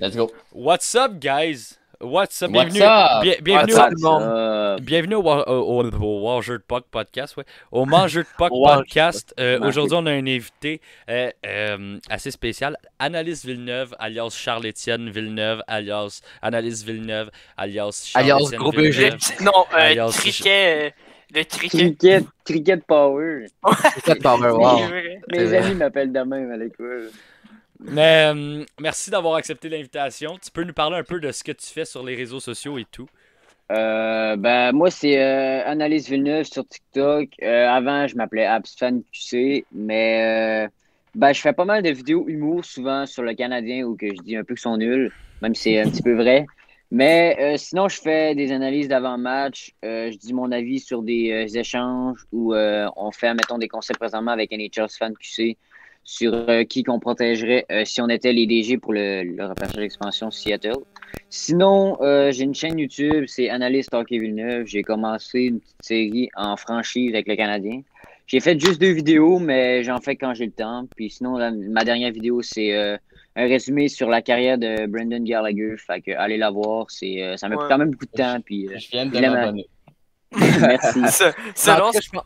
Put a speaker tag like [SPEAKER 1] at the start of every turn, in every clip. [SPEAKER 1] Let's go.
[SPEAKER 2] What's up, guys? What's up?
[SPEAKER 1] What's
[SPEAKER 2] Bienvenue,
[SPEAKER 1] up?
[SPEAKER 2] bien- bienvenue,
[SPEAKER 3] What's
[SPEAKER 2] au-
[SPEAKER 3] up? le monde.
[SPEAKER 1] Euh,
[SPEAKER 2] bienvenue au, Wa- au, au- au Wangeur de Puck podcast. Ouais. Au Mangeur de Puck
[SPEAKER 3] Au Wangeur de
[SPEAKER 2] podcast. Euh,
[SPEAKER 1] Merci.
[SPEAKER 2] Aujourd'hui, on a un invité euh, euh, assez spécial. Analyse Villeneuve, alias Charles-Étienne Villeneuve, alias Analyse Villeneuve, alias
[SPEAKER 3] Alliance
[SPEAKER 2] Charles-Étienne
[SPEAKER 3] Gros BG.
[SPEAKER 2] Villeneuve.
[SPEAKER 3] Non,
[SPEAKER 4] Ah,
[SPEAKER 3] euh,
[SPEAKER 2] Alliance-
[SPEAKER 3] Criquet. euh, Le Criquet.
[SPEAKER 1] Cricket, Cricket Power.
[SPEAKER 4] Cricket Power,
[SPEAKER 3] C'est
[SPEAKER 4] wow.
[SPEAKER 3] vrai.
[SPEAKER 4] C'est
[SPEAKER 1] Mes
[SPEAKER 4] vrai.
[SPEAKER 1] amis m'appellent de même à l'école.
[SPEAKER 2] Mais, euh, merci d'avoir accepté l'invitation. Tu peux nous parler un peu de ce que tu fais sur les réseaux sociaux et tout.
[SPEAKER 1] Euh, ben, moi, c'est euh, Analyse Villeneuve sur TikTok. Euh, avant, je m'appelais Absfan QC, mais euh, ben, je fais pas mal de vidéos humour souvent sur le Canadien où que je dis un peu que sont nuls, même si c'est un petit peu vrai. Mais euh, sinon, je fais des analyses d'avant-match. Euh, je dis mon avis sur des euh, échanges où euh, on fait, mettons, des conseils présentement avec NHL Fan QC sur euh, qui qu'on protégerait euh, si on était les DG pour le, le repêchage d'expansion Seattle. Sinon, euh, j'ai une chaîne YouTube, c'est Analyste Hockey Villeneuve. J'ai commencé une petite série en franchise avec le Canadien. J'ai fait juste deux vidéos, mais j'en fais quand j'ai le temps. Puis sinon, la- ma dernière vidéo, c'est euh, un résumé sur la carrière de Brendan Gallagher. Fait que allez la voir, c'est, euh, ça m'a pris
[SPEAKER 3] Ouais.
[SPEAKER 1] quand même beaucoup de temps. Puis, euh,
[SPEAKER 5] Je viens de
[SPEAKER 1] Il aime-
[SPEAKER 5] m'abonner.
[SPEAKER 1] merci.
[SPEAKER 3] Ça-
[SPEAKER 4] En
[SPEAKER 3] Selon.
[SPEAKER 4] tout cas, je pense-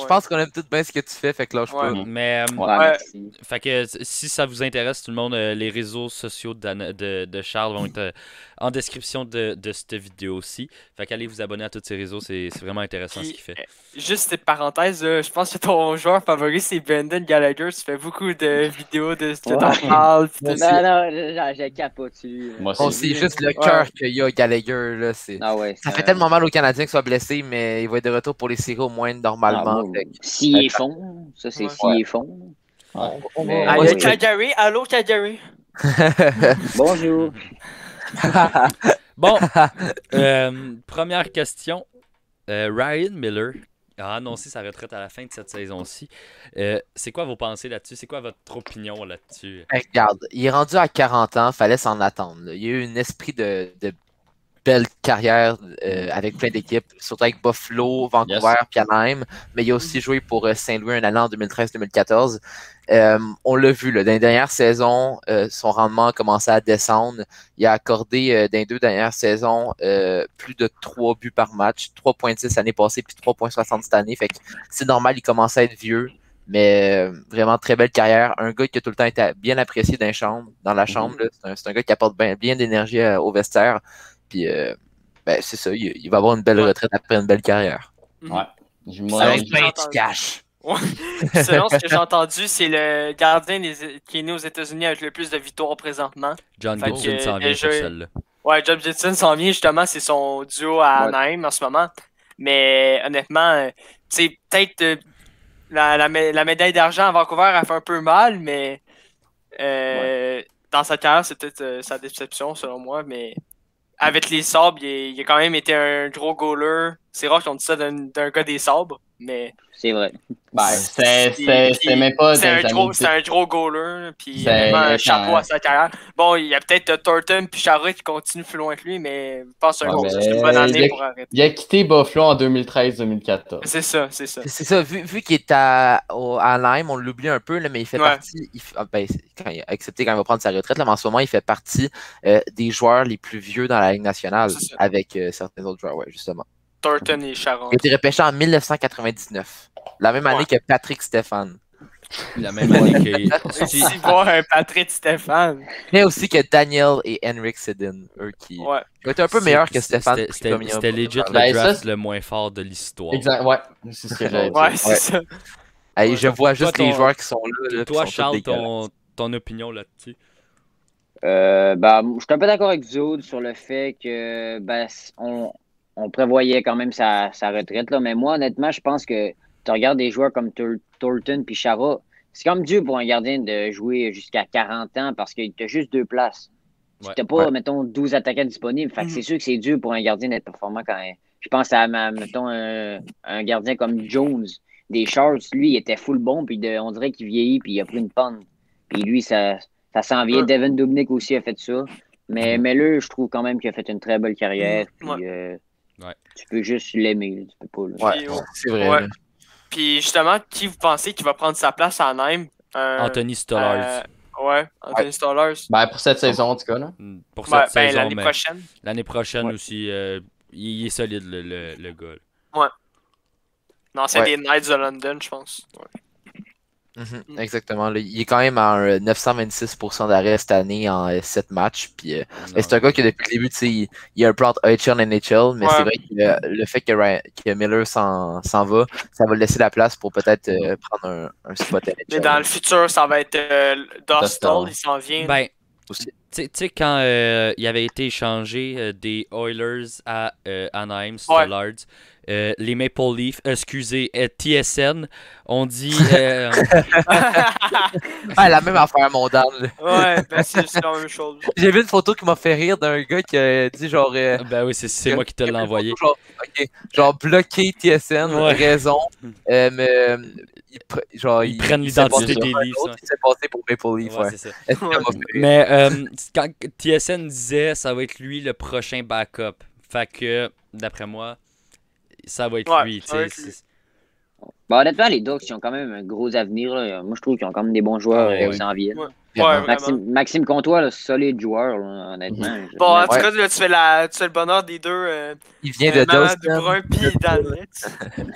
[SPEAKER 4] je pense qu'on aime tout bien ce que tu fais, fait que lâche
[SPEAKER 3] Ouais.
[SPEAKER 4] pas.
[SPEAKER 2] Mais, euh,
[SPEAKER 1] Ouais,
[SPEAKER 3] Ouais.
[SPEAKER 1] merci.
[SPEAKER 2] Fait que s- si ça vous intéresse, tout le monde, euh, les réseaux sociaux d'Anna- de, de Charles vont être euh, en description de, de cette vidéo aussi. Fait qu'allez vous abonner à tous ces réseaux, c'est c'est vraiment intéressant ce
[SPEAKER 3] Puis,
[SPEAKER 2] qu'il fait.
[SPEAKER 3] Juste une parenthèse, euh, je pense que ton joueur favori c'est Brendan Gallagher. Tu fais beaucoup de vidéos de ce que
[SPEAKER 1] Ouais.
[SPEAKER 3] t'en parles. pis
[SPEAKER 1] Non,
[SPEAKER 3] de-
[SPEAKER 1] non, là, j'ai capote lui.
[SPEAKER 5] Moi
[SPEAKER 4] On
[SPEAKER 5] aussi.
[SPEAKER 4] sait juste le cœur qu'il y a Gallagher, là. c'est-
[SPEAKER 1] Ah ouais,
[SPEAKER 4] Ça
[SPEAKER 1] c'est
[SPEAKER 4] fait
[SPEAKER 1] un-
[SPEAKER 4] tellement mal aux Canadiens qu'il soit blessé, mais il va être de retour pour les séries au moins
[SPEAKER 1] Ah,
[SPEAKER 4] normalement.
[SPEAKER 1] ouais,
[SPEAKER 4] fait
[SPEAKER 1] ouais. S'il est fond, ça c'est
[SPEAKER 3] Ouais.
[SPEAKER 1] s'il est fond.
[SPEAKER 4] que-
[SPEAKER 1] Mais-
[SPEAKER 4] Moi,
[SPEAKER 3] Allô
[SPEAKER 1] Ouais.
[SPEAKER 3] Calgary, allô Calgary.
[SPEAKER 4] je-
[SPEAKER 1] Bonjour.
[SPEAKER 2] Bon, euh, première question. Euh, Ryan Miller Ah, a annoncé sa retraite à la fin de cette saison-ci. Euh, c'est quoi vos pensées là-dessus? C'est quoi votre opinion là-dessus?
[SPEAKER 4] Ben, regarde, il est rendu à 40 ans, fallait s'en attendre. là. Il y a eu un esprit de, de belle carrière euh, avec plein d'équipes, surtout avec Buffalo, Vancouver, puis Anaheim, mais il a aussi joué pour euh, Saint-Louis un an en 2013-2014. Euh, on l'a vu, là, dans les dernières saisons, euh, son rendement a commencé à descendre. Il a accordé, euh, dans les deux dernières saisons, euh, plus de 3 buts par match, 3.10 l'année passée, puis 3.60 cette année. Fait que c'est normal, il commence à être vieux. Mais euh, vraiment très belle carrière. Un gars qui a tout le temps été bien apprécié dans, la chambre, dans la chambre. là. C'est un- C'est un, gars qui apporte bien, bien d'énergie euh, au vestiaire. Puis euh, ben, c'est ça, il, il va avoir une belle
[SPEAKER 3] Ouais.
[SPEAKER 4] retraite après une belle carrière.
[SPEAKER 5] Je-
[SPEAKER 4] Ça
[SPEAKER 5] moi,
[SPEAKER 4] va
[SPEAKER 3] Ouais,
[SPEAKER 4] être
[SPEAKER 5] je-
[SPEAKER 3] j'ai
[SPEAKER 4] plein
[SPEAKER 3] entendu.
[SPEAKER 4] de cash.
[SPEAKER 3] Selon ce que j'ai entendu, c'est le gardien des- qui est né aux États-Unis avec le plus de victoires présentement.
[SPEAKER 2] John
[SPEAKER 3] Fait
[SPEAKER 2] Gibson
[SPEAKER 3] que,
[SPEAKER 2] s'en vient sur
[SPEAKER 3] déjà-
[SPEAKER 2] celle-là.
[SPEAKER 3] Ouais, Job Jetson s'en vient justement, c'est son duo à
[SPEAKER 1] Ouais.
[SPEAKER 3] Anaheim en ce moment. Mais honnêtement, euh, tu sais, peut-être euh, la, la, mé- la médaille d'argent à Vancouver a fait un peu mal, mais euh, dans sa carrière, c'est peut-être euh, sa déception selon moi. Mais avec les sabres, il, est- il a quand même été un gros goaler. C'est rare qu'on dise ça d'un d'un gars des sabres, mais
[SPEAKER 1] C'est vrai.
[SPEAKER 5] ben, c'est- c'est c'est même pas
[SPEAKER 3] c'est un,
[SPEAKER 5] des
[SPEAKER 3] gros-
[SPEAKER 5] amis. Ben,
[SPEAKER 3] c'est un gros goaler, puis
[SPEAKER 5] C'est-
[SPEAKER 3] vraiment un
[SPEAKER 5] quand-
[SPEAKER 3] chapeau à sa carrière. Bon, il y a peut-être euh, Thornton puis Chara qui continuent plus loin que lui, mais je pense que c'est un
[SPEAKER 5] Ouais,
[SPEAKER 3] gros-
[SPEAKER 5] mais
[SPEAKER 3] c'est une bonne
[SPEAKER 5] il y
[SPEAKER 3] année
[SPEAKER 5] a-
[SPEAKER 3] pour arrêter.
[SPEAKER 5] Il a quitté Buffalo en 2013-2014.
[SPEAKER 3] C'est ça, c'est ça.
[SPEAKER 4] C'est ça, vu, vu qu'il est à, au- à Anaheim, on l'oublie un peu, là, mais il fait
[SPEAKER 3] Ouais.
[SPEAKER 4] partie, il, f- ah, ben, c'est- quand il- excepté quand il va prendre sa retraite, là, mais en ce moment, il fait partie euh, des joueurs les plus vieux dans la Ligue nationale
[SPEAKER 3] C'est ça.
[SPEAKER 4] avec euh, certains autres joueurs, ouais, justement.
[SPEAKER 3] Thornton et Charon.
[SPEAKER 4] Il a été repêché en 1999, la même année
[SPEAKER 3] Ouais.
[SPEAKER 4] que Patrick Stéphane.
[SPEAKER 2] La même année que... Si-
[SPEAKER 3] Ici, voir un Patrick Stéphane.
[SPEAKER 4] Mais aussi que Daniel et Henrik Sedin, eux qui
[SPEAKER 3] Ouais.
[SPEAKER 4] qui ont été un peu
[SPEAKER 2] c'est-
[SPEAKER 4] meilleurs que Stéphane.
[SPEAKER 2] c'était-
[SPEAKER 4] puis
[SPEAKER 2] C'était
[SPEAKER 4] comme il y a-
[SPEAKER 2] c'était legit le
[SPEAKER 5] Ben, ça,
[SPEAKER 2] draft
[SPEAKER 5] c'est-
[SPEAKER 2] le moins fort de l'histoire.
[SPEAKER 5] Exact, ouais. C'est ce que j'avais dit.
[SPEAKER 3] Ouais, c'est
[SPEAKER 4] Ouais.
[SPEAKER 3] ça.
[SPEAKER 4] Hey, je vois juste
[SPEAKER 2] Toi,
[SPEAKER 4] les
[SPEAKER 2] ton-
[SPEAKER 4] joueurs qui sont là. là, qui
[SPEAKER 2] Toi,
[SPEAKER 4] sont tous
[SPEAKER 2] Charles,
[SPEAKER 4] dégueulasses.
[SPEAKER 2] ton, ton opinion là-dessus?
[SPEAKER 1] Euh, ben, je suis un peu d'accord avec vous autres sur le fait que ben, c- on, on prévoyait quand même sa, sa retraite, là, mais moi, honnêtement, je pense que tu regardes des joueurs comme Tur- Thornton puis Chara, c'est comme dur pour un gardien de jouer jusqu'à 40 ans parce qu'il t'a juste deux places. Tu
[SPEAKER 2] Ouais.
[SPEAKER 1] n'as pas, mettons, 12 attaquants disponibles. Fait que
[SPEAKER 3] Mhm.
[SPEAKER 1] c'est sûr que c'est dur pour un gardien d'être performant quand même. Je pense à, ma- mettons, un, un gardien comme Jones des Sharks. Lui, il était full bon, puis de- on dirait qu'il vieillit, puis il a pris une panne. Puis lui, ça, ça s'en vient.
[SPEAKER 3] Ouais.
[SPEAKER 1] Devin Dubnik aussi a fait ça. Mais,
[SPEAKER 2] Mhm.
[SPEAKER 1] mais là, je trouve quand même qu'il a fait une très belle carrière. Puis,
[SPEAKER 3] Mhm. Ouais.
[SPEAKER 1] euh,
[SPEAKER 2] Ouais.
[SPEAKER 1] Tu peux juste l'aimer. là, Tu peux pas. là.
[SPEAKER 4] Ouais,
[SPEAKER 3] Puis, oh,
[SPEAKER 4] c'est vrai.
[SPEAKER 3] ouais.
[SPEAKER 4] là.
[SPEAKER 3] Puis justement, qui vous pensez qui va prendre sa place à Nîmes? Un-
[SPEAKER 2] Anthony Stolarz.
[SPEAKER 3] euh, Ouais, en
[SPEAKER 5] Ouais.
[SPEAKER 3] installeur.
[SPEAKER 5] Ben, pour cette saison, en tout cas, là.
[SPEAKER 2] Pour
[SPEAKER 3] Ben,
[SPEAKER 2] cette
[SPEAKER 3] ben,
[SPEAKER 2] saison,
[SPEAKER 3] l'année
[SPEAKER 2] mais
[SPEAKER 3] prochaine.
[SPEAKER 2] l'année prochaine
[SPEAKER 3] Ouais.
[SPEAKER 2] aussi, euh, il il est solide, le, le, le gars. là.
[SPEAKER 3] Non, c'est des
[SPEAKER 4] Ouais.
[SPEAKER 3] Knights de London, je pense. Ouais.
[SPEAKER 4] Mhm, exactement. là. Il est quand même à un, euh, 926% d'arrêt cette année en 7 matchs. Puis, euh,
[SPEAKER 2] Non.
[SPEAKER 4] mais c'est un gars que depuis le début, tu sais, il, il a un plan entre AHL et NHL, mais
[SPEAKER 3] Ouais.
[SPEAKER 4] c'est vrai que euh, le fait que, Ryan- que Miller s'en s'en va, ça va laisser la place pour peut-être euh, prendre un, un spot NHL.
[SPEAKER 3] Mais dans le futur, ça va être euh, Dostal,
[SPEAKER 5] Dostal.
[SPEAKER 3] il s'en vient.
[SPEAKER 2] Ben,
[SPEAKER 4] Aussi.
[SPEAKER 2] tu sais- tu sais, quand euh, il avait été échangé euh, des Oilers à euh, Anaheim, Stollards, euh, les Maple Leafs, euh, excusez, euh, TSN, on dit. euh,
[SPEAKER 4] Ah, la même affaire, mon Dan. là.
[SPEAKER 3] ouais, ben c'est c'est la même chose.
[SPEAKER 4] J'ai vu une photo qui m'a fait rire d'un gars qui a dit genre. euh,
[SPEAKER 2] ben oui, c'est- c'est moi qui te
[SPEAKER 4] il y
[SPEAKER 2] l'ai
[SPEAKER 4] avait une
[SPEAKER 2] envoyé.
[SPEAKER 4] photo Genre, ok, genre bloqué TSN,
[SPEAKER 2] Ouais.
[SPEAKER 4] raison. euh, mais, euh, il pre- genre,
[SPEAKER 2] Ils
[SPEAKER 4] il-
[SPEAKER 2] prennent
[SPEAKER 4] il s'est
[SPEAKER 2] l'identité
[SPEAKER 4] passé
[SPEAKER 2] des
[SPEAKER 4] pour un
[SPEAKER 2] Leafs,
[SPEAKER 4] autre,
[SPEAKER 2] ouais.
[SPEAKER 4] Il s'est passé pour Maple Leafs.
[SPEAKER 2] Ouais,
[SPEAKER 4] Ouais.
[SPEAKER 2] c'est ça.
[SPEAKER 4] Est-ce que ça m'a fait rire?
[SPEAKER 2] Mais euh, quand TSN disait ça va être lui le prochain backup, fait que d'après moi, ça va être
[SPEAKER 3] Ouais,
[SPEAKER 2] lui. tu
[SPEAKER 3] ça
[SPEAKER 2] sais,
[SPEAKER 3] va être lui.
[SPEAKER 2] c'est-
[SPEAKER 1] Bah, honnêtement, les Ducks, ils ont quand même un gros avenir. là. Moi, je trouve qu'ils ont quand même des bons joueurs
[SPEAKER 2] Ouais,
[SPEAKER 1] euh,
[SPEAKER 2] ouais.
[SPEAKER 1] qui s'en viennent.
[SPEAKER 3] Ouais,
[SPEAKER 4] Clairement.
[SPEAKER 3] Ouais, vraiment.
[SPEAKER 1] Maxime, Maxime Comtois, là, solide joueur, là, honnêtement. Je-
[SPEAKER 3] Bon, en tout
[SPEAKER 4] Ouais.
[SPEAKER 3] cas, là, tu fais, la, tu fais le bonheur des deux. Euh,
[SPEAKER 4] Il vient
[SPEAKER 3] euh,
[SPEAKER 4] de
[SPEAKER 3] Maman
[SPEAKER 4] Dawson.
[SPEAKER 3] Dubrun pis Danette.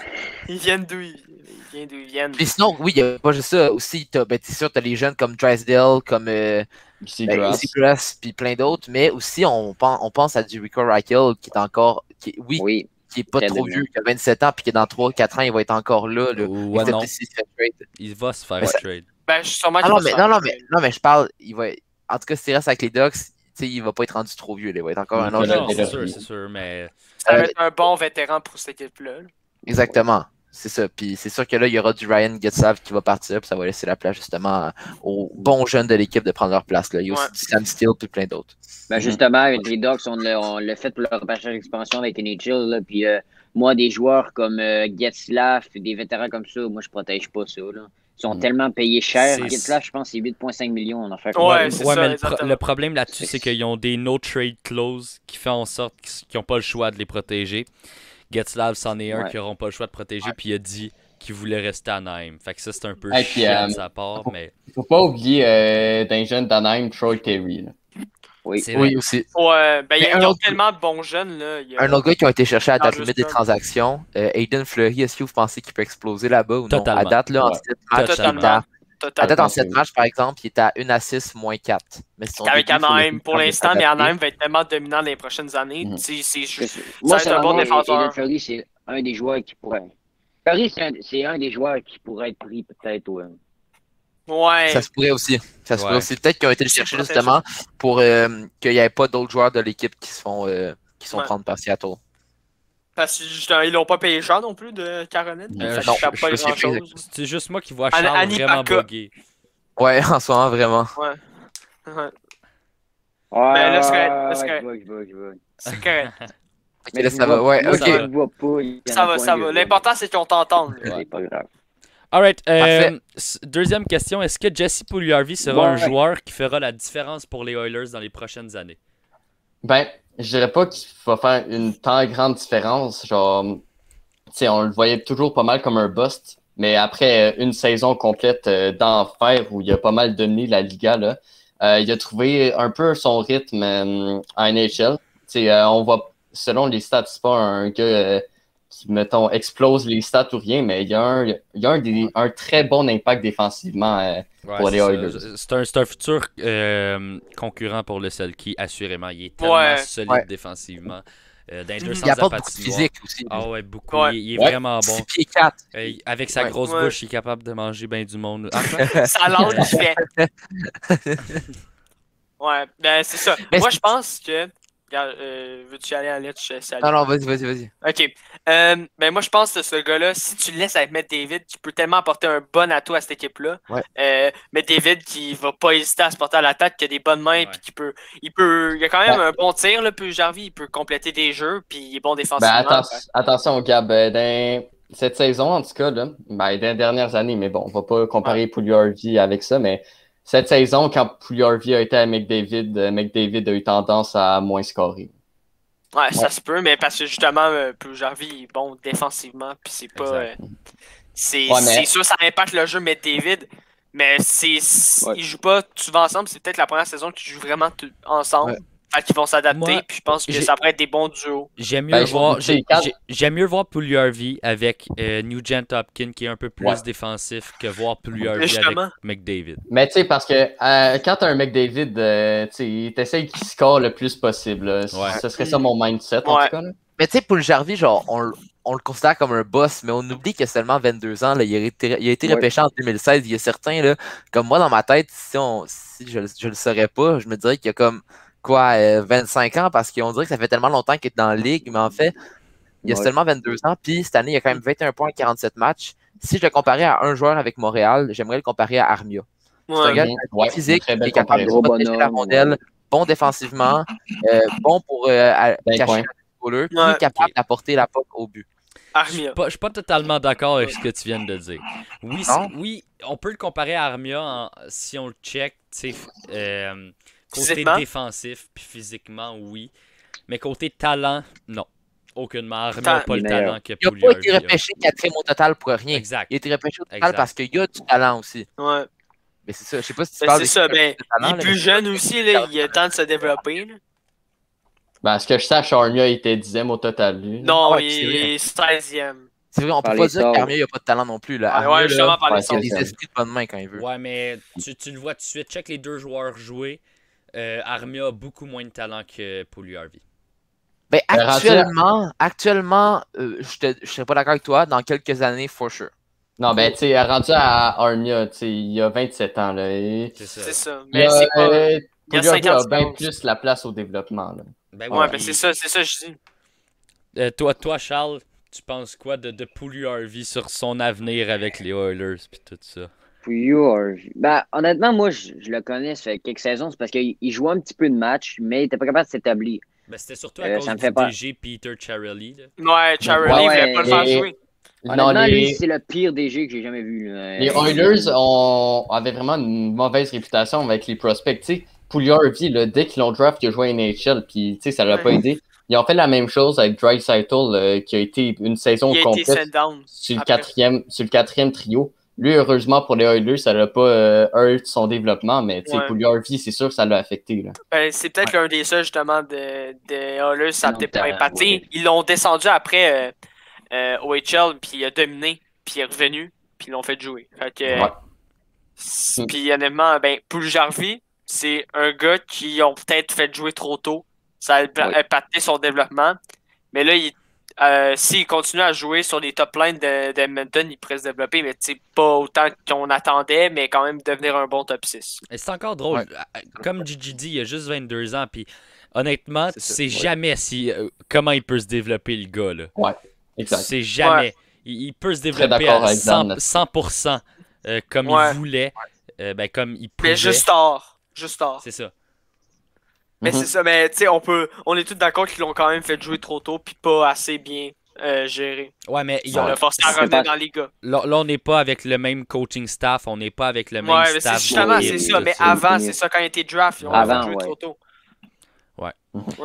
[SPEAKER 3] Ils viennent d'où ils, ils viennent. D'où ils viennent.
[SPEAKER 4] Puis sinon, oui, il n'y a pas juste ça. Aussi, t'as, ben, t'es sûr, t'as les jeunes comme Drysdale, comme euh,
[SPEAKER 5] Ici,
[SPEAKER 4] ben,
[SPEAKER 5] Grass.
[SPEAKER 4] Easy Grass, puis plein d'autres. Mais aussi, on, pen- on pense à du Rico Rackle, qui est encore, qui, oui,
[SPEAKER 1] Oui,
[SPEAKER 4] qui est pas
[SPEAKER 1] très
[SPEAKER 4] trop
[SPEAKER 1] dominant.
[SPEAKER 4] vieux, qui a 27 ans, puis que dans 3-4 ans, il va être encore là. là.
[SPEAKER 2] Ouais,
[SPEAKER 4] Except
[SPEAKER 2] non,
[SPEAKER 4] s'il se fait trade.
[SPEAKER 2] il va se faire
[SPEAKER 4] Mais ça-
[SPEAKER 2] trade.
[SPEAKER 3] Ben, je suis sûrement
[SPEAKER 4] Ah
[SPEAKER 3] qu'ils
[SPEAKER 4] non,
[SPEAKER 3] vont
[SPEAKER 4] mais,
[SPEAKER 3] se
[SPEAKER 4] non, non,
[SPEAKER 3] faire
[SPEAKER 4] mais,
[SPEAKER 3] trade.
[SPEAKER 4] non, mais je parle, il va, en tout cas, s'il reste avec les Ducks, tu sais, il va pas être rendu trop vieux, là, il va être encore un
[SPEAKER 5] Non,
[SPEAKER 4] autre.
[SPEAKER 2] Non,
[SPEAKER 5] j'ai
[SPEAKER 2] c'est
[SPEAKER 5] déjà
[SPEAKER 2] sûr,
[SPEAKER 5] fini.
[SPEAKER 2] c'est sûr, mais
[SPEAKER 3] Ça va
[SPEAKER 4] Euh,
[SPEAKER 3] être un bon vétéran pour cette équipe-là. là.
[SPEAKER 4] Exactement. C'est ça. Puis c'est sûr que là, il y aura du Ryan Getsav qui va partir, puis ça va laisser la place justement aux bons jeunes de l'équipe de prendre leur place. Là. Il y a aussi
[SPEAKER 3] Ouais.
[SPEAKER 4] du Sam Steele puis plein d'autres.
[SPEAKER 1] ben, justement, avec les Ducks, on l'a on l'a fait pour le repêchage d'expansion avec NHL. là, Puis euh, moi, des joueurs comme euh, Getzlaff, des vétérans comme ça, moi, je protège pas ça. Là. Ils sont
[SPEAKER 5] Mm.
[SPEAKER 1] tellement payés cher.
[SPEAKER 2] C'est-
[SPEAKER 1] Getzlaff, je pense, c'est 8,5 millions. On en fait
[SPEAKER 3] Ouais,
[SPEAKER 1] combien?
[SPEAKER 3] c'est
[SPEAKER 2] ouais,
[SPEAKER 3] ça,
[SPEAKER 2] mais le, pro-
[SPEAKER 3] exactement.
[SPEAKER 2] le problème là-dessus, c'est
[SPEAKER 1] C'est-
[SPEAKER 2] qu'ils ont des no trade clauses qui font en sorte qu'ils qu'ils ont pas le choix de les protéger. Getslav, c'en est un
[SPEAKER 1] Ouais.
[SPEAKER 2] qui n'auront pas le choix de protéger, puis il a dit qu'il voulait rester à Nîmes. Fait que ça, c'est un peu
[SPEAKER 5] Et puis,
[SPEAKER 2] chiant de
[SPEAKER 5] euh,
[SPEAKER 2] sa part, mais
[SPEAKER 5] Faut pas oublier euh, d'un jeune d'Anaheim, Troy Terry. là.
[SPEAKER 1] Oui.
[SPEAKER 2] c'est vrai.
[SPEAKER 4] aussi.
[SPEAKER 3] Ouais, ben,
[SPEAKER 4] Mais
[SPEAKER 3] ils
[SPEAKER 4] un
[SPEAKER 3] ils ont
[SPEAKER 4] autre-
[SPEAKER 3] tellement de bons jeunes. Là. Il y a-
[SPEAKER 4] Un autre gars qui a été cherché à
[SPEAKER 3] Non,
[SPEAKER 4] date
[SPEAKER 3] juste
[SPEAKER 4] limite des
[SPEAKER 3] un.
[SPEAKER 4] transactions, euh, Aiden Fleury, est-ce que vous pensez qu'il peut exploser là-bas ou non?
[SPEAKER 2] Totalement.
[SPEAKER 4] À date, là, en
[SPEAKER 5] Ouais.
[SPEAKER 4] 7 matchs, il est
[SPEAKER 3] Ah, Totalement.
[SPEAKER 4] à-
[SPEAKER 3] Totalement.
[SPEAKER 4] à date, en
[SPEAKER 5] Totalement.
[SPEAKER 4] 7 matchs, par exemple, il est à 1 à 6, moins 4. Mais son
[SPEAKER 3] Avec
[SPEAKER 4] début, faut
[SPEAKER 3] Anaheim
[SPEAKER 4] laisser
[SPEAKER 3] pour
[SPEAKER 4] le temps de
[SPEAKER 3] l'instant, mais
[SPEAKER 4] s'adapter.
[SPEAKER 3] Anaheim va être tellement dominant dans les prochaines années.
[SPEAKER 4] Mm.
[SPEAKER 5] Mhm.
[SPEAKER 3] Tu sais, c'est ju-
[SPEAKER 1] Je- Moi,
[SPEAKER 3] Ça, c'est un bon
[SPEAKER 1] selon moi,
[SPEAKER 3] défenseur.
[SPEAKER 1] Aiden Fleury, c'est un des joueurs qui pourrait. Fleury, c'est un, c'est un des joueurs qui pourrait être pris peut-être. ouais.
[SPEAKER 3] Ouais.
[SPEAKER 4] Ça se pourrait aussi. Ça se
[SPEAKER 2] Ouais.
[SPEAKER 4] pourrait aussi. Peut-être qu'ils ont été le
[SPEAKER 3] C'est
[SPEAKER 4] chercher
[SPEAKER 3] protégé.
[SPEAKER 4] justement pour euh, qu'il n'y ait pas d'autres joueurs de l'équipe qui se font, euh, qui sont
[SPEAKER 3] Ouais.
[SPEAKER 4] prendre par Seattle.
[SPEAKER 3] Parce que justement, ils l'ont pas payé cher non plus de Caroline.
[SPEAKER 5] Euh,
[SPEAKER 3] Fait que
[SPEAKER 4] non,
[SPEAKER 3] ça perd
[SPEAKER 4] je-
[SPEAKER 3] pas
[SPEAKER 4] je sais
[SPEAKER 3] grand
[SPEAKER 4] plus
[SPEAKER 3] chose.
[SPEAKER 2] C'est juste moi qui vois
[SPEAKER 3] Anne-
[SPEAKER 2] Charles
[SPEAKER 3] Annie
[SPEAKER 2] vraiment
[SPEAKER 3] Paca.
[SPEAKER 2] bugué.
[SPEAKER 4] Ouais, en ce moment, vraiment.
[SPEAKER 3] Ben, là,
[SPEAKER 1] Ouais,
[SPEAKER 3] c'est correct, là, c'est
[SPEAKER 1] ouais,
[SPEAKER 3] correct.
[SPEAKER 1] je vois, je vois, je vois.
[SPEAKER 3] C'est correct.
[SPEAKER 4] Ok, là, ça va. Ouais,
[SPEAKER 1] Moi,
[SPEAKER 4] ok.
[SPEAKER 1] je le vois pas, il y en
[SPEAKER 3] ça
[SPEAKER 1] a
[SPEAKER 3] va,
[SPEAKER 1] pas
[SPEAKER 3] ça
[SPEAKER 1] un
[SPEAKER 3] va.
[SPEAKER 1] que je
[SPEAKER 3] L'important, c'est qu'on t'entende.
[SPEAKER 1] vois. C'est pas grave.
[SPEAKER 2] Alright, euh,
[SPEAKER 4] Parfait.
[SPEAKER 2] s- deuxième question. Est-ce que Jesse Pugliarvi sera un
[SPEAKER 1] Ouais.
[SPEAKER 2] joueur qui fera la différence pour les Oilers dans les prochaines années?
[SPEAKER 5] Ben, je dirais pas qu'il va faire une tant grande différence. Genre, tu sais, on le voyait toujours pas mal comme un bust, mais après euh, une saison complète euh, d'enfer où il a pas mal dominé la Liga, là, euh, il a trouvé un peu son rythme euh, en NHL. Tu sais, euh, on voit, selon les stats, c'est pas un gars euh, qui, mettons, explose les stats ou rien, mais il y a un, il y a un, des- un très bon impact défensivement. euh, Pour
[SPEAKER 2] c'est
[SPEAKER 5] les
[SPEAKER 2] ça.
[SPEAKER 5] Oilers.
[SPEAKER 2] C'est un, c'est un futur euh, concurrent pour le Selkie, assurément. Il est tellement
[SPEAKER 3] Ouais.
[SPEAKER 2] solide
[SPEAKER 4] Ouais.
[SPEAKER 2] défensivement. Euh, dans les
[SPEAKER 3] Il
[SPEAKER 2] deux
[SPEAKER 4] Il
[SPEAKER 2] sens
[SPEAKER 4] n'y
[SPEAKER 2] à
[SPEAKER 4] a pas beaucoup de
[SPEAKER 2] patinoire.
[SPEAKER 4] physique aussi.
[SPEAKER 2] Ah ouais, beaucoup.
[SPEAKER 3] Ouais.
[SPEAKER 2] Il, il est
[SPEAKER 5] Ouais.
[SPEAKER 2] vraiment bon.
[SPEAKER 4] 6 pieds 4.
[SPEAKER 2] Euh, avec sa
[SPEAKER 4] Ouais.
[SPEAKER 2] grosse
[SPEAKER 3] Ouais.
[SPEAKER 2] bouche, il est capable de manger bien du monde. Ah,
[SPEAKER 3] Sa langue, il fait. Ouais, ben c'est ça.
[SPEAKER 4] Mais
[SPEAKER 3] Moi,
[SPEAKER 4] c'est-
[SPEAKER 3] je pense que. Regarde, euh, veux-tu aller à Lich? euh, c'est à
[SPEAKER 4] Non, non, vas-y, vas-y, vas-y.
[SPEAKER 3] Ok. Euh, ben moi, je pense que ce gars-là, si tu le laisses avec Matt David, tu peux tellement apporter un bon atout à cette équipe-là.
[SPEAKER 4] Ouais.
[SPEAKER 3] Euh, Matt David qui va pas hésiter à se porter à l'attaque, qui a des bonnes mains,
[SPEAKER 2] Ouais.
[SPEAKER 3] puis qui peut, il peut, il a quand même un bon tir là, puis Jarvis, il peut compléter des jeux, puis il est bon
[SPEAKER 5] Ben,
[SPEAKER 3] défensivement.
[SPEAKER 5] atten- attention, Gab. euh, Dans cette saison, en tout cas, là, ben, dans les dernières années, mais bon, on va pas comparer Pouliarvi avec ça, mais cette saison, quand Pouliarvi a été à McDavid, euh, McDavid a eu tendance à moins scorer.
[SPEAKER 3] Ouais, ça se peut, mais parce que justement, euh, puis Jarvis, il est bon défensivement, puis c'est pas,
[SPEAKER 2] Exact.
[SPEAKER 3] euh, c'est,
[SPEAKER 5] Ouais, mais-
[SPEAKER 3] c'est sûr, ça impacte le jeu Matt David, Mais c'est si
[SPEAKER 1] Ouais.
[SPEAKER 3] ils jouent pas souvent ensemble, c'est peut-être la première saison qu'ils jouent vraiment tout- ensemble.
[SPEAKER 4] Ouais.
[SPEAKER 3] Fait qu'ils vont s'adapter,
[SPEAKER 2] Moi,
[SPEAKER 3] puis je pense que
[SPEAKER 2] j'ai-
[SPEAKER 3] ça pourrait être des bons duos.
[SPEAKER 2] J'aime mieux
[SPEAKER 5] Ben, je vais
[SPEAKER 2] voir,
[SPEAKER 5] vous
[SPEAKER 2] j'ai-
[SPEAKER 5] dire, quand-
[SPEAKER 2] j'ai- j'aime mieux voir Puljuarvi avec euh, Nugent Hopkins qui est un peu plus
[SPEAKER 5] Ouais.
[SPEAKER 2] défensif que voir Puljuarvi avec
[SPEAKER 3] Justement.
[SPEAKER 2] McDavid.
[SPEAKER 5] Mais tu sais, parce que euh, quand t'as un McDavid, euh, tu sais, t'essayes qu'il score le plus possible. là. C-
[SPEAKER 2] Ouais.
[SPEAKER 5] Ce serait ça mon mindset, en
[SPEAKER 3] Ouais.
[SPEAKER 5] tout cas. là.
[SPEAKER 4] Mais tu sais, Poul Jarvi, genre, on, l- on le considère comme un boss, mais on oublie qu'il a seulement 22 ans. Là, il, a été, il a été
[SPEAKER 1] Ouais.
[SPEAKER 4] repêché en 2016. Il y a certains, là, comme moi, dans ma tête, si, on, si je, le- je le saurais pas, je me dirais qu'il y a comme quoi, euh, 25 ans, parce qu'on dirait que ça fait tellement longtemps qu'il est dans la ligue, mais en fait, il a
[SPEAKER 1] Ouais.
[SPEAKER 4] seulement 22 ans. Puis cette année, il a quand même 21 points en 47 matchs. Si je le comparais à un joueur avec Montréal, j'aimerais le comparer à Armia.
[SPEAKER 3] Ouais.
[SPEAKER 4] gars
[SPEAKER 5] Ouais,
[SPEAKER 4] physique,
[SPEAKER 5] très
[SPEAKER 4] il
[SPEAKER 5] belle
[SPEAKER 4] est capable de
[SPEAKER 5] comparaison.
[SPEAKER 1] Gros
[SPEAKER 4] protéger la
[SPEAKER 1] bonhomme,
[SPEAKER 4] rondelle, bon défensivement, euh, bon pour euh, à-
[SPEAKER 5] Ben,
[SPEAKER 4] cacher
[SPEAKER 5] point.
[SPEAKER 4] le goaler, puis
[SPEAKER 3] Ouais.
[SPEAKER 4] capable d'apporter la POC au but.
[SPEAKER 2] Je suis
[SPEAKER 3] Armia.
[SPEAKER 2] pas, je suis pas totalement d'accord avec ce que tu viens de dire. Oui, c'est-
[SPEAKER 4] Non?
[SPEAKER 2] oui on peut le comparer à Armia en- si on le check, tu sais, euh, côté
[SPEAKER 3] Physiquement?
[SPEAKER 2] défensif, puis physiquement, oui. Mais côté talent, non. Aucunement. Armia
[SPEAKER 3] Ta-
[SPEAKER 2] n'a pas le
[SPEAKER 1] Il est meilleur.
[SPEAKER 2] talent que
[SPEAKER 4] euh, Il n'a pas
[SPEAKER 2] Puljuarvi
[SPEAKER 4] été
[SPEAKER 2] a.
[SPEAKER 4] repêché quatrième au total pour rien.
[SPEAKER 2] Exact.
[SPEAKER 4] Il a été repêché au total
[SPEAKER 2] Exact.
[SPEAKER 4] parce qu'il y a du talent aussi.
[SPEAKER 3] Ouais.
[SPEAKER 4] Mais c'est ça, je sais pas si tu
[SPEAKER 3] Ben,
[SPEAKER 4] parles
[SPEAKER 3] c'est
[SPEAKER 4] de-
[SPEAKER 3] ça, ben,
[SPEAKER 4] de talent,
[SPEAKER 3] Il
[SPEAKER 4] là,
[SPEAKER 3] est plus
[SPEAKER 4] mais-
[SPEAKER 3] jeune aussi, là, il a le temps de se développer. là.
[SPEAKER 5] Ben, à ce que je sache, Armia était dixième au total, lui.
[SPEAKER 3] Non,
[SPEAKER 4] Ah ouais,
[SPEAKER 3] il
[SPEAKER 4] c'est vrai.
[SPEAKER 3] est 16e.
[SPEAKER 4] C'est vrai, on peut
[SPEAKER 1] Par
[SPEAKER 4] pas
[SPEAKER 1] les
[SPEAKER 4] dire
[SPEAKER 1] sorts.
[SPEAKER 4] qu'Armia, il n'y a pas de talent non plus. Là.
[SPEAKER 3] Ah, Ouais,
[SPEAKER 4] Armia,
[SPEAKER 3] ouais, justement, par
[SPEAKER 5] ouais,
[SPEAKER 3] les
[SPEAKER 5] c'est-
[SPEAKER 3] sons.
[SPEAKER 4] il a des esprits de bonne main quand il veut.
[SPEAKER 2] Ouais, mais tu, tu le vois tout de suite. Check les deux joueurs jouer. Euh, Armia a beaucoup moins de talent que Puljuarvi.
[SPEAKER 4] Ben,
[SPEAKER 5] Ben, rendu à-
[SPEAKER 4] actuellement, actuellement euh, je ne serais pas d'accord avec toi, dans quelques années, for sure.
[SPEAKER 5] Non, ben, tu sais, rendu à Armia, tu sais, il a 27 ans, là. et-
[SPEAKER 2] C'est ça.
[SPEAKER 3] C'est ça.
[SPEAKER 5] il
[SPEAKER 3] Mais
[SPEAKER 5] a,
[SPEAKER 3] c'est pas.
[SPEAKER 5] euh,
[SPEAKER 3] il y a
[SPEAKER 5] Puljuarvi
[SPEAKER 3] 50
[SPEAKER 5] bien
[SPEAKER 3] secondes.
[SPEAKER 5] plus la place au développement, là.
[SPEAKER 2] Ben
[SPEAKER 3] Ouais,
[SPEAKER 2] oui,
[SPEAKER 3] mais c'est
[SPEAKER 2] puis-
[SPEAKER 3] ça, c'est ça, je dis.
[SPEAKER 2] Euh, toi, toi, Charles, tu penses quoi de, de Puljuarvi sur son avenir avec les Oilers puis tout ça?
[SPEAKER 1] Puljuarvi. Ben, honnêtement, moi, je, je le connais, ça fait quelques saisons, c'est parce qu'il il jouait un petit peu de match, mais il était pas capable de s'établir.
[SPEAKER 2] Ben, c'était surtout à
[SPEAKER 1] Euh,
[SPEAKER 2] cause
[SPEAKER 1] ça me
[SPEAKER 2] du
[SPEAKER 1] fait peur.
[SPEAKER 2] DG Peter Charelli. là.
[SPEAKER 3] Ouais, Charlie,
[SPEAKER 1] Ouais,
[SPEAKER 3] il
[SPEAKER 1] ouais,
[SPEAKER 3] voulait pas le faire
[SPEAKER 5] et-
[SPEAKER 3] jouer.
[SPEAKER 5] Non,
[SPEAKER 1] Honnêtement, lui,
[SPEAKER 5] les,
[SPEAKER 1] c'est le pire DG que j'ai jamais vu. là. Euh,
[SPEAKER 5] les Oilers ont, avaient vraiment une mauvaise réputation avec les prospects. Tu sais, Puljuarvi, là, dès qu'ils l'ont draft, il a joué à NHL, puis tu sais, ça l'a pas
[SPEAKER 3] Ouais.
[SPEAKER 5] aidé. Ils ont fait la même chose avec Dreisaitl, euh, qui a été une saison
[SPEAKER 3] Il a été
[SPEAKER 5] complète
[SPEAKER 3] sent down.
[SPEAKER 5] sur le,
[SPEAKER 3] Après.
[SPEAKER 5] quatrième, sur le quatrième trio. Lui, heureusement pour les Oilers, ça l'a pas euh, hurt son développement, mais tu sais,
[SPEAKER 3] Ouais.
[SPEAKER 5] Puljuarvi, c'est sûr que ça l'a affecté. Là.
[SPEAKER 3] Ben, c'est peut-être l'un des seuls justement de, de Oilers, ça a
[SPEAKER 1] Non,
[SPEAKER 3] peut-être pas
[SPEAKER 1] ben,
[SPEAKER 3] épaté.
[SPEAKER 1] ouais.
[SPEAKER 3] Ils l'ont descendu après euh, euh, OHL, puis il a dominé, puis il est revenu, puis ils l'ont fait jouer. Fait que,
[SPEAKER 5] Ouais.
[SPEAKER 3] c'est- Puis honnêtement, ben, Puljarvi, c'est un gars qui ont peut-être fait jouer trop tôt. Ça a impa-
[SPEAKER 1] Ouais.
[SPEAKER 3] impacté son développement. Mais là, il- euh, s'il continue à jouer sur les top lines de- d'Edmonton, il pourrait se développer, mais tu sais, pas autant qu'on attendait, mais quand même devenir un bon top 6.
[SPEAKER 2] Et c'est encore drôle.
[SPEAKER 4] Ouais.
[SPEAKER 2] Euh, Comme Gigi dit, il a juste 22 ans. Puis honnêtement, tu
[SPEAKER 4] C'est ça,
[SPEAKER 2] sais
[SPEAKER 4] ouais.
[SPEAKER 2] jamais si, euh, comment il peut se développer, le gars. Là. Tu
[SPEAKER 5] Exact.
[SPEAKER 2] sais jamais. Il, il peut se développer
[SPEAKER 5] d'accord
[SPEAKER 2] à
[SPEAKER 5] avec
[SPEAKER 2] 100%,
[SPEAKER 5] Dan là-dessus.
[SPEAKER 2] 100%, euh, comme
[SPEAKER 3] Ouais.
[SPEAKER 2] il voulait, euh, ben, comme il pouvait.
[SPEAKER 3] Mais juste tard. Juste tard.
[SPEAKER 2] C'est ça.
[SPEAKER 3] Mais
[SPEAKER 5] Mhm.
[SPEAKER 3] c'est ça, mais tu sais, on peut. On est tous d'accord qu'ils l'ont quand même fait jouer trop tôt puis pas assez bien euh, géré.
[SPEAKER 2] Ouais, mais ils
[SPEAKER 3] Ça
[SPEAKER 2] ont-
[SPEAKER 3] l'a forcé à
[SPEAKER 1] c'est pas-
[SPEAKER 3] revenir dans les gars.
[SPEAKER 2] là, là, on n'est pas avec le même coaching staff. On n'est pas avec le même
[SPEAKER 3] Ouais, mais c'est
[SPEAKER 2] staff.
[SPEAKER 3] justement,
[SPEAKER 1] jouer,
[SPEAKER 3] c'est
[SPEAKER 1] oui,
[SPEAKER 3] ça.
[SPEAKER 1] oui,
[SPEAKER 3] Mais
[SPEAKER 1] c'est
[SPEAKER 3] avant,
[SPEAKER 1] mieux.
[SPEAKER 3] c'est ça, quand il était draft, ils ont
[SPEAKER 1] Avant,
[SPEAKER 3] fait jouer
[SPEAKER 1] ouais.
[SPEAKER 3] trop tôt.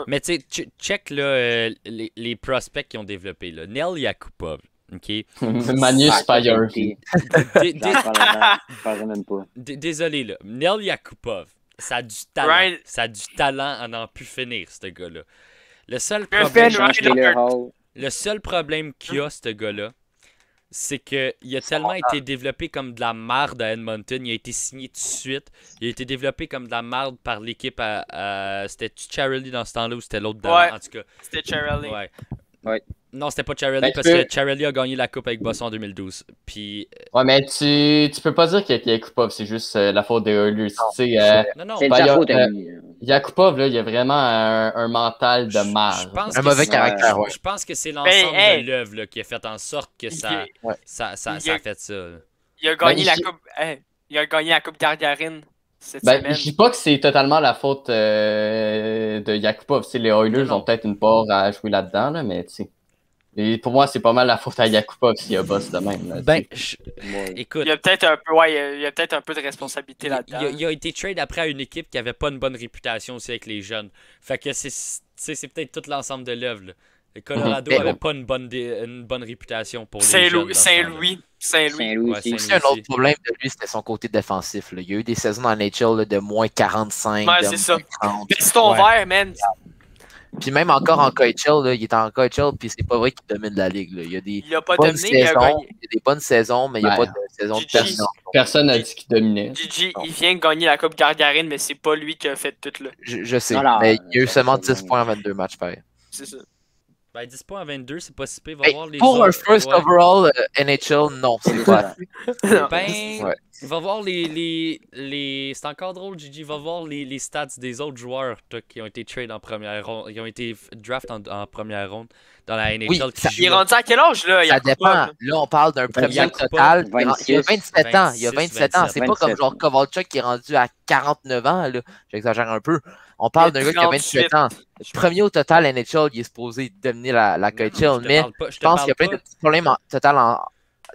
[SPEAKER 2] Mais tu sais, che- check là, euh, les, les prospects qu'ils ont développés. Là. Nel Yakupov. OK?
[SPEAKER 1] Ah,
[SPEAKER 5] Manus Puljuarvi.
[SPEAKER 2] Dé-
[SPEAKER 1] Puljuarvi.
[SPEAKER 2] dé-
[SPEAKER 1] J'en parlerai- j'en parlerai même pas.
[SPEAKER 2] dé- désolé, là. Nel Yakupov, ça a du talent.
[SPEAKER 3] Ryan-
[SPEAKER 2] Ça a du talent à n'en plus finir, ce gars-là. Le seul
[SPEAKER 3] Le
[SPEAKER 2] problème,
[SPEAKER 3] Ben
[SPEAKER 1] Change
[SPEAKER 3] Ryan
[SPEAKER 1] Taylor
[SPEAKER 3] Lockhart.
[SPEAKER 1] Hall.
[SPEAKER 5] Ben,
[SPEAKER 2] le seul problème qu'il a, ce gars-là, c'est qu'il a tellement été développé comme de la marde à Edmonton. Il a été signé tout de suite. Il a été développé comme de la marde par l'équipe à. à- C'était-tu Charlie dans ce temps-là ou c'était l'autre d'avant?
[SPEAKER 3] Ouais.
[SPEAKER 2] En tout cas,
[SPEAKER 3] C'était Charlie.
[SPEAKER 2] Ouais.
[SPEAKER 1] Ouais.
[SPEAKER 2] Non, c'était pas Charelli
[SPEAKER 5] Ben, tu
[SPEAKER 2] parce
[SPEAKER 5] peux-
[SPEAKER 2] que Charelli a gagné la coupe avec Boston en 2012. Puis
[SPEAKER 5] Ouais, mais tu, tu peux pas dire qu'il y a Yakupov, c'est juste euh, la faute des Oilers.
[SPEAKER 2] Ah,
[SPEAKER 5] Tu sais, euh,
[SPEAKER 2] non non,
[SPEAKER 1] C'est de
[SPEAKER 5] Ben, il y
[SPEAKER 1] sa
[SPEAKER 5] a-
[SPEAKER 1] faute
[SPEAKER 5] euh,
[SPEAKER 1] à lui. là.
[SPEAKER 5] Yakupov, là, il a vraiment un, un mental de
[SPEAKER 2] je-
[SPEAKER 5] marge.
[SPEAKER 2] je pense
[SPEAKER 4] Un
[SPEAKER 2] que
[SPEAKER 4] mauvais
[SPEAKER 2] c'est-
[SPEAKER 4] caractère, ouais.
[SPEAKER 2] Je pense que c'est l'ensemble
[SPEAKER 3] hey!
[SPEAKER 2] de l'œuvre là, qui a fait en sorte que ça,
[SPEAKER 4] Ouais.
[SPEAKER 2] ça, ça,
[SPEAKER 3] Il
[SPEAKER 2] ça
[SPEAKER 3] y a-
[SPEAKER 2] a fait ça. là.
[SPEAKER 3] Il a gagné
[SPEAKER 5] Ben,
[SPEAKER 3] la
[SPEAKER 5] il-
[SPEAKER 3] coupe. hey, il a gagné la coupe Gargarine cette
[SPEAKER 5] Ben,
[SPEAKER 3] semaine.
[SPEAKER 5] je dis pas que c'est totalement la faute euh, de Yakupov. Tu sais, les Oilers
[SPEAKER 2] Non, non.
[SPEAKER 5] ont peut-être une part à jouer là-dedans, là, mais tu sais. Et pour moi, c'est pas mal la faute à Yakupov s'il y a boss de même. là, tu
[SPEAKER 2] Ben,
[SPEAKER 5] sais.
[SPEAKER 2] je-
[SPEAKER 1] Ouais.
[SPEAKER 2] écoute,
[SPEAKER 3] Il y a peut-être un peu, ouais, il y a- il y a, peut-être un peu de responsabilité
[SPEAKER 2] il a,
[SPEAKER 3] là-dedans.
[SPEAKER 2] il a- il a été trade après à une équipe qui avait pas une bonne réputation aussi avec les jeunes. Fait que c'est, tu sais, c'est peut-être tout l'ensemble de l'œuvre. là. Le Colorado
[SPEAKER 4] Mais-
[SPEAKER 2] avait pas une bonne, dé- une bonne réputation pour les jeunes
[SPEAKER 3] Saint-Louis,
[SPEAKER 2] dans ce temps-là.
[SPEAKER 3] Saint-Louis, Saint-Louis.
[SPEAKER 1] Saint-Louis
[SPEAKER 2] Ouais,
[SPEAKER 1] aussi.
[SPEAKER 2] Saint-Louis.
[SPEAKER 4] Aussi, un autre problème de lui, c'était son côté défensif. là. Il y a eu des saisons dans NHL là, de moins 45,
[SPEAKER 3] Ouais,
[SPEAKER 4] de
[SPEAKER 3] c'est ça.
[SPEAKER 4] moins 30.
[SPEAKER 3] Piston
[SPEAKER 4] Ouais.
[SPEAKER 3] vert, man.
[SPEAKER 4] Puis même encore en KHL, là, il est en KHL, puis c'est pas vrai qu'il domine la ligue. là. Il y a des
[SPEAKER 3] Il a pas
[SPEAKER 4] bonnes
[SPEAKER 3] dominé, il a
[SPEAKER 4] saisons,
[SPEAKER 3] gagné.
[SPEAKER 4] il y a des bonnes saisons, mais il n'y a
[SPEAKER 5] Ouais.
[SPEAKER 4] pas de saison de
[SPEAKER 3] Gigi.
[SPEAKER 4] dominante.
[SPEAKER 5] Personne n'a dit qu'il dominait.
[SPEAKER 3] Gigi, il vient de gagner la Coupe Gargarine, mais c'est pas lui qui a fait tout, là.
[SPEAKER 4] Je, je sais,
[SPEAKER 1] Voilà,
[SPEAKER 4] mais il y a eu
[SPEAKER 1] ça,
[SPEAKER 4] seulement
[SPEAKER 1] ça,
[SPEAKER 4] 10
[SPEAKER 1] ça,
[SPEAKER 4] points en 22 matchs, pareil.
[SPEAKER 3] C'est ça.
[SPEAKER 2] Ben, 10 points à 22, c'est pas si pire. Va
[SPEAKER 4] Hey,
[SPEAKER 2] voir les
[SPEAKER 4] pour un
[SPEAKER 2] autres.
[SPEAKER 4] first
[SPEAKER 2] Ouais.
[SPEAKER 4] overall euh, NHL, non, c'est pas.
[SPEAKER 2] Ben,
[SPEAKER 4] Ouais.
[SPEAKER 2] va voir les. les, les... C'est encore drôle, Gigi. Va voir les, les stats des autres joueurs toi, qui ont été trade en première ronde. Ils ont été f- draft en, en première ronde dans la NHL.
[SPEAKER 4] Oui,
[SPEAKER 2] qui
[SPEAKER 4] ça-
[SPEAKER 2] joue
[SPEAKER 3] Il est
[SPEAKER 2] là.
[SPEAKER 3] rendu à quel âge, là?
[SPEAKER 4] Ça
[SPEAKER 3] Yakupov,
[SPEAKER 4] dépend.
[SPEAKER 3] là?
[SPEAKER 4] Là, on parle d'un premier
[SPEAKER 2] Yakupov,
[SPEAKER 4] total. Il y a- Il y a
[SPEAKER 1] 26,
[SPEAKER 4] 27 ans. Il y a
[SPEAKER 2] 26,
[SPEAKER 4] 27 ans. C'est pas
[SPEAKER 1] 27.
[SPEAKER 4] comme genre Kovalchuk qui est rendu à 49 ans. là. J'exagère un peu. On
[SPEAKER 3] Il
[SPEAKER 4] parle
[SPEAKER 3] y
[SPEAKER 4] d'un
[SPEAKER 3] a
[SPEAKER 4] gars qui a 27 ans. Premier au total NHL, il est supposé dominer la, la
[SPEAKER 2] Non, non,
[SPEAKER 4] KHL,
[SPEAKER 2] je te
[SPEAKER 4] mais
[SPEAKER 2] parle pas-
[SPEAKER 4] je pense qu'il y a plein
[SPEAKER 2] pas.
[SPEAKER 4] de petits problèmes en total. en-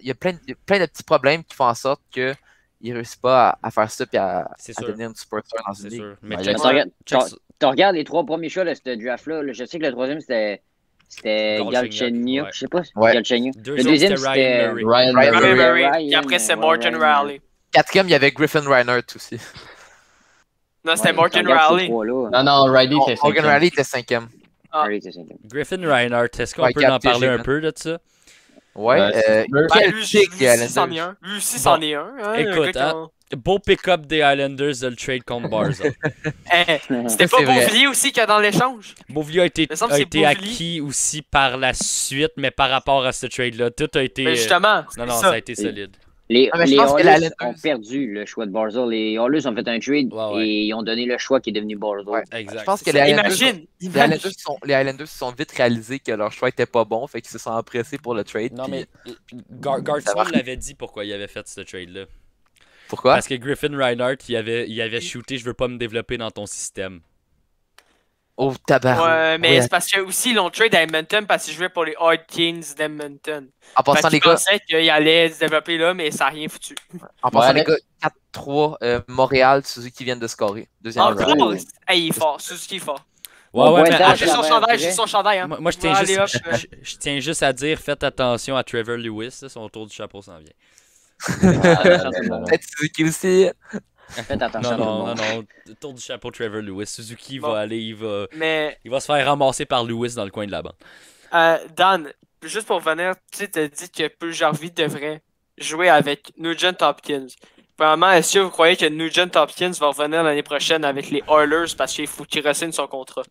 [SPEAKER 4] Il y a plein de, plein de petits problèmes qui font en sorte que il réussit pas à, à faire ça et à,
[SPEAKER 2] C'est
[SPEAKER 4] à
[SPEAKER 2] sûr.
[SPEAKER 4] devenir une superstar dans une
[SPEAKER 2] C'est
[SPEAKER 4] ligue.
[SPEAKER 2] sûr. Mais
[SPEAKER 5] Ouais,
[SPEAKER 2] check
[SPEAKER 1] Mais
[SPEAKER 5] il
[SPEAKER 1] tu
[SPEAKER 5] y
[SPEAKER 2] ça.
[SPEAKER 5] a-
[SPEAKER 1] regardes- tu
[SPEAKER 2] Check ça.
[SPEAKER 1] tu regardes les trois premiers choix de ce draft-là. là. Je sais que le troisième, c'était c'était
[SPEAKER 2] Galchenyuk,
[SPEAKER 1] Galchenyuk.
[SPEAKER 2] ouais.
[SPEAKER 1] Je sais pas.
[SPEAKER 4] Ouais.
[SPEAKER 1] Galchenyuk.
[SPEAKER 2] Deux
[SPEAKER 1] Le
[SPEAKER 2] autres,
[SPEAKER 1] deuxième,
[SPEAKER 2] c'était Ryan
[SPEAKER 1] c'était-
[SPEAKER 2] Murray.
[SPEAKER 5] Ryan
[SPEAKER 4] Ben, Ryan
[SPEAKER 5] Murray.
[SPEAKER 3] Murray, Murray,
[SPEAKER 1] Ryan,
[SPEAKER 3] puis après, c'est
[SPEAKER 1] ouais,
[SPEAKER 3] Morgan
[SPEAKER 1] Ryan.
[SPEAKER 3] Rowley.
[SPEAKER 4] Quatrième, il y avait Griffin Reinhardt aussi.
[SPEAKER 3] Non,
[SPEAKER 2] Ah,
[SPEAKER 3] c'était
[SPEAKER 1] Ouais, tu
[SPEAKER 3] Morgan
[SPEAKER 1] regardes ces
[SPEAKER 3] Rowley.
[SPEAKER 5] Non,
[SPEAKER 1] trois-là.
[SPEAKER 5] non, Riley
[SPEAKER 4] Bon,
[SPEAKER 5] était
[SPEAKER 4] Morgan
[SPEAKER 5] cinquième.
[SPEAKER 4] Riley était cinquième.
[SPEAKER 3] Ah.
[SPEAKER 1] Murray, c'est cinquième.
[SPEAKER 2] Griffin Reinhardt, est-ce qu'on
[SPEAKER 4] Ouais, hein.
[SPEAKER 2] peut en
[SPEAKER 4] capté,
[SPEAKER 2] parler
[SPEAKER 4] j'ai
[SPEAKER 2] un
[SPEAKER 4] vu.
[SPEAKER 2] peu de ça?
[SPEAKER 4] Ouais.
[SPEAKER 5] Ouais,
[SPEAKER 4] euh,
[SPEAKER 5] c'est sûr.
[SPEAKER 4] quel
[SPEAKER 3] Ben, lui,
[SPEAKER 4] pic,
[SPEAKER 3] lui
[SPEAKER 4] Allen
[SPEAKER 3] aussi, c'en est
[SPEAKER 4] Hughes.
[SPEAKER 3] un. Lui aussi, c'en est un. hein,
[SPEAKER 2] Écoute,
[SPEAKER 3] un gars qui en-
[SPEAKER 2] Beau pick-up des Islanders de le trade contre Barza.
[SPEAKER 3] Eh, C'était
[SPEAKER 4] Ça,
[SPEAKER 3] pas
[SPEAKER 4] c'est vrai.
[SPEAKER 3] Beauvillier aussi qui a dans l'échange.
[SPEAKER 2] Beauvillier a été,
[SPEAKER 3] Il me semble
[SPEAKER 2] a
[SPEAKER 3] que c'est
[SPEAKER 2] été
[SPEAKER 3] Beauvillier.
[SPEAKER 2] acquis aussi par la suite, mais par rapport à ce trade-là, tout a été.
[SPEAKER 3] Mais Ben, justement,
[SPEAKER 2] euh, Non,
[SPEAKER 3] c'est
[SPEAKER 2] non, ça.
[SPEAKER 3] ça.
[SPEAKER 2] a été solide.
[SPEAKER 1] Les,
[SPEAKER 4] Ah, mais je
[SPEAKER 1] les
[SPEAKER 4] pense que
[SPEAKER 1] Oilers
[SPEAKER 4] la lettre-
[SPEAKER 1] ont perdu le choix de Barzell. Les Oilers ont fait un trade
[SPEAKER 2] Ouais, ouais.
[SPEAKER 1] et ils ont donné le choix qui est devenu Barzell.
[SPEAKER 4] Ouais.
[SPEAKER 2] Exact.
[SPEAKER 4] Je pense que
[SPEAKER 2] c'est
[SPEAKER 4] les
[SPEAKER 2] ça.
[SPEAKER 4] Islanders,
[SPEAKER 3] Imagine,
[SPEAKER 4] les Islanders sont, les Islanders se sont vite réalisés que leur choix était pas bon, fait qu'ils se sont empressés pour le trade.
[SPEAKER 2] Non,
[SPEAKER 4] puis-
[SPEAKER 2] mais Gar
[SPEAKER 4] Ça
[SPEAKER 2] Gartman
[SPEAKER 4] marche.
[SPEAKER 2] l'avait dit pourquoi il avait fait ce trade-là.
[SPEAKER 4] Pourquoi
[SPEAKER 2] Parce que Griffin Reinhardt, il avait, il avait shooté Je veux pas me développer dans ton système.
[SPEAKER 4] Oh, tabac.
[SPEAKER 3] Ouais, mais
[SPEAKER 4] Ouais.
[SPEAKER 3] c'est parce que aussi ils l'ont trade à Edmonton parce qu'ils jouaient pour les Hurricanes d'Edmonton.
[SPEAKER 4] En
[SPEAKER 3] Parce
[SPEAKER 4] passant, les
[SPEAKER 3] qu'ils
[SPEAKER 4] gars,
[SPEAKER 3] pensaient qu'ils allaient se développer là, mais ça n'a rien foutu.
[SPEAKER 4] en passant, les
[SPEAKER 5] Alex.
[SPEAKER 4] gars 4-3, euh, Montréal, Suzuki viennent de scorer. Deuxième
[SPEAKER 3] En
[SPEAKER 1] ouais.
[SPEAKER 4] round.
[SPEAKER 3] gros, hey, il est fort, Suzuki est fort.
[SPEAKER 2] Ouais,
[SPEAKER 1] Bon
[SPEAKER 2] ouais, mais
[SPEAKER 1] pointage,
[SPEAKER 2] attends,
[SPEAKER 3] Ben, J'ai son
[SPEAKER 1] ouais,
[SPEAKER 3] chandail,
[SPEAKER 1] c'est
[SPEAKER 3] j'ai
[SPEAKER 1] vrai.
[SPEAKER 3] son chandail. Hein.
[SPEAKER 2] moi, moi, je, tiens
[SPEAKER 3] Ouais,
[SPEAKER 2] juste,
[SPEAKER 3] allez,
[SPEAKER 2] je-
[SPEAKER 3] hop,
[SPEAKER 2] je- je tiens juste à dire faites attention à Trevor Lewis, là, son tour du chapeau s'en vient.
[SPEAKER 1] Attention tout le
[SPEAKER 5] Euh,
[SPEAKER 1] monde.
[SPEAKER 4] Peut-être Suzuki aussi.
[SPEAKER 1] Ah, Faites attention
[SPEAKER 2] Non,
[SPEAKER 1] tout le
[SPEAKER 2] non, non,
[SPEAKER 1] monde.
[SPEAKER 2] non. le Tour du chapeau Trevor Lewis. Suzuki
[SPEAKER 3] Bon.
[SPEAKER 2] va aller, il va,
[SPEAKER 3] Mais
[SPEAKER 2] il va se faire ramasser par Lewis dans le coin de la bande.
[SPEAKER 3] euh, Dan, juste pour venir, tu sais, t'as dit que Paul Jarvis devrait jouer avec Nugent Hopkins. Premièrement, est-ce que vous croyez que Nugent Hopkins va revenir l'année prochaine avec les Oilers parce qu'il faut qu'il ressigne son contrat?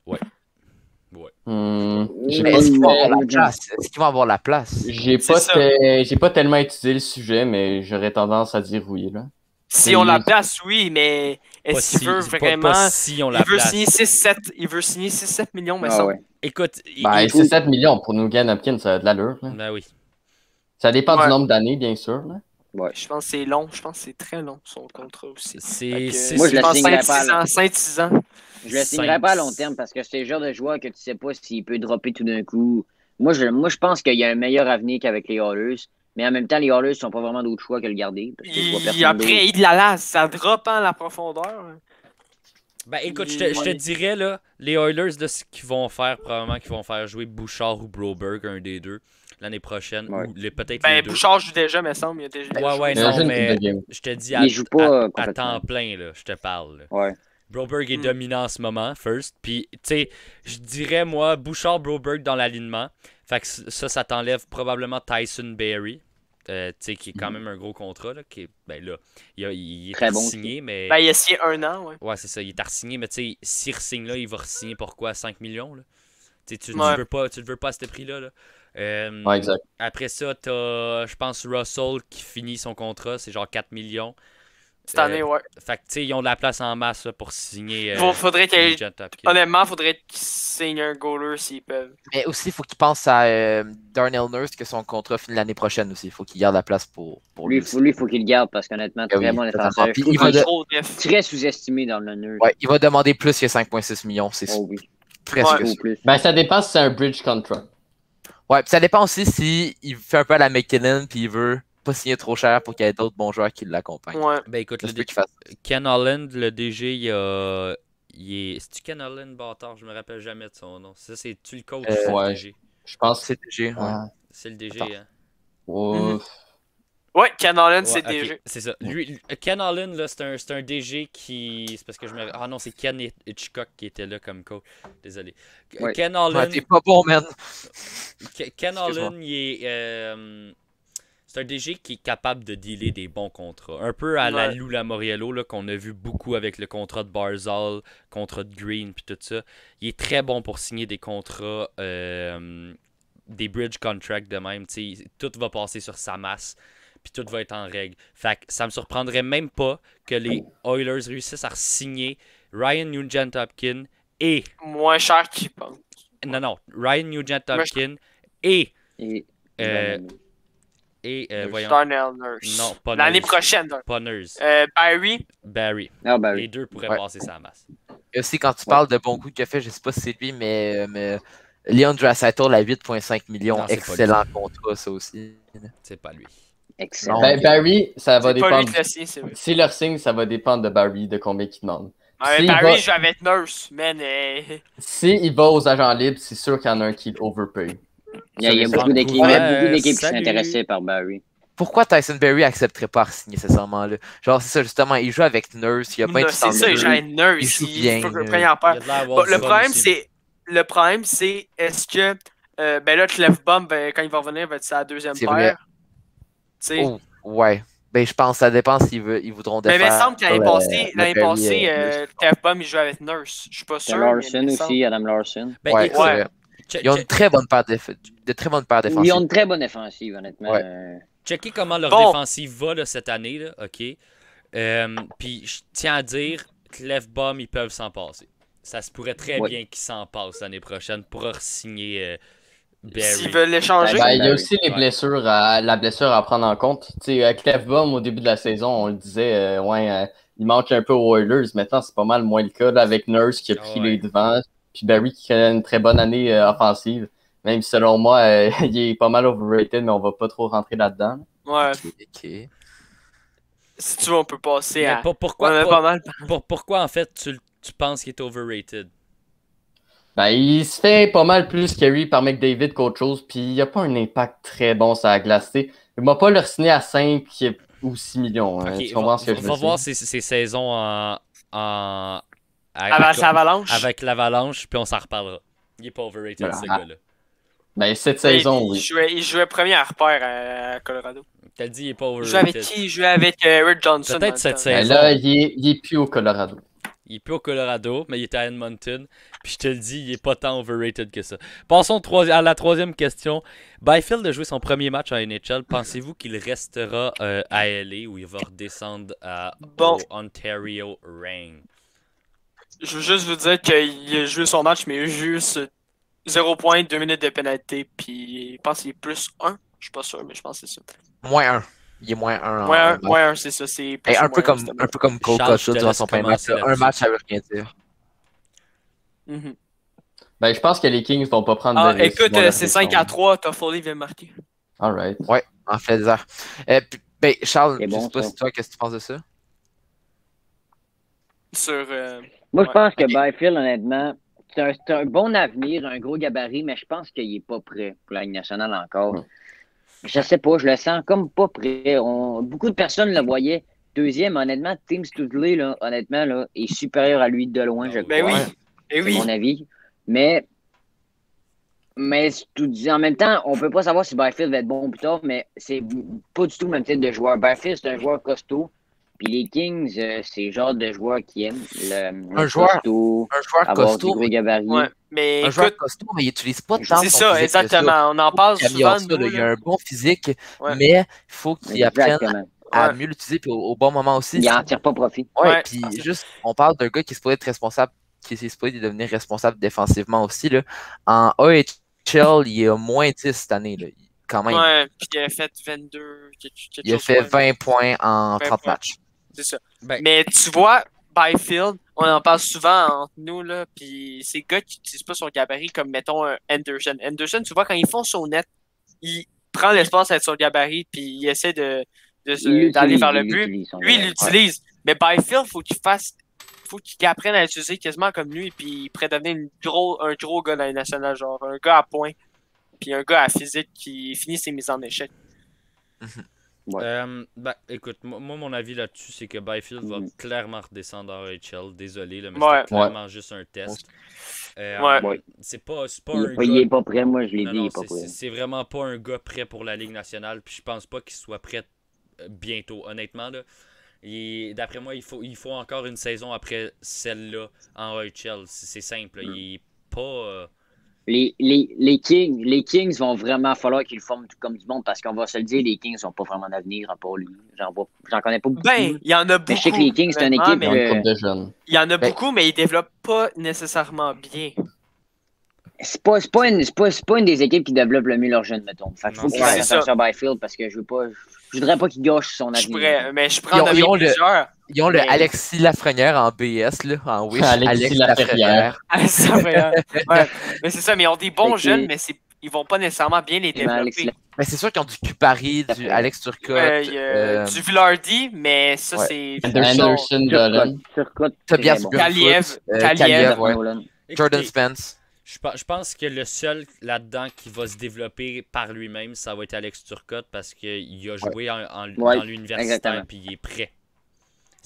[SPEAKER 5] Hmm, j'ai
[SPEAKER 4] Mais
[SPEAKER 5] pas
[SPEAKER 4] est-ce qu'ils vont
[SPEAKER 5] fait-
[SPEAKER 4] avoir la place Est-ce qu'ils vont avoir la place
[SPEAKER 5] J'ai
[SPEAKER 3] C'est
[SPEAKER 5] pas,
[SPEAKER 3] ça.
[SPEAKER 5] te- j'ai pas tellement étudié le sujet, mais j'aurais tendance à dire oui. Là.
[SPEAKER 3] Si on la place, oui, mais
[SPEAKER 2] Pas
[SPEAKER 3] est-ce
[SPEAKER 2] si,
[SPEAKER 3] qu'il veut
[SPEAKER 2] pas-
[SPEAKER 3] vraiment.
[SPEAKER 2] pas si on la
[SPEAKER 3] Il veut
[SPEAKER 2] place.
[SPEAKER 3] signer 6-7. Il veut signer 6-7 millions, mais
[SPEAKER 1] Ah
[SPEAKER 3] ça.
[SPEAKER 1] ouais.
[SPEAKER 2] Écoute, il-
[SPEAKER 5] Ben,
[SPEAKER 2] il-
[SPEAKER 5] c'est 7 millions pour nous, Gan Hopkins, ça a de l'allure. là.
[SPEAKER 2] Ben oui.
[SPEAKER 5] Ça dépend
[SPEAKER 3] Ouais.
[SPEAKER 5] du nombre d'années, bien sûr. là.
[SPEAKER 1] Ouais.
[SPEAKER 3] Je pense que c'est long. Je pense que c'est très long, son contrat aussi.
[SPEAKER 2] C'est. c'est-
[SPEAKER 1] Moi, je
[SPEAKER 2] c'est-
[SPEAKER 1] la pense signerais pas,
[SPEAKER 3] 5-6
[SPEAKER 1] là.
[SPEAKER 3] ans. 5-6 ans.
[SPEAKER 1] Je le signerai
[SPEAKER 2] Cinq-
[SPEAKER 1] pas à long terme parce que c'est le genre de joueur que tu sais pas s'il peut dropper tout d'un coup. Moi, je, moi, je pense qu'il y a un meilleur avenir qu'avec les Oilers. Mais en même temps, les Oilers n'ont pas vraiment d'autre choix que le garder. Parce que je vois
[SPEAKER 3] Il,
[SPEAKER 1] personne d'autre.
[SPEAKER 3] après, il de la lasse. Ça drop en la profondeur. hein.
[SPEAKER 2] Ben écoute, je te, je te dirais là, les Oilers de ce qu'ils vont faire, probablement qu'ils vont faire jouer Bouchard ou Broberg, un des deux, l'année prochaine.
[SPEAKER 1] Ouais.
[SPEAKER 2] Ou les- peut-être les
[SPEAKER 3] Ben,
[SPEAKER 2] deux.
[SPEAKER 3] Bouchard joue déjà, me semble. Il a déjà
[SPEAKER 2] Ouais, ouais,
[SPEAKER 5] Mais
[SPEAKER 2] non,
[SPEAKER 5] j'ai une
[SPEAKER 2] mais-
[SPEAKER 5] coupe de game.
[SPEAKER 2] Je te dis
[SPEAKER 1] Il
[SPEAKER 2] à,
[SPEAKER 1] joue pas,
[SPEAKER 2] à-
[SPEAKER 1] euh,
[SPEAKER 2] à
[SPEAKER 1] complètement.
[SPEAKER 2] temps plein, là, je te parle. là.
[SPEAKER 1] Ouais.
[SPEAKER 2] Broberg est
[SPEAKER 3] Mm.
[SPEAKER 2] dominant en ce moment, first. Puis, tu sais, je dirais, moi, Bouchard, Broberg dans l'alignement. Fait que ça, ça t'enlève probablement Tyson Berry. euh, tu sais, qui est quand même un gros contrat, là. Qui est, ben là, il, a- il est
[SPEAKER 1] Très bon
[SPEAKER 2] signé, mais.
[SPEAKER 3] Ben, il a signé un an, ouais.
[SPEAKER 2] Ouais, c'est ça, il est re-signé, mais tu sais, s'il re-signe là, il va re-signer pour quoi 5 millions, là Tu sais, tu, tu
[SPEAKER 3] Ouais.
[SPEAKER 2] veux pas, tu le veux pas à ce prix-là, là. Euh,
[SPEAKER 3] Mm.
[SPEAKER 5] Ouais, exact.
[SPEAKER 2] Après ça, t'as, je pense, Russell qui finit son contrat, c'est genre 4 millions. Euh,
[SPEAKER 3] Cette année, ouais.
[SPEAKER 2] Fait que, tu sais, ils ont de la place en masse là, pour signer. euh,
[SPEAKER 3] Faut- faudrait qu'il.
[SPEAKER 2] Nugent Hopkins.
[SPEAKER 3] Honnêtement, faudrait qu'il signe un goaler s'ils peuvent.
[SPEAKER 4] Mais aussi, il faut qu'ils pensent à euh, Darnell Nurse que son contrat finit l'année prochaine aussi. Il faut qu'il garde la place pour, pour
[SPEAKER 1] Lui,
[SPEAKER 4] lui.
[SPEAKER 1] il faut,
[SPEAKER 4] aussi.
[SPEAKER 1] lui, faut qu'il le garde parce qu'honnêtement,
[SPEAKER 4] Ah
[SPEAKER 1] très
[SPEAKER 4] oui,
[SPEAKER 1] bon
[SPEAKER 4] ça s'en
[SPEAKER 1] défenseur.
[SPEAKER 4] rend.
[SPEAKER 1] Je
[SPEAKER 4] Puis
[SPEAKER 1] trouve
[SPEAKER 4] il
[SPEAKER 1] qu'il
[SPEAKER 4] va de-
[SPEAKER 1] est
[SPEAKER 3] Trop def.
[SPEAKER 1] très sous-estimé dans le nœud.
[SPEAKER 4] Ouais, il va demander plus que 5,6 millions. C'est
[SPEAKER 1] Oh oui,
[SPEAKER 4] presque
[SPEAKER 1] beaucoup
[SPEAKER 4] sûr.
[SPEAKER 1] plus.
[SPEAKER 5] Ben, ça dépend si c'est un bridge contract.
[SPEAKER 4] Ouais, puis ça dépend aussi s'il fait un peu à la McKinnon puis il veut pas signer trop cher pour qu'il y ait d'autres bons joueurs qui l'accompagnent.
[SPEAKER 3] Ouais.
[SPEAKER 2] Ben écoute,
[SPEAKER 4] Ça
[SPEAKER 2] le
[SPEAKER 4] se peut
[SPEAKER 2] D-
[SPEAKER 4] qu'il fasse.
[SPEAKER 2] Ken Holland, le DG, il a. Il est... C'est-tu Ken Holland, bâtard Je me rappelle jamais de son nom. Ça, c'est-tu le coach
[SPEAKER 4] Euh,
[SPEAKER 2] ou c'est le
[SPEAKER 5] ouais.
[SPEAKER 2] DG
[SPEAKER 5] Je pense que
[SPEAKER 4] C'est DG. ouais.
[SPEAKER 5] Ah,
[SPEAKER 2] C'est le DG.
[SPEAKER 5] Attends.
[SPEAKER 2] hein.
[SPEAKER 5] ouf.
[SPEAKER 3] Mm-hmm. Ouais, Ken Holland, c'est
[SPEAKER 2] Ouais, ok,
[SPEAKER 3] DG.
[SPEAKER 2] C'est ça. Lui, lui- Ken Allen, là, c'est un, c'est un DG qui. C'est parce que je me. Ah non, c'est Ken Hitchcock qui était là comme coach. Désolé.
[SPEAKER 1] Ouais.
[SPEAKER 2] Ken
[SPEAKER 4] Ouais,
[SPEAKER 2] Allen.
[SPEAKER 4] t'es pas bon, man.
[SPEAKER 2] Ke- Ken
[SPEAKER 4] Excuse-moi.
[SPEAKER 2] Allen, il est. euh, c'est un DG qui est capable de dealer des bons contrats. Un peu à la
[SPEAKER 3] Ouais.
[SPEAKER 2] Lula Moriello, là, qu'on a vu beaucoup avec le contrat de Barzal, contrat de Green, puis tout ça. Il est très bon pour signer des contrats, euh, des bridge contracts de même. tu sais, tout va passer sur sa masse, puis tout va être en règle. Fait que ça me surprendrait même pas que les Oilers réussissent à signer Ryan Nugent Hopkins et.
[SPEAKER 3] Moins cher qu'il pense.
[SPEAKER 2] Non, non, Ryan Nugent
[SPEAKER 3] Moi, je-
[SPEAKER 2] Hopkins et.
[SPEAKER 1] Et,
[SPEAKER 2] euh, et euh, voyons,
[SPEAKER 3] Darnell Nurse.
[SPEAKER 2] Non, pas
[SPEAKER 3] L'année
[SPEAKER 2] Nurse.
[SPEAKER 3] prochaine, donc.
[SPEAKER 2] Punners,
[SPEAKER 3] Euh, Barry,
[SPEAKER 2] Barry.
[SPEAKER 1] non, ben
[SPEAKER 2] Les
[SPEAKER 1] oui.
[SPEAKER 2] deux pourraient
[SPEAKER 4] Ouais.
[SPEAKER 2] passer sa masse.
[SPEAKER 4] Et aussi, quand tu parles de bon goût qu'il a fait, je sais pas si c'est lui, mais, euh, mais Leon Draisaitl à 8,5 millions.
[SPEAKER 2] Non, c'est pas
[SPEAKER 4] excellent contrat, ça aussi.
[SPEAKER 2] C'est pas lui.
[SPEAKER 1] Excellent.
[SPEAKER 5] Ben, Barry, ça va
[SPEAKER 3] c'est pas lui
[SPEAKER 5] dépendre.
[SPEAKER 3] de l'acier, c'est vrai.
[SPEAKER 5] Si leur signe, ça va dépendre de Barry, de combien qu'il demande.
[SPEAKER 3] Ouais, mais
[SPEAKER 5] S'il
[SPEAKER 3] Barry
[SPEAKER 5] va-
[SPEAKER 3] joue avec Nurse, man. euh,
[SPEAKER 5] S'il va aux agents libres, c'est sûr qu'il y en a un qui l'overpaye.
[SPEAKER 1] il y a, il y a
[SPEAKER 2] ça
[SPEAKER 1] beaucoup
[SPEAKER 2] dépend
[SPEAKER 1] d'équipes
[SPEAKER 2] de
[SPEAKER 1] il y
[SPEAKER 2] quoi.
[SPEAKER 1] a beaucoup d'équipes qui
[SPEAKER 2] Euh,
[SPEAKER 1] sont intéressées par Barry.
[SPEAKER 4] Pourquoi Tyson Berry accepterait pas à signer nécessairement là? Genre, c'est ça, justement, il joue avec Nurse, il a pas
[SPEAKER 3] Nurse, C'est ça, il joue avec Nurse.
[SPEAKER 4] Il joue
[SPEAKER 3] il-
[SPEAKER 4] bien,
[SPEAKER 3] faut que
[SPEAKER 4] là.
[SPEAKER 3] le premier en
[SPEAKER 2] Il
[SPEAKER 3] perd.
[SPEAKER 2] a de l'air
[SPEAKER 3] Bon,
[SPEAKER 2] avoir du
[SPEAKER 3] Bah, le
[SPEAKER 2] fun
[SPEAKER 3] problème,
[SPEAKER 2] aussi.
[SPEAKER 3] c'est. Le problème, c'est est-ce que. euh, ben là, Clefbaum, ben, quand il va revenir, va être sa deuxième
[SPEAKER 4] C'est vrai.
[SPEAKER 3] paire. Tu sais.
[SPEAKER 4] Oh, Ouais. Ben, je pense, ça dépend s'ils veulent- ils voudront
[SPEAKER 3] mais Ben, il
[SPEAKER 4] défaire.
[SPEAKER 3] me semble que l'année
[SPEAKER 4] le-
[SPEAKER 3] passée, l'année
[SPEAKER 4] Barry,
[SPEAKER 3] passée,
[SPEAKER 4] euh,
[SPEAKER 3] euh, Clefbaum, il jouait avec Nurse. Je suis pas
[SPEAKER 1] Il y
[SPEAKER 3] sûr.
[SPEAKER 1] a
[SPEAKER 3] mais il
[SPEAKER 1] Larson
[SPEAKER 3] me semble-
[SPEAKER 1] aussi, Adam Larson.
[SPEAKER 2] Ben,
[SPEAKER 4] ouais,
[SPEAKER 2] écoute,
[SPEAKER 4] c'est vrai.
[SPEAKER 2] che-
[SPEAKER 4] Ils ont
[SPEAKER 2] che-
[SPEAKER 4] une très bonne paire déf- de très bonnes paires défensives.
[SPEAKER 1] Ils ont une très bonne offensive, honnêtement.
[SPEAKER 4] Ouais.
[SPEAKER 1] Euh,
[SPEAKER 2] checker comment leur
[SPEAKER 3] Bon.
[SPEAKER 2] défensive va là, cette année, là, ok? Euh, Puis je tiens à dire, Clefbaum, ils peuvent s'en passer. Ça se pourrait très
[SPEAKER 1] Ouais.
[SPEAKER 2] bien qu'ils s'en passent l'année prochaine pour re-signer euh,
[SPEAKER 3] S'ils
[SPEAKER 2] Barry.
[SPEAKER 3] veulent l'échanger.
[SPEAKER 5] Ben, il y
[SPEAKER 1] Barry.
[SPEAKER 5] a aussi les
[SPEAKER 2] Ouais.
[SPEAKER 5] blessures à, la blessure à prendre en compte. Tu sais, euh, Clefbaum, au début de la saison, on le disait, euh, ouais, euh, il manque un peu aux Oilers. Maintenant, c'est pas mal moins le cas là, avec Nurse qui a pris
[SPEAKER 2] Ah ouais.
[SPEAKER 5] les devants, puis Barry qui a une très bonne année euh, offensive. Même si, selon moi, euh, il est pas mal overrated, mais on va pas trop rentrer là-dedans.
[SPEAKER 3] Ouais.
[SPEAKER 4] Ok, ok.
[SPEAKER 3] Si tu veux, on peut passer
[SPEAKER 2] Mais
[SPEAKER 3] à.
[SPEAKER 2] pour- pourquoi,
[SPEAKER 3] Ouais, mais
[SPEAKER 2] pour-
[SPEAKER 3] pas mal.
[SPEAKER 2] pour- pourquoi en fait tu, le- tu penses qu'il est overrated?
[SPEAKER 5] Ben, il se fait pas mal plus carry par McDavid qu'autre chose, puis il n'y a pas un impact très bon sur la glace. tu sais. Il m'a pas leur signé à 5 ou 6 millions. hein,
[SPEAKER 2] Ok,
[SPEAKER 5] tu
[SPEAKER 2] va,
[SPEAKER 5] comprends ce que
[SPEAKER 2] va-
[SPEAKER 5] je veux
[SPEAKER 2] va
[SPEAKER 5] dire?
[SPEAKER 2] voir ses, ses saisons en. en- à-
[SPEAKER 3] Avant sa avalanche.
[SPEAKER 2] avec l'avalanche, puis on s'en reparlera. Il est pas overrated,
[SPEAKER 5] Voilà.
[SPEAKER 2] ce
[SPEAKER 5] Ah.
[SPEAKER 2] gars-là.
[SPEAKER 5] Ben, cette
[SPEAKER 3] Il-
[SPEAKER 5] saison,
[SPEAKER 3] il,
[SPEAKER 5] oui.
[SPEAKER 3] jouait, il jouait premier à repère à, à Colorado.
[SPEAKER 2] T'as dit, il est pas
[SPEAKER 3] Il jouait avec
[SPEAKER 2] overrated.
[SPEAKER 3] qui Il jouait avec euh, Rick Johnson.
[SPEAKER 2] Peut-être
[SPEAKER 3] dans
[SPEAKER 2] cette
[SPEAKER 3] le temps.
[SPEAKER 2] saison.
[SPEAKER 5] Ben là, il est, il est plus au Colorado.
[SPEAKER 2] Il est plus au Colorado, mais il était à Edmonton. Puis je te le dis, il est pas tant overrated que ça. Passons troi- à la troisième question. Byfield a joué son premier match en NHL. Pensez-vous qu'il restera euh, à LA ou il va redescendre à
[SPEAKER 3] Bon.
[SPEAKER 2] au Ontario Reign?
[SPEAKER 3] Je veux juste vous dire qu'il a joué son match, mais il a eu juste 0 points, 2 minutes de pénalité, puis je pense qu'il est plus 1. Je suis pas sûr, mais je pense que c'est ça.
[SPEAKER 4] Moins un. Il est moins un. en-
[SPEAKER 3] Moins
[SPEAKER 4] en-
[SPEAKER 3] 1, moins un, c'est ça. C'est plus
[SPEAKER 4] Et Ah, un
[SPEAKER 3] ou
[SPEAKER 4] peu
[SPEAKER 3] moins
[SPEAKER 4] comme,
[SPEAKER 3] c'est
[SPEAKER 4] un peu comme Cole
[SPEAKER 2] Charles, je
[SPEAKER 4] Caulfield
[SPEAKER 2] te
[SPEAKER 4] durant
[SPEAKER 2] laisse
[SPEAKER 4] son premier match.
[SPEAKER 2] commencer
[SPEAKER 4] là. Un
[SPEAKER 2] là-dessus.
[SPEAKER 4] match, ça veut rien dire.
[SPEAKER 3] Mhm.
[SPEAKER 5] Ben, je pense que les Kings vont pas prendre
[SPEAKER 3] Ah,
[SPEAKER 5] de risque
[SPEAKER 3] écoute,
[SPEAKER 5] dans
[SPEAKER 3] euh,
[SPEAKER 5] leur
[SPEAKER 3] c'est
[SPEAKER 5] saison.
[SPEAKER 3] 5 à 3, Toffoli vient de marquer.
[SPEAKER 5] All right.
[SPEAKER 4] En fait, des heures. Euh, puis- ben, Charles,
[SPEAKER 1] C'est
[SPEAKER 4] je
[SPEAKER 1] bon,
[SPEAKER 4] sais pas
[SPEAKER 1] ça.
[SPEAKER 4] si toi, qu'est-ce que tu penses de ça?
[SPEAKER 3] Sur. euh,
[SPEAKER 1] Moi, je
[SPEAKER 3] Ouais,
[SPEAKER 1] pense que
[SPEAKER 3] ok.
[SPEAKER 1] Byfield, honnêtement, c'est un, c'est un bon avenir, un gros gabarit, mais je pense qu'il n'est pas prêt pour la Ligue nationale encore.
[SPEAKER 5] Ouais.
[SPEAKER 1] Je sais pas, je le sens comme pas prêt. On- beaucoup de personnes le voyaient. Deuxième, honnêtement, Tim Studley, là, honnêtement, là, est supérieur à lui de loin, je
[SPEAKER 3] Ben oui.
[SPEAKER 1] crois. C'est
[SPEAKER 3] Eh oui.
[SPEAKER 1] mon avis. Mais, mais tout dit, en même temps, on peut pas savoir si Byfield va être bon plus tard, mais c'est pas du tout le même type de joueur. Byfield, c'est un joueur costaud. Puis les Kings, euh, c'est le genre de joueur qui aiment le, le
[SPEAKER 4] Un joueur-
[SPEAKER 1] costaud,
[SPEAKER 4] Un joueur
[SPEAKER 1] avoir
[SPEAKER 4] costaud,
[SPEAKER 1] du gros gabarit.
[SPEAKER 3] Ouais. Mais
[SPEAKER 4] un joueur
[SPEAKER 3] écoute,
[SPEAKER 4] costaud, mais il n'utilise pas tant
[SPEAKER 3] c'est
[SPEAKER 4] son
[SPEAKER 3] ça,
[SPEAKER 4] physique que ça.
[SPEAKER 3] exactement. On en parle souvent.
[SPEAKER 4] Camion, ça,
[SPEAKER 3] nous,
[SPEAKER 4] là, il
[SPEAKER 3] là.
[SPEAKER 4] a un bon physique,
[SPEAKER 3] Ouais.
[SPEAKER 4] mais il faut qu'il apprenne
[SPEAKER 1] Exactement.
[SPEAKER 4] à
[SPEAKER 3] Ouais.
[SPEAKER 4] mieux l'utiliser puis au, au bon moment aussi.
[SPEAKER 1] Il n'en tire pas profit.
[SPEAKER 4] Ouais,
[SPEAKER 3] Ouais.
[SPEAKER 4] puis juste, on parle d'un gars qui se pourrait être responsable, qui est supposé devenir responsable défensivement aussi. Là. En AHL, il est au moins 10 cette année. Là. Quand même,
[SPEAKER 3] Ouais, puis il a fait 22. quelque- quelque
[SPEAKER 4] il a
[SPEAKER 3] chose
[SPEAKER 4] fait
[SPEAKER 3] comme-
[SPEAKER 4] 20 points en
[SPEAKER 3] 20
[SPEAKER 4] 30
[SPEAKER 3] points.
[SPEAKER 4] matchs.
[SPEAKER 3] C'est ça.
[SPEAKER 2] Ben-
[SPEAKER 3] Mais tu vois, Byfield, on en parle souvent entre nous, là, puis ces gars qui n'utilisent pas son gabarit comme, mettons, un Anderson. Anderson, tu vois, quand ils font son net, il prend l'espace avec son gabarit, puis il essaie de, de se-
[SPEAKER 1] Il
[SPEAKER 3] d'aller
[SPEAKER 1] l'utilise,
[SPEAKER 3] vers le
[SPEAKER 1] il
[SPEAKER 3] but.
[SPEAKER 1] l'utilise, son
[SPEAKER 3] Lui, il
[SPEAKER 1] joueur.
[SPEAKER 3] l'utilise. Mais Byfield, faut qu'il fasse. Faut qu'il apprenne à l'utiliser quasiment comme lui, puis il pourrait devenir une gros, un gros gars dans les nationales, genre un gars à point. puis un gars à physique qui finit ses mises en échec.
[SPEAKER 1] Ouais.
[SPEAKER 2] Euh, ben, écoute, mo- moi, mon avis là-dessus, c'est que Byfield va
[SPEAKER 1] Mhm.
[SPEAKER 2] clairement redescendre en HL. Désolé, là, mais
[SPEAKER 3] Ouais.
[SPEAKER 2] c'était clairement juste un test. Euh,
[SPEAKER 3] Ouais.
[SPEAKER 1] Ouais.
[SPEAKER 2] C'est pas, c'est pas
[SPEAKER 1] Il
[SPEAKER 2] un
[SPEAKER 1] est pas- il est
[SPEAKER 2] gars-
[SPEAKER 1] pas prêt, moi je l'ai
[SPEAKER 2] Non,
[SPEAKER 1] dit, il
[SPEAKER 2] non,
[SPEAKER 1] est pas
[SPEAKER 2] c'est- c'est
[SPEAKER 1] prêt.
[SPEAKER 2] c'est vraiment pas un gars prêt pour la Ligue nationale. Puis je pense pas qu'il soit prêt euh, bientôt, honnêtement. là. Il- D'après moi, il faut, il faut encore une saison après celle-là en HL. C'est c'est simple. là.
[SPEAKER 1] Hmm.
[SPEAKER 2] Il est pas. euh,
[SPEAKER 1] Les, les, les Kings, les Kings vont vraiment falloir qu'ils forment tout comme du monde parce qu'on va se le dire, les Kings n'ont pas vraiment d'avenir à part lui. J'en vois, j'en connais pas beaucoup.
[SPEAKER 3] Ben, il y en a beaucoup.
[SPEAKER 1] je sais que les Kings, c'est une
[SPEAKER 3] honnêtement,
[SPEAKER 1] équipe,
[SPEAKER 5] Ils ont
[SPEAKER 3] mais
[SPEAKER 5] une
[SPEAKER 1] Euh,
[SPEAKER 5] couple de jeunes.
[SPEAKER 3] Il y en a
[SPEAKER 4] Ben-
[SPEAKER 3] beaucoup, mais ils développent pas nécessairement bien.
[SPEAKER 1] c'est pas, c'est pas, une- c'est pas, c'est pas une des équipes qui développe le mieux leurs jeunes, mettons. Fait qu'il
[SPEAKER 2] Non,
[SPEAKER 1] faut qu'ils
[SPEAKER 3] c'est
[SPEAKER 1] fassent
[SPEAKER 3] ça.
[SPEAKER 1] attention à Byfield parce que je veux pas, je voudrais pas qu'il gâche son
[SPEAKER 3] Je
[SPEAKER 1] avenir.
[SPEAKER 3] pourrais, mais je
[SPEAKER 4] Ils
[SPEAKER 3] prends
[SPEAKER 4] ont- ils ont le-
[SPEAKER 3] plusieurs.
[SPEAKER 4] Ils ont le
[SPEAKER 3] Mais-
[SPEAKER 4] Alexis Lafrenière en BS, là, en Wish.
[SPEAKER 5] Alexis Lafrenière.
[SPEAKER 3] Ah, ça, mais, euh, ouais. Mais c'est ça, mais ils ont des bons
[SPEAKER 1] Fait que-
[SPEAKER 3] jeunes, mais c'est- ils vont pas nécessairement bien les
[SPEAKER 1] Vraiment, Alex
[SPEAKER 3] développer.
[SPEAKER 4] Mais c'est sûr qu'ils ont du Cupari, du Alex Turcotte,
[SPEAKER 3] Euh, il y a
[SPEAKER 4] euh,
[SPEAKER 3] Du Villardi, mais ça,
[SPEAKER 4] ouais.
[SPEAKER 3] c'est.
[SPEAKER 5] Anderson, Dolan.
[SPEAKER 1] Turcotte, Turcotte,
[SPEAKER 4] Tobias
[SPEAKER 1] très bon.
[SPEAKER 4] Gunfoot,
[SPEAKER 3] Kaliev,
[SPEAKER 4] euh,
[SPEAKER 3] Kaliev.
[SPEAKER 4] Kaliev, ouais.
[SPEAKER 1] Nolan.
[SPEAKER 4] Jordan
[SPEAKER 2] écoutez,
[SPEAKER 4] Spence.
[SPEAKER 2] Je, pe- je pense que le seul là-dedans qui va se développer par lui-même, ça va être Alex Turcotte parce qu'il a joué en, en-
[SPEAKER 1] Ouais,
[SPEAKER 2] dans l'universitaire
[SPEAKER 1] exactement.
[SPEAKER 2] puis il est prêt.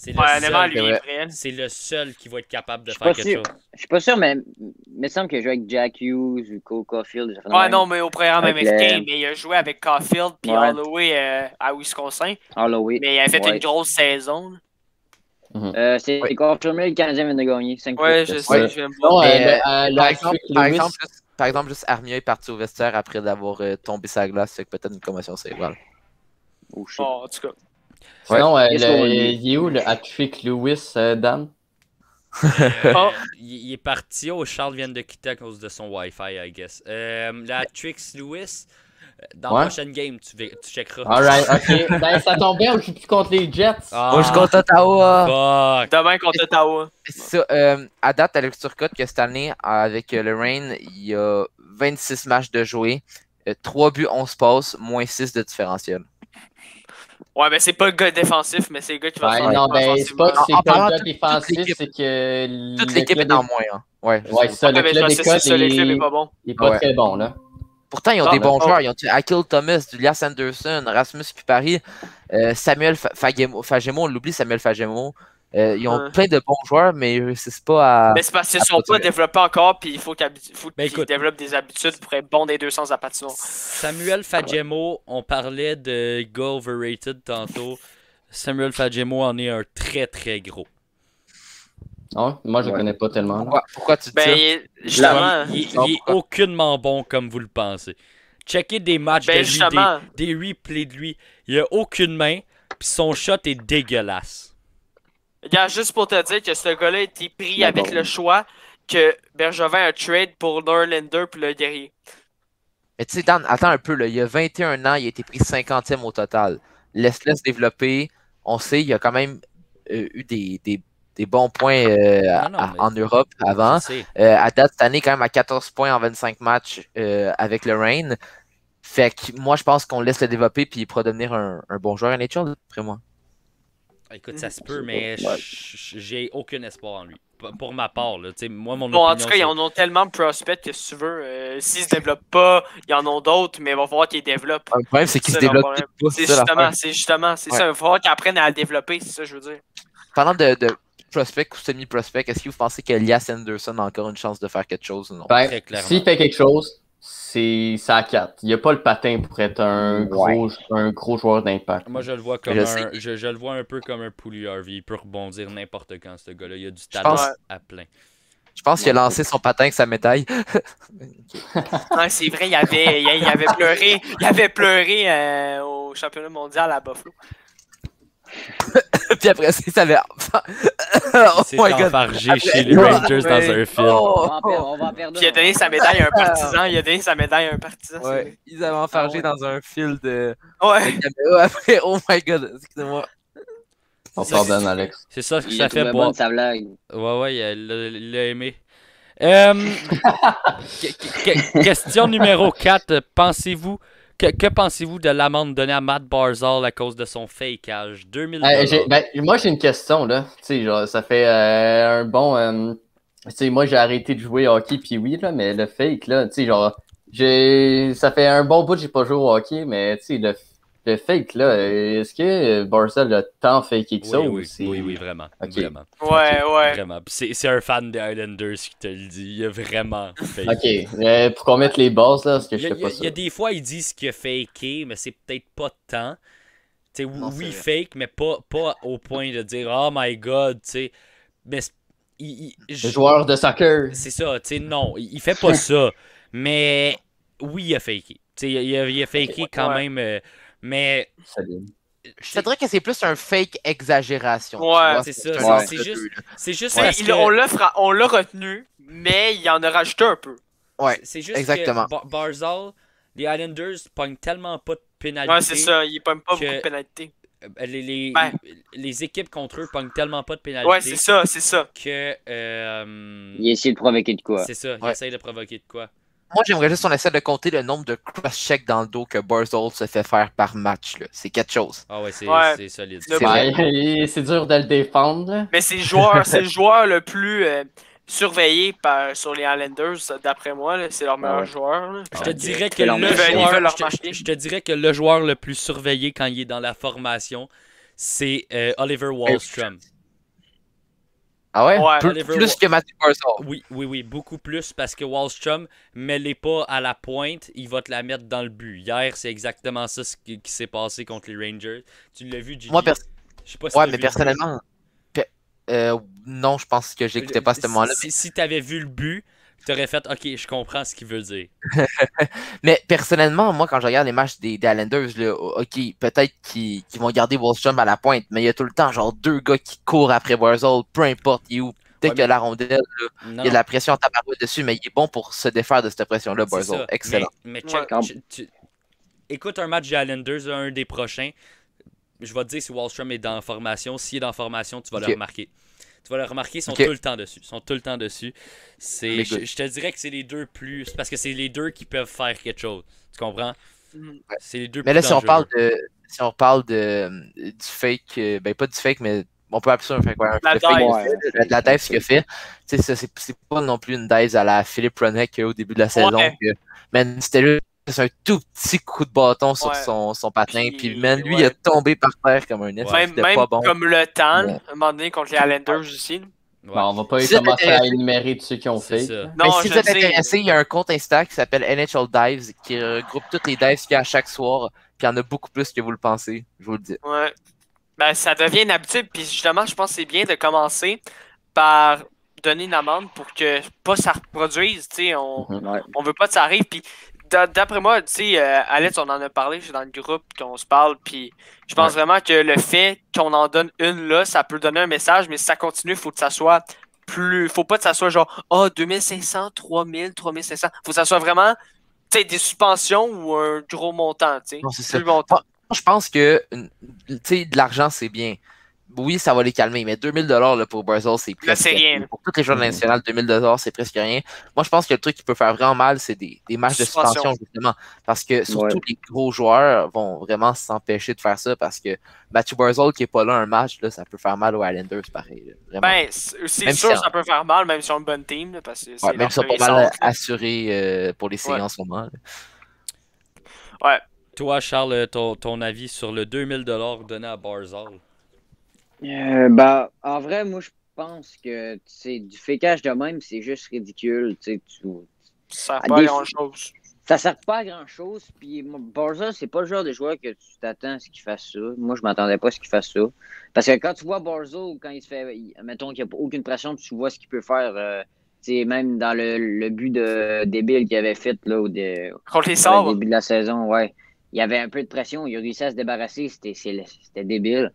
[SPEAKER 2] C'est le,
[SPEAKER 3] Ouais, honnêtement,
[SPEAKER 2] seul-
[SPEAKER 3] lui, il
[SPEAKER 4] ouais.
[SPEAKER 3] est prêt.
[SPEAKER 2] c'est le seul qui va être capable de
[SPEAKER 1] Je suis
[SPEAKER 2] faire
[SPEAKER 1] pas
[SPEAKER 2] quelque
[SPEAKER 1] sûr.
[SPEAKER 2] chose.
[SPEAKER 1] Je suis pas sûr, mais il me semble qu'il a joué avec Jack Hughes ou Cole Caulfield. j'ai fait de
[SPEAKER 3] Ouais,
[SPEAKER 1] même.
[SPEAKER 3] non, mais au programme
[SPEAKER 1] Avec
[SPEAKER 3] américain,
[SPEAKER 1] le-
[SPEAKER 3] mais il a joué avec Caulfield puis
[SPEAKER 1] Ouais.
[SPEAKER 3] Holloway euh, à Wisconsin,
[SPEAKER 1] Holloway.
[SPEAKER 3] mais il a fait
[SPEAKER 1] Ouais.
[SPEAKER 3] une grosse saison.
[SPEAKER 1] Euh, c'est
[SPEAKER 4] Ouais.
[SPEAKER 1] confirmé, le Canadien vient de gagner. 5
[SPEAKER 3] Ouais, je sais,
[SPEAKER 5] Ouais.
[SPEAKER 3] je vais me
[SPEAKER 5] Non,
[SPEAKER 3] voir.
[SPEAKER 4] Mais,
[SPEAKER 5] euh, à
[SPEAKER 4] Par
[SPEAKER 5] la
[SPEAKER 4] exemple,
[SPEAKER 5] suite,
[SPEAKER 4] par
[SPEAKER 5] Lewis,
[SPEAKER 4] exemple, juste, par exemple, juste Armia est parti au vestiaire après d'avoir euh, tombé sa glace, fait que peut-être une commotion cérébrale.
[SPEAKER 1] Oh, shit.
[SPEAKER 3] Bon, en tout cas.
[SPEAKER 5] Sinon, euh,
[SPEAKER 1] Qu'est-ce
[SPEAKER 5] le-
[SPEAKER 1] qu'on dit?
[SPEAKER 5] il est où le Patrick Lewis, euh, Dan?
[SPEAKER 2] Euh,
[SPEAKER 3] Oh.
[SPEAKER 2] il, il est parti au Charles vient de quitter à cause de son Wi-Fi, I guess. Euh, la Trix Lewis, euh, dans
[SPEAKER 5] Ouais.
[SPEAKER 2] la prochaine game, tu, ve- tu checkeras.
[SPEAKER 5] Alright, ok. ben, ça tombe bien, on joue plus contre les Jets.
[SPEAKER 2] Ah,
[SPEAKER 4] Oh, je compte Ottawa!
[SPEAKER 2] fuck.
[SPEAKER 3] Demain contre Ottawa.
[SPEAKER 4] Ça, euh, à date, Alex Turcotte, que cette année, avec euh, le Rain, il y a 26 matchs de jouer, 3 buts, 11 passes, moins 6 de différentiel.
[SPEAKER 3] Ouais, mais c'est pas le gars défensif, mais c'est le gars qui va
[SPEAKER 5] Ouais,
[SPEAKER 3] faire
[SPEAKER 5] non,
[SPEAKER 3] le
[SPEAKER 5] ben, c'est
[SPEAKER 3] offensivement.
[SPEAKER 5] pas, c'est
[SPEAKER 4] En- en
[SPEAKER 5] pas
[SPEAKER 4] parlant
[SPEAKER 5] le gars
[SPEAKER 4] de- toute
[SPEAKER 5] défensif,
[SPEAKER 4] l'équipe-
[SPEAKER 5] c'est que.
[SPEAKER 4] Toute
[SPEAKER 5] le
[SPEAKER 4] l'équipe
[SPEAKER 5] club
[SPEAKER 4] est en moins. hein. Ouais, je
[SPEAKER 5] Mm. Ouais,
[SPEAKER 4] sais.
[SPEAKER 5] c'est ça,
[SPEAKER 3] Ouais,
[SPEAKER 5] le
[SPEAKER 3] Ah, mais
[SPEAKER 5] club
[SPEAKER 3] je sais, c'est
[SPEAKER 5] d'école,
[SPEAKER 3] ça, le club est
[SPEAKER 5] il
[SPEAKER 3] pas bon.
[SPEAKER 5] il est pas
[SPEAKER 4] Ouais.
[SPEAKER 5] très bon, là.
[SPEAKER 4] Pourtant, ils ont
[SPEAKER 3] Ah,
[SPEAKER 4] des bons
[SPEAKER 3] oh.
[SPEAKER 4] joueurs. Ils ont tu- Akil Thomas, Julias Anderson, Rasmus Kupari, euh, Samuel Fa- Fagemo, Fagemo, on l'oublie, Samuel Fagemo. Euh, ils ont
[SPEAKER 3] Ouais.
[SPEAKER 4] plein de bons joueurs, mais ils réussissent
[SPEAKER 5] Ah,
[SPEAKER 4] pas à.
[SPEAKER 3] Mais c'est parce qu'ils
[SPEAKER 4] à
[SPEAKER 3] sont pas
[SPEAKER 4] produire.
[SPEAKER 3] développés encore, puis il faut qu'ils habitu- faut
[SPEAKER 2] Ben,
[SPEAKER 3] qu'ils
[SPEAKER 2] écoute.
[SPEAKER 3] développent des habitudes pour être bons des deux sens à patinoire.
[SPEAKER 2] Samuel Fagemo, on parlait de gars overrated tantôt. Samuel Fagemo en est un très très gros.
[SPEAKER 5] Ouais, moi, je le
[SPEAKER 1] Ouais.
[SPEAKER 5] connais pas tellement. là.
[SPEAKER 4] Pourquoi, pourquoi tu dis
[SPEAKER 3] Ben,
[SPEAKER 4] ça?
[SPEAKER 3] il- justement, ben,
[SPEAKER 2] Il, il-
[SPEAKER 4] Non,
[SPEAKER 2] il est
[SPEAKER 4] pourquoi?
[SPEAKER 2] aucunement bon comme vous le pensez. Checkez des matchs
[SPEAKER 3] ben,
[SPEAKER 2] de lui, des-
[SPEAKER 3] justement,
[SPEAKER 2] des, replays de lui. Il a aucune main, puis son shot est dégueulasse.
[SPEAKER 3] regarde, juste pour te dire que ce gars-là a été pris
[SPEAKER 1] Mais
[SPEAKER 3] avec
[SPEAKER 1] bon.
[SPEAKER 3] le choix que Bergevin a trade pour Norlander puis le guerrier.
[SPEAKER 4] Mais tu sais, Dan, attends un peu. Là. Il y a 21 ans, il a été pris 50e au total. Laisse-le se développer. On sait, il y a quand même euh, eu des, des- des bons points euh, à-
[SPEAKER 2] Non, non, mais-
[SPEAKER 4] en Europe avant.
[SPEAKER 2] Je sais.
[SPEAKER 4] Euh, à date, cette année, quand même, à 14 points en 25 matchs euh, avec le Rain. Fait que moi, je pense qu'on laisse le développer puis il pourra devenir un, un bon joueur NHL, d'après moi.
[SPEAKER 2] Écoute,
[SPEAKER 3] Mhm.
[SPEAKER 2] ça se peut, mais
[SPEAKER 1] Ouais.
[SPEAKER 2] j- j- j'ai aucun espoir en lui. P- Pour ma part, là. Tu sais, moi, mon
[SPEAKER 3] Bon, en
[SPEAKER 2] opinion,
[SPEAKER 3] tout cas, ils
[SPEAKER 2] c'est-
[SPEAKER 3] en ont tellement de prospects que si tu veux, euh, s'ils se développent pas, ils en ont d'autres, mais il va falloir qu'ils les développent.
[SPEAKER 5] Ah,
[SPEAKER 4] Le problème, c'est qu'il se
[SPEAKER 3] C'est leur
[SPEAKER 4] développe
[SPEAKER 3] problème.
[SPEAKER 4] tout pas.
[SPEAKER 3] C'est
[SPEAKER 4] ça, l'affaire.
[SPEAKER 3] justement, c'est justement, c'est
[SPEAKER 4] Ouais.
[SPEAKER 3] ça, il va falloir qu'ils apprennent à la développer, c'est ça que je veux dire.
[SPEAKER 4] Parlant de, de prospect ou semi-prospect, est-ce que vous pensez que Elias Anderson a encore une chance de faire quelque chose ou non?
[SPEAKER 5] Ben,
[SPEAKER 2] Très clairement.
[SPEAKER 5] s'il fait quelque chose, c'est ça à 4. Il n'y a pas le patin pour être un, gros, un gros joueur d'impact.
[SPEAKER 2] Moi, je le vois comme
[SPEAKER 4] Je
[SPEAKER 2] un,
[SPEAKER 4] sais.
[SPEAKER 2] je, je le vois un peu comme un Pouli Harvey. Il peut rebondir n'importe quand, ce gars-là. Il a du talent
[SPEAKER 4] pense-
[SPEAKER 2] à plein.
[SPEAKER 4] Je pense qu'il a lancé son patin avec sa médaille.
[SPEAKER 3] Ah, c'est vrai, il avait, il, il avait pleuré, il avait pleuré euh, au championnat mondial à Buffalo.
[SPEAKER 4] puis après ça, il s'avait.
[SPEAKER 2] Il
[SPEAKER 4] oh
[SPEAKER 2] s'est
[SPEAKER 4] my god!
[SPEAKER 2] enfargé chez
[SPEAKER 4] Après-
[SPEAKER 2] les Rangers
[SPEAKER 3] Ouais.
[SPEAKER 2] dans un film.
[SPEAKER 1] On
[SPEAKER 4] Oh!
[SPEAKER 1] va en perdre, on va en perdre. hein.
[SPEAKER 3] Puis il a donné sa médaille à un partisan, il a donné sa médaille à un partisan. c'est
[SPEAKER 4] Ouais, ils
[SPEAKER 2] Ah
[SPEAKER 4] avaient enfargé
[SPEAKER 3] ouais.
[SPEAKER 4] dans un fil de,
[SPEAKER 3] vrai.
[SPEAKER 4] de
[SPEAKER 3] Ouais.
[SPEAKER 4] caméra après. Oh my god, excusez-moi.
[SPEAKER 5] On
[SPEAKER 2] C'est-
[SPEAKER 5] pardonne, Alex.
[SPEAKER 2] C'est ça que
[SPEAKER 1] Il
[SPEAKER 2] ça
[SPEAKER 1] a
[SPEAKER 2] fait
[SPEAKER 1] trouvé
[SPEAKER 2] boire.
[SPEAKER 1] bonne sa blague.
[SPEAKER 2] Ouais, ouais, il l'a- il l'a aimé. Euh, que- que- que- question numéro 4. Pensez-vous. Que, que pensez-vous de l'amende donnée à Matt Barzal à cause de son fakeage 2000
[SPEAKER 5] Euh, j'ai- ben, moi, j'ai une question, là. Tu sais, genre, ça fait euh, un bon. euh, tu sais, moi, j'ai arrêté de jouer au hockey, puis oui, là, mais le fake, là, tu sais, genre, J'ai, ça fait un bon bout que j'ai pas joué au hockey, mais tu sais, le, le fake, là, est-ce que Barcel a tant fake que ça
[SPEAKER 2] oui,
[SPEAKER 5] ou
[SPEAKER 2] oui,
[SPEAKER 5] c'est-
[SPEAKER 2] oui, oui, vraiment.
[SPEAKER 5] Ok.
[SPEAKER 2] Vraiment.
[SPEAKER 3] Ouais, ouais.
[SPEAKER 2] Vraiment. Puis C'est c'est un fan des Highlanders qui te le dit. Il a vraiment fait.
[SPEAKER 5] Ok, euh, pour qu'on mette les bases, là, parce que
[SPEAKER 2] Il y,
[SPEAKER 5] je
[SPEAKER 2] a,
[SPEAKER 5] sais
[SPEAKER 2] il y a-
[SPEAKER 5] pas
[SPEAKER 2] il y
[SPEAKER 5] ça.
[SPEAKER 2] a des fois, ils disent qu'il a faké, mais c'est peut-être pas tant. Tu sais,
[SPEAKER 4] Non,
[SPEAKER 2] oui,
[SPEAKER 4] c'est
[SPEAKER 2] fake, mais pas, pas au point de dire Oh my god, tu sais. Mais c'est- il- il- je-
[SPEAKER 5] Le joueur de soccer.
[SPEAKER 2] c'est ça, tu sais, non, il il fait pas ça. Mais oui, il a faké. Tu sais, il a, il a faké quand
[SPEAKER 3] Ouais.
[SPEAKER 2] même. euh, mais
[SPEAKER 5] Salut.
[SPEAKER 4] Je te dirais que c'est plus un fake exagération. tu
[SPEAKER 3] Ouais,
[SPEAKER 4] vois.
[SPEAKER 2] c'est ça,
[SPEAKER 4] un
[SPEAKER 2] c'est-
[SPEAKER 4] genre
[SPEAKER 2] c'est
[SPEAKER 4] de
[SPEAKER 2] juste-
[SPEAKER 4] deux, là.
[SPEAKER 2] c'est juste
[SPEAKER 3] Tu sais,
[SPEAKER 2] parce
[SPEAKER 3] il-
[SPEAKER 2] que-
[SPEAKER 3] on l'a fra- on l'a retenu, mais il en a rajouté un peu.
[SPEAKER 4] Ouais,
[SPEAKER 2] c'est- c'est juste
[SPEAKER 4] exactement.
[SPEAKER 2] que Bar- Barzal, les Islanders pognent tellement pas de pénalité.
[SPEAKER 3] Ouais, c'est ça, il pomme pas
[SPEAKER 2] Que-
[SPEAKER 3] beaucoup de pénalités.
[SPEAKER 2] les, les,
[SPEAKER 3] Ouais.
[SPEAKER 2] les équipes contre eux pognent tellement pas de pénalité
[SPEAKER 3] Ouais, c'est ça, c'est ça.
[SPEAKER 2] que. euh,
[SPEAKER 1] Il essaie de provoquer de quoi.
[SPEAKER 2] C'est ça, ils
[SPEAKER 4] Ouais.
[SPEAKER 2] essayent de provoquer de quoi.
[SPEAKER 4] Moi, j'aimerais juste qu'on essaie de compter le nombre de cross-checks dans le dos que Barzol se fait faire par match. là. C'est quelque chose.
[SPEAKER 2] Ah ouais, c'est
[SPEAKER 3] Ouais.
[SPEAKER 2] c'est solide.
[SPEAKER 3] Le-
[SPEAKER 4] C'est vrai.
[SPEAKER 5] Ouais, Ben, c'est dur de le défendre, là.
[SPEAKER 3] Mais c'est le joueur, c'est le joueur le plus euh, surveillé par, sur les Highlanders, ça, d'après moi, là,
[SPEAKER 4] Ah
[SPEAKER 3] c'est leur meilleur
[SPEAKER 1] ouais.
[SPEAKER 3] joueur. là.
[SPEAKER 2] Je te
[SPEAKER 1] Ok.
[SPEAKER 2] dirais que
[SPEAKER 1] Ils
[SPEAKER 2] le
[SPEAKER 1] veulent- ils
[SPEAKER 2] joueur,
[SPEAKER 3] veulent leur
[SPEAKER 2] je, te,
[SPEAKER 3] marquer.
[SPEAKER 2] je te dirais que le joueur le plus surveillé quand il est dans la formation, c'est euh, Oliver Wallstrom.
[SPEAKER 4] Ah ouais?
[SPEAKER 3] Ouais,
[SPEAKER 4] Plus,
[SPEAKER 2] Oliver
[SPEAKER 4] plus
[SPEAKER 2] Wa-
[SPEAKER 4] que Matthew Barzol.
[SPEAKER 2] Oui, oui, oui, beaucoup plus parce que Wallstrom met pas à la pointe, il va te la mettre dans le but. Hier, c'est exactement ça ce qui, qui s'est passé contre les Rangers. Tu l'as vu, Gigi?
[SPEAKER 4] Moi, pers-
[SPEAKER 2] Je sais pas si
[SPEAKER 4] ouais,
[SPEAKER 2] t'as vu
[SPEAKER 4] mais
[SPEAKER 2] le but.
[SPEAKER 4] personnellement, pe- euh, non, je pense que j'écoutais pas à ce
[SPEAKER 2] Si-
[SPEAKER 4] moment-là.
[SPEAKER 2] Euh, Si, si t'avais vu le but, t'aurais fait OK, je comprends ce qu'il veut dire.
[SPEAKER 4] Mais personnellement, moi, quand je regarde les matchs des, des Islanders, là, ok, peut-être qu'ils qu'ils vont garder Wallstrom à la pointe, mais il y a tout le temps, genre, deux gars qui courent après Barzol, peu importe, il est où. Dès
[SPEAKER 2] Ouais,
[SPEAKER 4] que
[SPEAKER 2] mais-
[SPEAKER 4] la rondelle,
[SPEAKER 2] Non,
[SPEAKER 4] il y a de la pression en tabarouette dessus, mais il est bon pour se défaire de cette pression-là,
[SPEAKER 2] c'est ça.
[SPEAKER 4] Barzol. Excellent.
[SPEAKER 2] Mais, mais
[SPEAKER 3] Ouais.
[SPEAKER 2] check-
[SPEAKER 1] Comme-
[SPEAKER 2] tu- tu- écoute un match des Islanders, un des prochains. Je vais te dire si Wallstrom est dans la formation. S'il est dans la formation, tu vas
[SPEAKER 4] Ok.
[SPEAKER 2] le remarquer. Tu vas le remarquer, ils sont
[SPEAKER 4] Ok.
[SPEAKER 2] tout le temps dessus. Ils sont tout le temps dessus. C'est,
[SPEAKER 4] Mais
[SPEAKER 2] je,
[SPEAKER 4] good.
[SPEAKER 2] je te dirais que c'est les deux plus. c'est Parce que c'est les deux qui peuvent faire quelque chose. Tu comprends?
[SPEAKER 3] Mhm.
[SPEAKER 2] C'est les deux
[SPEAKER 4] Mais
[SPEAKER 2] plus
[SPEAKER 4] là, si on
[SPEAKER 2] dangereux.
[SPEAKER 4] parle de. Si on parle de du fake, euh, ben pas du fake, mais on peut appeler ça un fake. ouais, un-
[SPEAKER 3] La
[SPEAKER 4] le fake,
[SPEAKER 3] dive.
[SPEAKER 4] euh, la- la dive, ce qu'il a fait. Tu sais, ça, c'est c'est pas non plus une dive à la Philippe Ronek euh, au début de la saison. que, man, c'était juste un tout petit coup de bâton sur
[SPEAKER 3] Ouais.
[SPEAKER 4] son, son patin.
[SPEAKER 3] Puis,
[SPEAKER 4] Puis, man, lui,
[SPEAKER 3] ouais.
[SPEAKER 4] il est tombé par terre comme un nez.
[SPEAKER 2] Ouais.
[SPEAKER 3] Même,
[SPEAKER 4] C'était
[SPEAKER 3] même
[SPEAKER 4] pas bon.
[SPEAKER 3] comme le temps,
[SPEAKER 4] Ouais.
[SPEAKER 3] à un moment donné, contre les Highlanders aussi.
[SPEAKER 2] Ouais.
[SPEAKER 5] Bon, on va pas
[SPEAKER 4] Si vous êtes
[SPEAKER 3] euh,
[SPEAKER 5] commencer à
[SPEAKER 4] intéressé-
[SPEAKER 5] énumérer de ceux qui ont
[SPEAKER 2] C'est
[SPEAKER 5] fait.
[SPEAKER 2] ça.
[SPEAKER 3] Non,
[SPEAKER 4] Mais Ben, si
[SPEAKER 3] je
[SPEAKER 4] vous êtes
[SPEAKER 3] sais.
[SPEAKER 4] intéressé, il y a un compte Insta qui s'appelle NHL Dives qui regroupe toutes les dives qu'il y a à chaque soir. Puis il y en a beaucoup plus que vous le pensez, je vous le dis.
[SPEAKER 3] Ouais. Ben, ça devient une habitude, puis justement, je pense que c'est bien de commencer par donner une amende pour que pas ça reproduise, tu sais, on,
[SPEAKER 1] Ouais.
[SPEAKER 3] on veut pas que ça arrive, puis d'a- d'après moi, tu sais, euh, Alex, on en a parlé, c'est dans le groupe qu'on se parle, puis je pense vraiment que le fait qu'on en donne une là, ça peut donner un message, mais si ça continue, faut que ça soit plus, faut pas que ça soit genre, ah, 2500, 3000, 3500, faut que ça soit vraiment, tu sais, des suspensions ou un gros montant, tu sais,
[SPEAKER 4] Non, c'est ça.
[SPEAKER 3] plus montant.
[SPEAKER 4] Moi, je pense que une- tu sais, de l'argent, c'est bien. Oui, ça va les calmer, mais 2000 là, pour Brazil, c'est presque
[SPEAKER 3] c'est rien, là.
[SPEAKER 4] Pour toutes les joueurs nationales, 2000 c'est presque rien. Moi, je pense que le truc qui peut faire vraiment mal, c'est des, des matchs de
[SPEAKER 3] Suspension.
[SPEAKER 4] suspension, justement. Parce que surtout
[SPEAKER 1] Ouais.
[SPEAKER 4] les gros joueurs vont vraiment s'empêcher de faire ça parce que Matthew Barzal qui est pas là un match, là, ça peut faire mal aux Islanders, pareil. là. Vraiment.
[SPEAKER 3] Ben, c'est c'est
[SPEAKER 4] Même
[SPEAKER 3] sûr,
[SPEAKER 4] si-
[SPEAKER 3] ça peut faire mal, même si on a une bonne team, là, parce que c'est
[SPEAKER 4] Ouais, même
[SPEAKER 3] leur
[SPEAKER 4] si on est
[SPEAKER 3] premier
[SPEAKER 4] pas mal
[SPEAKER 3] centre, là.
[SPEAKER 4] assuré euh, pour les séances au moment. là.
[SPEAKER 2] Toi, Charles, ton, ton avis sur le 2000$ donné à Barzal.
[SPEAKER 1] Euh, ben, en vrai, moi, je pense que tu sais, du fécage de même, c'est juste ridicule. Tu sais, tu-
[SPEAKER 3] Ça sert
[SPEAKER 1] Ah,
[SPEAKER 3] pas à
[SPEAKER 1] des-
[SPEAKER 3] grand-chose.
[SPEAKER 1] Ça sert pas à grand chose. Puis moi, Barzal, c'est pas le genre de joueur que tu t'attends à ce qu'il fasse ça. Moi, je m'attendais pas à ce qu'il fasse ça. Parce que quand tu vois Barzal, quand il se fait. il- mettons qu'il n'y a aucune pression, puis tu vois ce qu'il peut faire. euh, tu sais, même dans le, le but de débile qu'il avait fait là, au, dé-
[SPEAKER 3] Contre les
[SPEAKER 1] au
[SPEAKER 3] sorts,
[SPEAKER 1] début de la saison, ouais. Il y avait un peu de pression, il a réussi à se débarrasser, c'était c'est- c'était débile.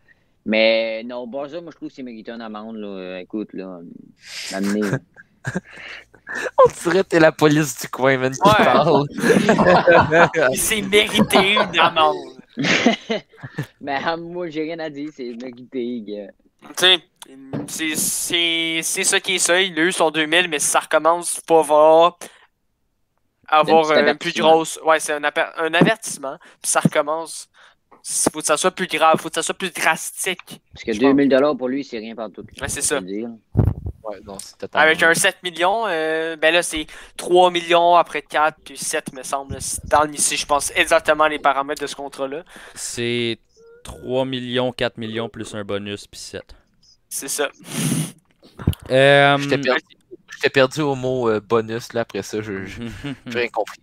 [SPEAKER 1] Mais non, Barza, moi je trouve que c'est mérité une amende, là. Euh, Écoute, là, l'amener.
[SPEAKER 4] On dirait que t'es la police du coin, man, qui
[SPEAKER 3] Ouais.
[SPEAKER 4] parle.
[SPEAKER 3] il s'est mérité une amende.
[SPEAKER 1] Mais ah, moi, j'ai rien à dire, c'est mérité. gars.
[SPEAKER 3] Tu sais, c'est- c'est c'est ça qui est ça. Il a eu son 2000, mais si ça recommence, faut avoir, avoir
[SPEAKER 1] Un petit
[SPEAKER 3] un plus
[SPEAKER 1] avertissement.
[SPEAKER 3] grosse. Ouais, c'est un, aper- un avertissement. Puis ça recommence. Faut que ça soit plus grave, faut que ça soit plus drastique.
[SPEAKER 1] Parce que
[SPEAKER 3] Je
[SPEAKER 1] 2000 dollars pour lui, c'est rien partout.
[SPEAKER 3] Ouais, c'est
[SPEAKER 1] je
[SPEAKER 3] ça.
[SPEAKER 1] veux dire.
[SPEAKER 4] Ouais, non, c'est totalement-
[SPEAKER 3] Avec un 7 millions, euh, ben là, c'est 3 millions, après 4, puis 7, me semble. C'est Dans le lycée, je pense exactement les paramètres de ce contrat-là.
[SPEAKER 2] C'est 3 millions, 4 millions plus un bonus, puis 7.
[SPEAKER 3] C'est ça.
[SPEAKER 2] Euh,
[SPEAKER 4] J'étais perdu, j'étais perdu au mot euh, bonus là après ça, je je-
[SPEAKER 3] Hmm.
[SPEAKER 4] j'ai rien compris.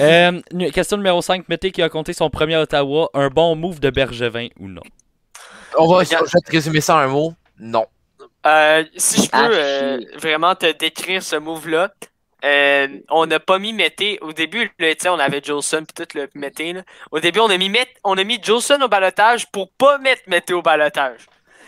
[SPEAKER 2] Euh, nu- question numéro 5, Mété qui a compté son premier à Ottawa, un bon move de Bergevin ou non?
[SPEAKER 4] On va, je
[SPEAKER 3] Regarde.
[SPEAKER 4] vais te résumer ça en un mot. Non.
[SPEAKER 3] Euh, si je
[SPEAKER 1] Ah,
[SPEAKER 3] peux euh, vraiment te décrire ce move-là, euh, on n'a pas mis Mété. Au début, là, tu sais, on avait Jolson puis tout le Mété. là. Au début, on a mis, Mét- on a mis Jolson au balotage pour pas mettre Mété au balotage.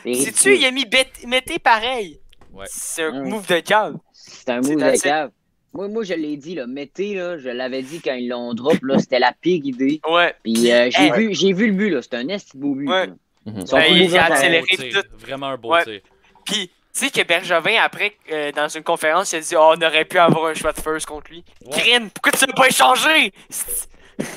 [SPEAKER 3] Si tu il a mis Bet- Mété pareil.
[SPEAKER 2] Ouais.
[SPEAKER 3] C'est un
[SPEAKER 1] Mm.
[SPEAKER 3] move de calme.
[SPEAKER 1] C'est un
[SPEAKER 3] C'est
[SPEAKER 1] move de
[SPEAKER 3] assez-
[SPEAKER 1] cave. Moi, moi, je l'ai dit, là, mettez, là, je l'avais dit quand ils l'ont drop, là, c'était la pire idée.
[SPEAKER 3] Ouais.
[SPEAKER 1] Puis euh, j'ai
[SPEAKER 3] Hey.
[SPEAKER 1] vu, j'ai vu le but, là, c'était un esti de beau but.
[SPEAKER 3] Ouais.
[SPEAKER 1] là.
[SPEAKER 5] Mhm.
[SPEAKER 1] Son
[SPEAKER 3] Ben,
[SPEAKER 1] premier
[SPEAKER 3] il
[SPEAKER 1] but,
[SPEAKER 3] a
[SPEAKER 1] ça-
[SPEAKER 3] accéléré.
[SPEAKER 2] Beau tir, Vraiment un beau
[SPEAKER 3] Ouais.
[SPEAKER 2] tir.
[SPEAKER 3] Puis, tu sais que Bergevin, après, euh, dans une conférence, il a dit oh, on aurait pu avoir un choix de first contre lui.
[SPEAKER 2] Ouais.
[SPEAKER 3] Grin, pourquoi tu l'as pas échangé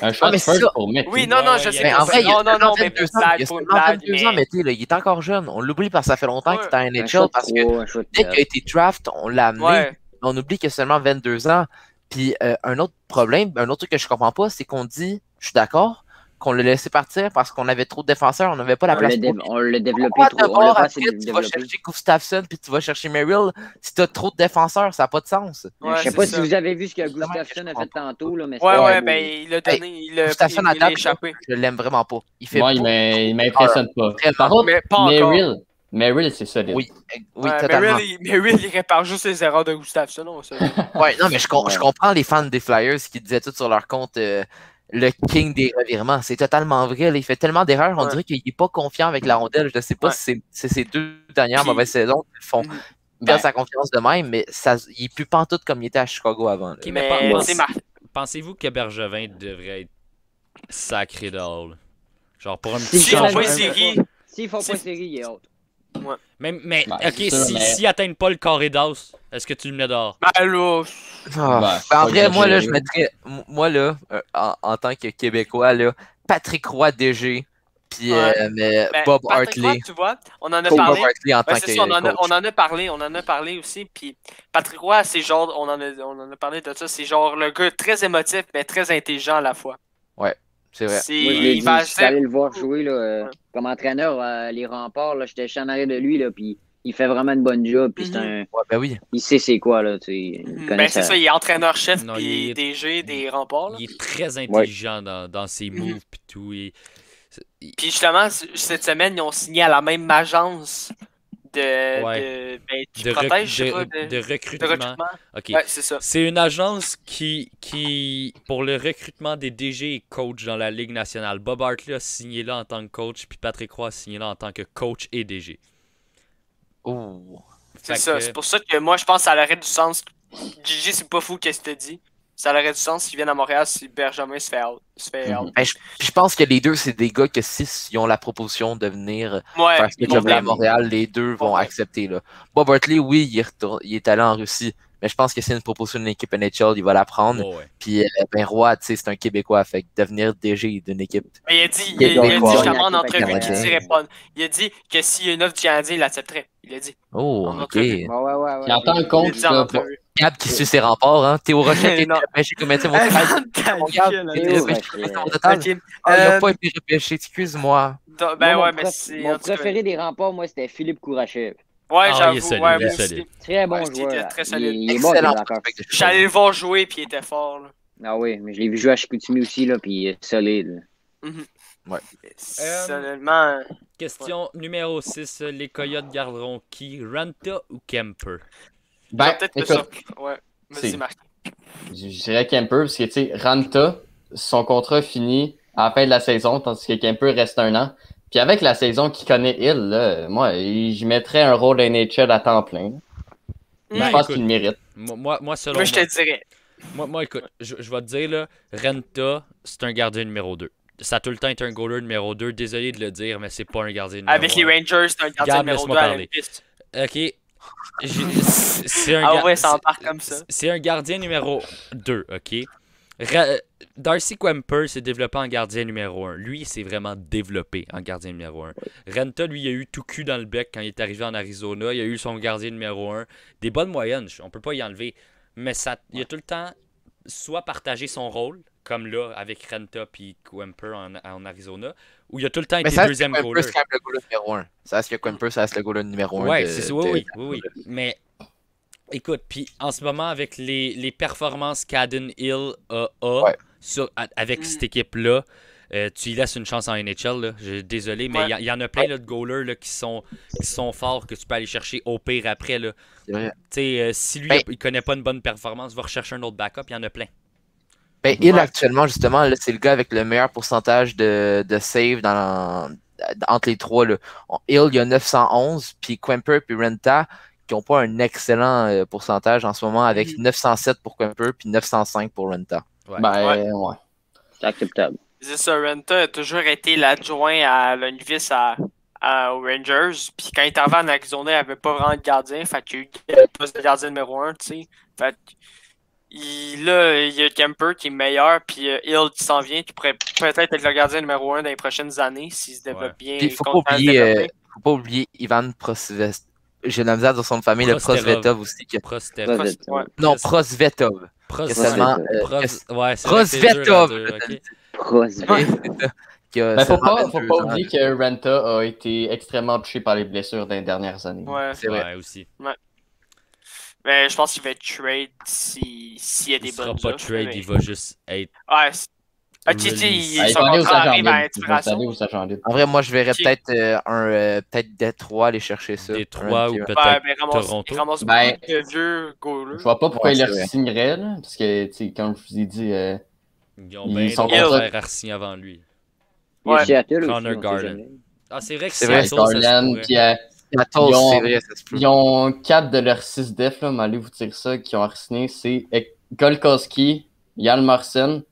[SPEAKER 5] Un shot
[SPEAKER 4] mais c'est
[SPEAKER 5] first
[SPEAKER 4] ça.
[SPEAKER 5] pour mettre.
[SPEAKER 3] ah, Oui, non, non,
[SPEAKER 2] ouais,
[SPEAKER 3] je
[SPEAKER 2] il y
[SPEAKER 3] sais
[SPEAKER 2] a-
[SPEAKER 4] Mais
[SPEAKER 3] pas.
[SPEAKER 4] en vrai, il y
[SPEAKER 3] non,
[SPEAKER 4] a
[SPEAKER 3] non,
[SPEAKER 4] seulement
[SPEAKER 3] non, mais pour
[SPEAKER 4] 22
[SPEAKER 3] une
[SPEAKER 4] ans,
[SPEAKER 3] blague,
[SPEAKER 4] il y a
[SPEAKER 3] pour une
[SPEAKER 4] seulement
[SPEAKER 3] blague.
[SPEAKER 4] 22
[SPEAKER 3] mais-
[SPEAKER 4] ans, mais tu sais, là, il est encore jeune. On l'oublie parce que ça fait longtemps
[SPEAKER 3] Ouais.
[SPEAKER 4] qu'il est en
[SPEAKER 1] Un shot
[SPEAKER 4] NHL parce que
[SPEAKER 1] trois, un shot
[SPEAKER 4] dès qu'il a
[SPEAKER 1] quatre.
[SPEAKER 4] été draft, on l'a amené.
[SPEAKER 3] Ouais.
[SPEAKER 4] on oublie qu'il a seulement 22 ans. Puis euh, un autre problème, un autre truc que je comprends pas, c'est qu'on dit, je suis d'accord, qu'on le laissait partir parce qu'on avait trop de défenseurs, on n'avait pas la
[SPEAKER 1] On
[SPEAKER 4] place
[SPEAKER 1] l'a
[SPEAKER 4] pour
[SPEAKER 1] dé-
[SPEAKER 4] lui.
[SPEAKER 1] on l'a développé
[SPEAKER 4] Pourquoi
[SPEAKER 1] trop. On l'a
[SPEAKER 4] d'abord,
[SPEAKER 1] pas assez
[SPEAKER 4] après, tu vas
[SPEAKER 1] développé.
[SPEAKER 4] chercher Gustafsson puis tu vas chercher Merrill. Si t'as trop de défenseurs, ça n'a pas de sens.
[SPEAKER 3] Ouais,
[SPEAKER 1] je sais
[SPEAKER 3] c'est
[SPEAKER 1] pas
[SPEAKER 3] ça.
[SPEAKER 1] si vous avez vu ce que
[SPEAKER 4] Justement,
[SPEAKER 1] Gustafsson
[SPEAKER 4] je
[SPEAKER 1] a
[SPEAKER 4] comprends
[SPEAKER 1] fait
[SPEAKER 4] pas.
[SPEAKER 1] tantôt, là, mais
[SPEAKER 3] Ouais,
[SPEAKER 1] c'était-
[SPEAKER 3] ouais, ben il l'a donné, il l'a
[SPEAKER 4] Gustafsson
[SPEAKER 3] il- il l'a
[SPEAKER 4] attaque,
[SPEAKER 3] échappé.
[SPEAKER 4] Je l'aime vraiment pas. Il fait
[SPEAKER 5] Moi, il
[SPEAKER 4] beaucoup
[SPEAKER 5] m'in- il m'impressionne pas. Par contre,
[SPEAKER 3] Mais pas encore.
[SPEAKER 5] Merrill, Merrill, c'est solide.
[SPEAKER 4] Oui, euh, oui,
[SPEAKER 3] Ouais,
[SPEAKER 4] totalement.
[SPEAKER 3] Merrill, il- Merrill, il répare juste les erreurs de Gustafsson, on sait.
[SPEAKER 4] Ouais, non, mais je, com-
[SPEAKER 1] Ouais.
[SPEAKER 4] je comprends les fans des Flyers qui disaient tout sur leur compte euh, le king des revirements. C'est totalement vrai. là. il fait tellement d'erreurs, on
[SPEAKER 3] Ouais.
[SPEAKER 4] dirait qu'il n'est pas confiant avec la rondelle. Je ne sais pas
[SPEAKER 3] Ouais.
[SPEAKER 4] si c'est- c'est ses deux dernières
[SPEAKER 3] Puis-
[SPEAKER 4] mauvaises saisons qui le font
[SPEAKER 3] Mhm.
[SPEAKER 4] perdre
[SPEAKER 5] Ben,
[SPEAKER 4] sa confiance de même, mais ça, il est plus pantoute comme il était à Chicago avant. là.
[SPEAKER 2] Ok, mais
[SPEAKER 3] Mais
[SPEAKER 2] pense-
[SPEAKER 3] c'est mar-
[SPEAKER 2] Pensez-vous que Bergevin devrait être sacré dehors? là? Genre pour un
[SPEAKER 1] Si
[SPEAKER 2] petit
[SPEAKER 3] S'ils
[SPEAKER 1] ils
[SPEAKER 3] font
[SPEAKER 1] font
[SPEAKER 2] changement.
[SPEAKER 3] pas
[SPEAKER 1] pas
[SPEAKER 3] une
[SPEAKER 1] un-
[SPEAKER 3] série,
[SPEAKER 1] S'ils font pas
[SPEAKER 3] C'est-
[SPEAKER 1] série, il est haute.
[SPEAKER 2] Mais, mais
[SPEAKER 5] Ben,
[SPEAKER 2] ok,
[SPEAKER 5] c'est
[SPEAKER 2] s'ils
[SPEAKER 5] sûr,
[SPEAKER 2] si,
[SPEAKER 5] mais-
[SPEAKER 2] s'ils atteignent pas le carré d'as, est-ce que tu le mets dehors?
[SPEAKER 3] ben là,
[SPEAKER 4] Ah.
[SPEAKER 5] ben,
[SPEAKER 4] Ben, en
[SPEAKER 5] pas
[SPEAKER 4] vrai, moi, là,
[SPEAKER 5] exagéré.
[SPEAKER 4] je mettrais, m- moi, là, euh, en, en tant que Québécois, là, Patrick Roy DG, puis
[SPEAKER 3] Ouais.
[SPEAKER 4] euh, mais
[SPEAKER 3] ben,
[SPEAKER 4] Bob
[SPEAKER 3] Patrick Roy,
[SPEAKER 4] Hartley.
[SPEAKER 3] tu vois, on en a
[SPEAKER 4] Bob
[SPEAKER 3] parlé.
[SPEAKER 4] Hartley en
[SPEAKER 3] Ouais,
[SPEAKER 4] tant
[SPEAKER 3] c'est
[SPEAKER 4] que
[SPEAKER 3] ça, on en, a,
[SPEAKER 4] coach.
[SPEAKER 3] on en a parlé, on en a parlé aussi. Puis Patrick Roy, c'est genre, on en, a, on en a parlé de ça, c'est genre le gars très émotif, mais très intelligent à la fois.
[SPEAKER 4] C'est vrai.
[SPEAKER 3] C'est,
[SPEAKER 1] Moi, je l'ai
[SPEAKER 3] il
[SPEAKER 1] dit,
[SPEAKER 3] va
[SPEAKER 1] je suis allé le voir
[SPEAKER 3] beaucoup.
[SPEAKER 1] jouer là, euh,
[SPEAKER 3] Ouais.
[SPEAKER 1] comme entraîneur, euh, les remparts, là, j'étais juste en arrière de lui, là, puis il fait vraiment une bonne job, puis c'est un...
[SPEAKER 4] Ouais, ben oui.
[SPEAKER 1] il sait c'est quoi, là, tu sais, il
[SPEAKER 3] Mhm. Ben,
[SPEAKER 1] connaît
[SPEAKER 3] c'est
[SPEAKER 1] sa-
[SPEAKER 3] ça, il est entraîneur-chef,
[SPEAKER 2] Non,
[SPEAKER 3] puis
[SPEAKER 2] il est-
[SPEAKER 3] DG, des remparts. là.
[SPEAKER 2] Il est très intelligent dans, dans ses moves pis tout. et-
[SPEAKER 3] Puis justement, c- cette semaine, ils ont signé à la même agence de, de, ben, qui
[SPEAKER 2] de, rec-
[SPEAKER 3] protège, je
[SPEAKER 2] de-
[SPEAKER 3] sais pas,
[SPEAKER 2] de
[SPEAKER 3] de, de
[SPEAKER 2] recrutement.
[SPEAKER 3] recrutement.
[SPEAKER 2] Ok.
[SPEAKER 3] Ouais, c'est ça.
[SPEAKER 2] C'est une agence qui, qui, pour le recrutement des DG et coach dans la Ligue nationale, Bob Hartley a signé là en tant que coach, puis Patrick Roy a signé là en tant que coach et DG.
[SPEAKER 4] Ouh.
[SPEAKER 3] C'est
[SPEAKER 2] Fait
[SPEAKER 3] ça.
[SPEAKER 2] que-
[SPEAKER 3] C'est pour ça que moi, je pense que ça aurait du sens. Gigi, c'est pas fou qu'est-ce que tu dit. Ça aurait du sens s'ils viennent à Montréal si Benjamin se fait out. Se fait
[SPEAKER 5] Mhm.
[SPEAKER 3] out.
[SPEAKER 4] Ben, je, je pense que les deux, c'est des gars que s'ils ont la proposition de venir
[SPEAKER 3] Ouais,
[SPEAKER 4] faire ce
[SPEAKER 3] ils
[SPEAKER 1] vont
[SPEAKER 4] job
[SPEAKER 3] vont
[SPEAKER 4] à
[SPEAKER 1] blâmer.
[SPEAKER 4] Montréal, les deux vont
[SPEAKER 3] Ouais.
[SPEAKER 4] accepter. Là. Bob Hartley, oui, il est, retour- il est allé en Russie, mais je pense que c'est une proposition d'une équipe NHL, il va la prendre.
[SPEAKER 2] Ouais, ouais.
[SPEAKER 4] Puis euh, ben, Roy, tu sais, c'est un Québécois, fait que devenir DG d'une équipe.
[SPEAKER 3] Mais il a dit, il,
[SPEAKER 4] Il est
[SPEAKER 3] il a dit
[SPEAKER 4] Québécois.
[SPEAKER 3] justement en
[SPEAKER 1] Il est
[SPEAKER 3] entrevue qu'il
[SPEAKER 4] Canadien.
[SPEAKER 3] dirait pas. Il a dit que s'il y a une offre du Canadien, il l'accepterait. Il a dit.
[SPEAKER 4] Oh,
[SPEAKER 3] On
[SPEAKER 4] ok.
[SPEAKER 1] Ouais, ouais, ouais, ouais.
[SPEAKER 5] Il entend un
[SPEAKER 3] Il a
[SPEAKER 5] compte,
[SPEAKER 3] dit en
[SPEAKER 5] là,
[SPEAKER 3] entrevue.
[SPEAKER 4] Gab qui suit ses remparts, hein. Théo Rochette qui a été
[SPEAKER 3] Non.
[SPEAKER 4] repêché comme était mon
[SPEAKER 3] Hey,
[SPEAKER 4] frère.
[SPEAKER 3] ferme ta
[SPEAKER 4] Mon Gab,
[SPEAKER 3] gueule,
[SPEAKER 4] il a
[SPEAKER 1] Théo
[SPEAKER 4] été repêché
[SPEAKER 1] Rochette.
[SPEAKER 4] comme total.
[SPEAKER 3] Ok.
[SPEAKER 4] Ah, il
[SPEAKER 3] Euh,
[SPEAKER 4] n'a pas été repêché, excuse-moi.
[SPEAKER 3] donc- Ben
[SPEAKER 1] Moi,
[SPEAKER 3] ouais,
[SPEAKER 1] mon
[SPEAKER 3] mais
[SPEAKER 1] prof-
[SPEAKER 3] c'est. en
[SPEAKER 1] Mon
[SPEAKER 3] tout cas-
[SPEAKER 1] préféré des remparts, moi, c'était Philippe Kourachev.
[SPEAKER 3] Ouais,
[SPEAKER 2] Ah, il est
[SPEAKER 3] j'avoue.
[SPEAKER 2] solide, il
[SPEAKER 3] ouais,
[SPEAKER 2] est
[SPEAKER 3] moi aussi.
[SPEAKER 2] solide.
[SPEAKER 1] Très bon
[SPEAKER 3] Ouais, c'était
[SPEAKER 1] joueur.
[SPEAKER 3] très
[SPEAKER 1] il,
[SPEAKER 3] solide.
[SPEAKER 1] il est bon,
[SPEAKER 4] Excellent.
[SPEAKER 1] il est encore.
[SPEAKER 4] prospect de
[SPEAKER 3] Je suis allé le voir jouer, puis il était fort. là.
[SPEAKER 1] Ah oui, mais je l'ai vu jouer à Chicoutimi aussi, là, puis il est solide.
[SPEAKER 2] Euh,
[SPEAKER 3] Seulement.
[SPEAKER 2] Question numéro 6. Les Coyotes garderont qui Ranta ou Kemper
[SPEAKER 5] Ben,
[SPEAKER 3] peut-être que
[SPEAKER 5] écoute,
[SPEAKER 3] ça. Ouais. Vas-y,
[SPEAKER 5] Si.
[SPEAKER 3] Marc.
[SPEAKER 5] je je dirais Kemper, parce que, tu sais, Ranta, son contrat finit à la fin de la saison, tandis que Kemper reste un an. Puis avec la saison qu'il connaît Hill, là, moi, il- je mettrais un rôle NHL à temps plein.
[SPEAKER 2] Ben,
[SPEAKER 5] je pense
[SPEAKER 2] écoute.
[SPEAKER 5] qu'il le mérite.
[SPEAKER 2] Moi, moi, moi, selon
[SPEAKER 3] Mm. Moi, je te
[SPEAKER 2] moi-
[SPEAKER 3] dirais.
[SPEAKER 2] Moi, moi, écoute, je, je vais te dire, là, Renta, c'est un gardien numéro 2. Ça a tout le temps été un goaler numéro 2. Désolé de le dire, mais c'est pas un gardien numéro
[SPEAKER 3] Avec les
[SPEAKER 2] un.
[SPEAKER 3] Rangers, c'est un gardien
[SPEAKER 2] Gab,
[SPEAKER 3] numéro
[SPEAKER 2] laisse-moi
[SPEAKER 3] 2 à
[SPEAKER 2] parler.
[SPEAKER 3] la piste.
[SPEAKER 2] Ok. J'ai- C'est c'est un,
[SPEAKER 3] Ah
[SPEAKER 2] gar-
[SPEAKER 3] ouais, ça
[SPEAKER 2] c'est-
[SPEAKER 3] en part comme ça.
[SPEAKER 2] c'est un gardien numéro 2, ok? Ra- Darcy Quemper s'est développé en gardien numéro 1. Lui, il s'est vraiment développé en gardien numéro 1. Renta, lui, il a eu tout cul dans le bec quand il est arrivé en Arizona. Il a eu son gardien numéro 1. Des bonnes moyennes, on peut pas y enlever. Mais ça, il a tout le temps soit partagé son rôle, comme là avec Renta puis Quemper en, en Arizona, où il a tout le temps
[SPEAKER 4] Mais
[SPEAKER 2] été
[SPEAKER 4] ça reste
[SPEAKER 2] deuxième
[SPEAKER 4] que Quimper,
[SPEAKER 2] goaler.
[SPEAKER 4] c'est quand même le goaler numéro 1. Ça reste que Quimper, ça reste le goaler numéro 1.
[SPEAKER 2] Ouais, c'est ça, oui, oui, oui, oui. Mais écoute, puis en ce moment, avec les, les performances qu'Aden Hill a, a
[SPEAKER 4] Ouais.
[SPEAKER 2] sur- a- avec
[SPEAKER 3] Mhm.
[SPEAKER 2] cette équipe-là, euh, tu y laisses une chance en NHL. Là. Je- désolé, mais
[SPEAKER 3] Ouais.
[SPEAKER 2] il y a- il y, en a plein là, de goalers là, qui, sont, qui sont forts que tu peux aller chercher au pire après. Là.
[SPEAKER 4] C'est vrai.
[SPEAKER 2] Tu sais, euh, si lui,
[SPEAKER 4] Ben-
[SPEAKER 2] il connaît pas une bonne performance, va rechercher un autre backup, il y en a plein.
[SPEAKER 4] Ben, il
[SPEAKER 3] Ouais.
[SPEAKER 4] actuellement, justement, là, c'est le gars avec le meilleur pourcentage de, de save dans, entre les trois. Là. On- Hill, il y a 911, puis Quimper puis Renta qui n'ont pas un excellent euh, pourcentage en ce moment avec
[SPEAKER 2] Mhm.
[SPEAKER 4] 907 pour Quimper puis 905 pour Renta.
[SPEAKER 2] Ouais.
[SPEAKER 5] Ben, ouais.
[SPEAKER 1] C'est acceptable.
[SPEAKER 3] C'est ça, Renta a toujours été l'adjoint à Lundqvist à, à- aux Rangers. Puis quand il est arrivé en Arizona, il avait pas vraiment de gardien. Fait qu'il y a eu le poste de gardien numéro 1, tu sais. Fait que, il, là, il y a Kemper qui est meilleur, puis euh, Hill qui s'en vient, qui pourrait peut-être être le gardien numéro 1 dans les prochaines années s'il se développe
[SPEAKER 2] Ouais.
[SPEAKER 3] bien.
[SPEAKER 4] Puis, faut pas
[SPEAKER 3] continue à se
[SPEAKER 4] oublier, euh,
[SPEAKER 3] développer.
[SPEAKER 4] Faut pas oublier Ivan Prosvetov. J'ai de la misère dans son famille, le
[SPEAKER 2] Prosterov.
[SPEAKER 4] Prosvetov aussi. que-
[SPEAKER 1] Ça,
[SPEAKER 2] Prostep.
[SPEAKER 3] Pros-
[SPEAKER 1] c'est-
[SPEAKER 3] ouais.
[SPEAKER 4] Non, Prosvetov.
[SPEAKER 2] Pros-
[SPEAKER 4] Que seulement, euh,
[SPEAKER 2] Pros-
[SPEAKER 4] que-
[SPEAKER 2] ouais, c'est vrai, c'est dur à
[SPEAKER 4] Prosvetov,
[SPEAKER 2] dire,
[SPEAKER 4] je te
[SPEAKER 2] ok.
[SPEAKER 4] le
[SPEAKER 1] Prost.
[SPEAKER 4] qui a
[SPEAKER 5] Ben, faut
[SPEAKER 4] seulement
[SPEAKER 5] pas, faut
[SPEAKER 4] 22
[SPEAKER 5] pas
[SPEAKER 4] ans.
[SPEAKER 5] oublier que Renta a été extrêmement touché par les blessures dans les dernières années.
[SPEAKER 3] Ouais.
[SPEAKER 4] C'est vrai.
[SPEAKER 2] Ouais, aussi.
[SPEAKER 3] Mais je pense qu'il va être trade si- s'il y a
[SPEAKER 2] Il
[SPEAKER 3] des
[SPEAKER 2] sera
[SPEAKER 3] bonnes
[SPEAKER 2] pas
[SPEAKER 3] offres,
[SPEAKER 2] trade,
[SPEAKER 3] mais-
[SPEAKER 2] il va juste être.
[SPEAKER 3] Ouais, c'est- Ah, tu sais,
[SPEAKER 2] release.
[SPEAKER 3] il-
[SPEAKER 5] Ah, ils
[SPEAKER 3] son
[SPEAKER 5] sont allés aux
[SPEAKER 3] contrat
[SPEAKER 5] agents
[SPEAKER 3] arrive à
[SPEAKER 5] libres. Ils sont
[SPEAKER 3] expiration.
[SPEAKER 5] allés aux agents libres.
[SPEAKER 1] Ah,
[SPEAKER 4] En vrai, moi, je verrais
[SPEAKER 3] Qui-
[SPEAKER 4] peut-être euh, un euh, peut-être Détroit aller chercher ça.
[SPEAKER 2] Détroit
[SPEAKER 4] Un-
[SPEAKER 2] ou
[SPEAKER 4] un-
[SPEAKER 3] Ouais,
[SPEAKER 2] peut-être
[SPEAKER 3] ben, ramasse,
[SPEAKER 2] Toronto.
[SPEAKER 3] il ramasse
[SPEAKER 5] Ben-
[SPEAKER 3] beaucoup de vieux goalers.
[SPEAKER 5] Je vois pas pourquoi
[SPEAKER 4] Ouais,
[SPEAKER 5] ils
[SPEAKER 4] c'est
[SPEAKER 5] leur
[SPEAKER 4] vrai.
[SPEAKER 5] signeraient, là, parce que, tu sais, comme je vous ai dit, euh,
[SPEAKER 2] Ils ont
[SPEAKER 5] Ils
[SPEAKER 2] bien
[SPEAKER 5] sont
[SPEAKER 2] d'autres
[SPEAKER 3] contre-
[SPEAKER 2] affaires à signer avant lui.
[SPEAKER 1] Il y a
[SPEAKER 3] Ouais.
[SPEAKER 1] Seattle aussi,
[SPEAKER 2] Connor
[SPEAKER 1] on sait
[SPEAKER 2] Garland.
[SPEAKER 1] jamais.
[SPEAKER 2] Ah, c'est vrai que
[SPEAKER 4] C'est
[SPEAKER 2] Seattle,
[SPEAKER 4] vrai,
[SPEAKER 2] ça se
[SPEAKER 5] Garland,
[SPEAKER 2] pourrait.
[SPEAKER 5] puis euh,
[SPEAKER 4] Seattle,
[SPEAKER 5] Ils ont-
[SPEAKER 4] c'est vrai, ça se peut.
[SPEAKER 5] ils ont 4 de leurs 6 def, là, mais allez vous dire ça, qui ont re-signé, c'est Ek- Golkowski, Yalmarsen,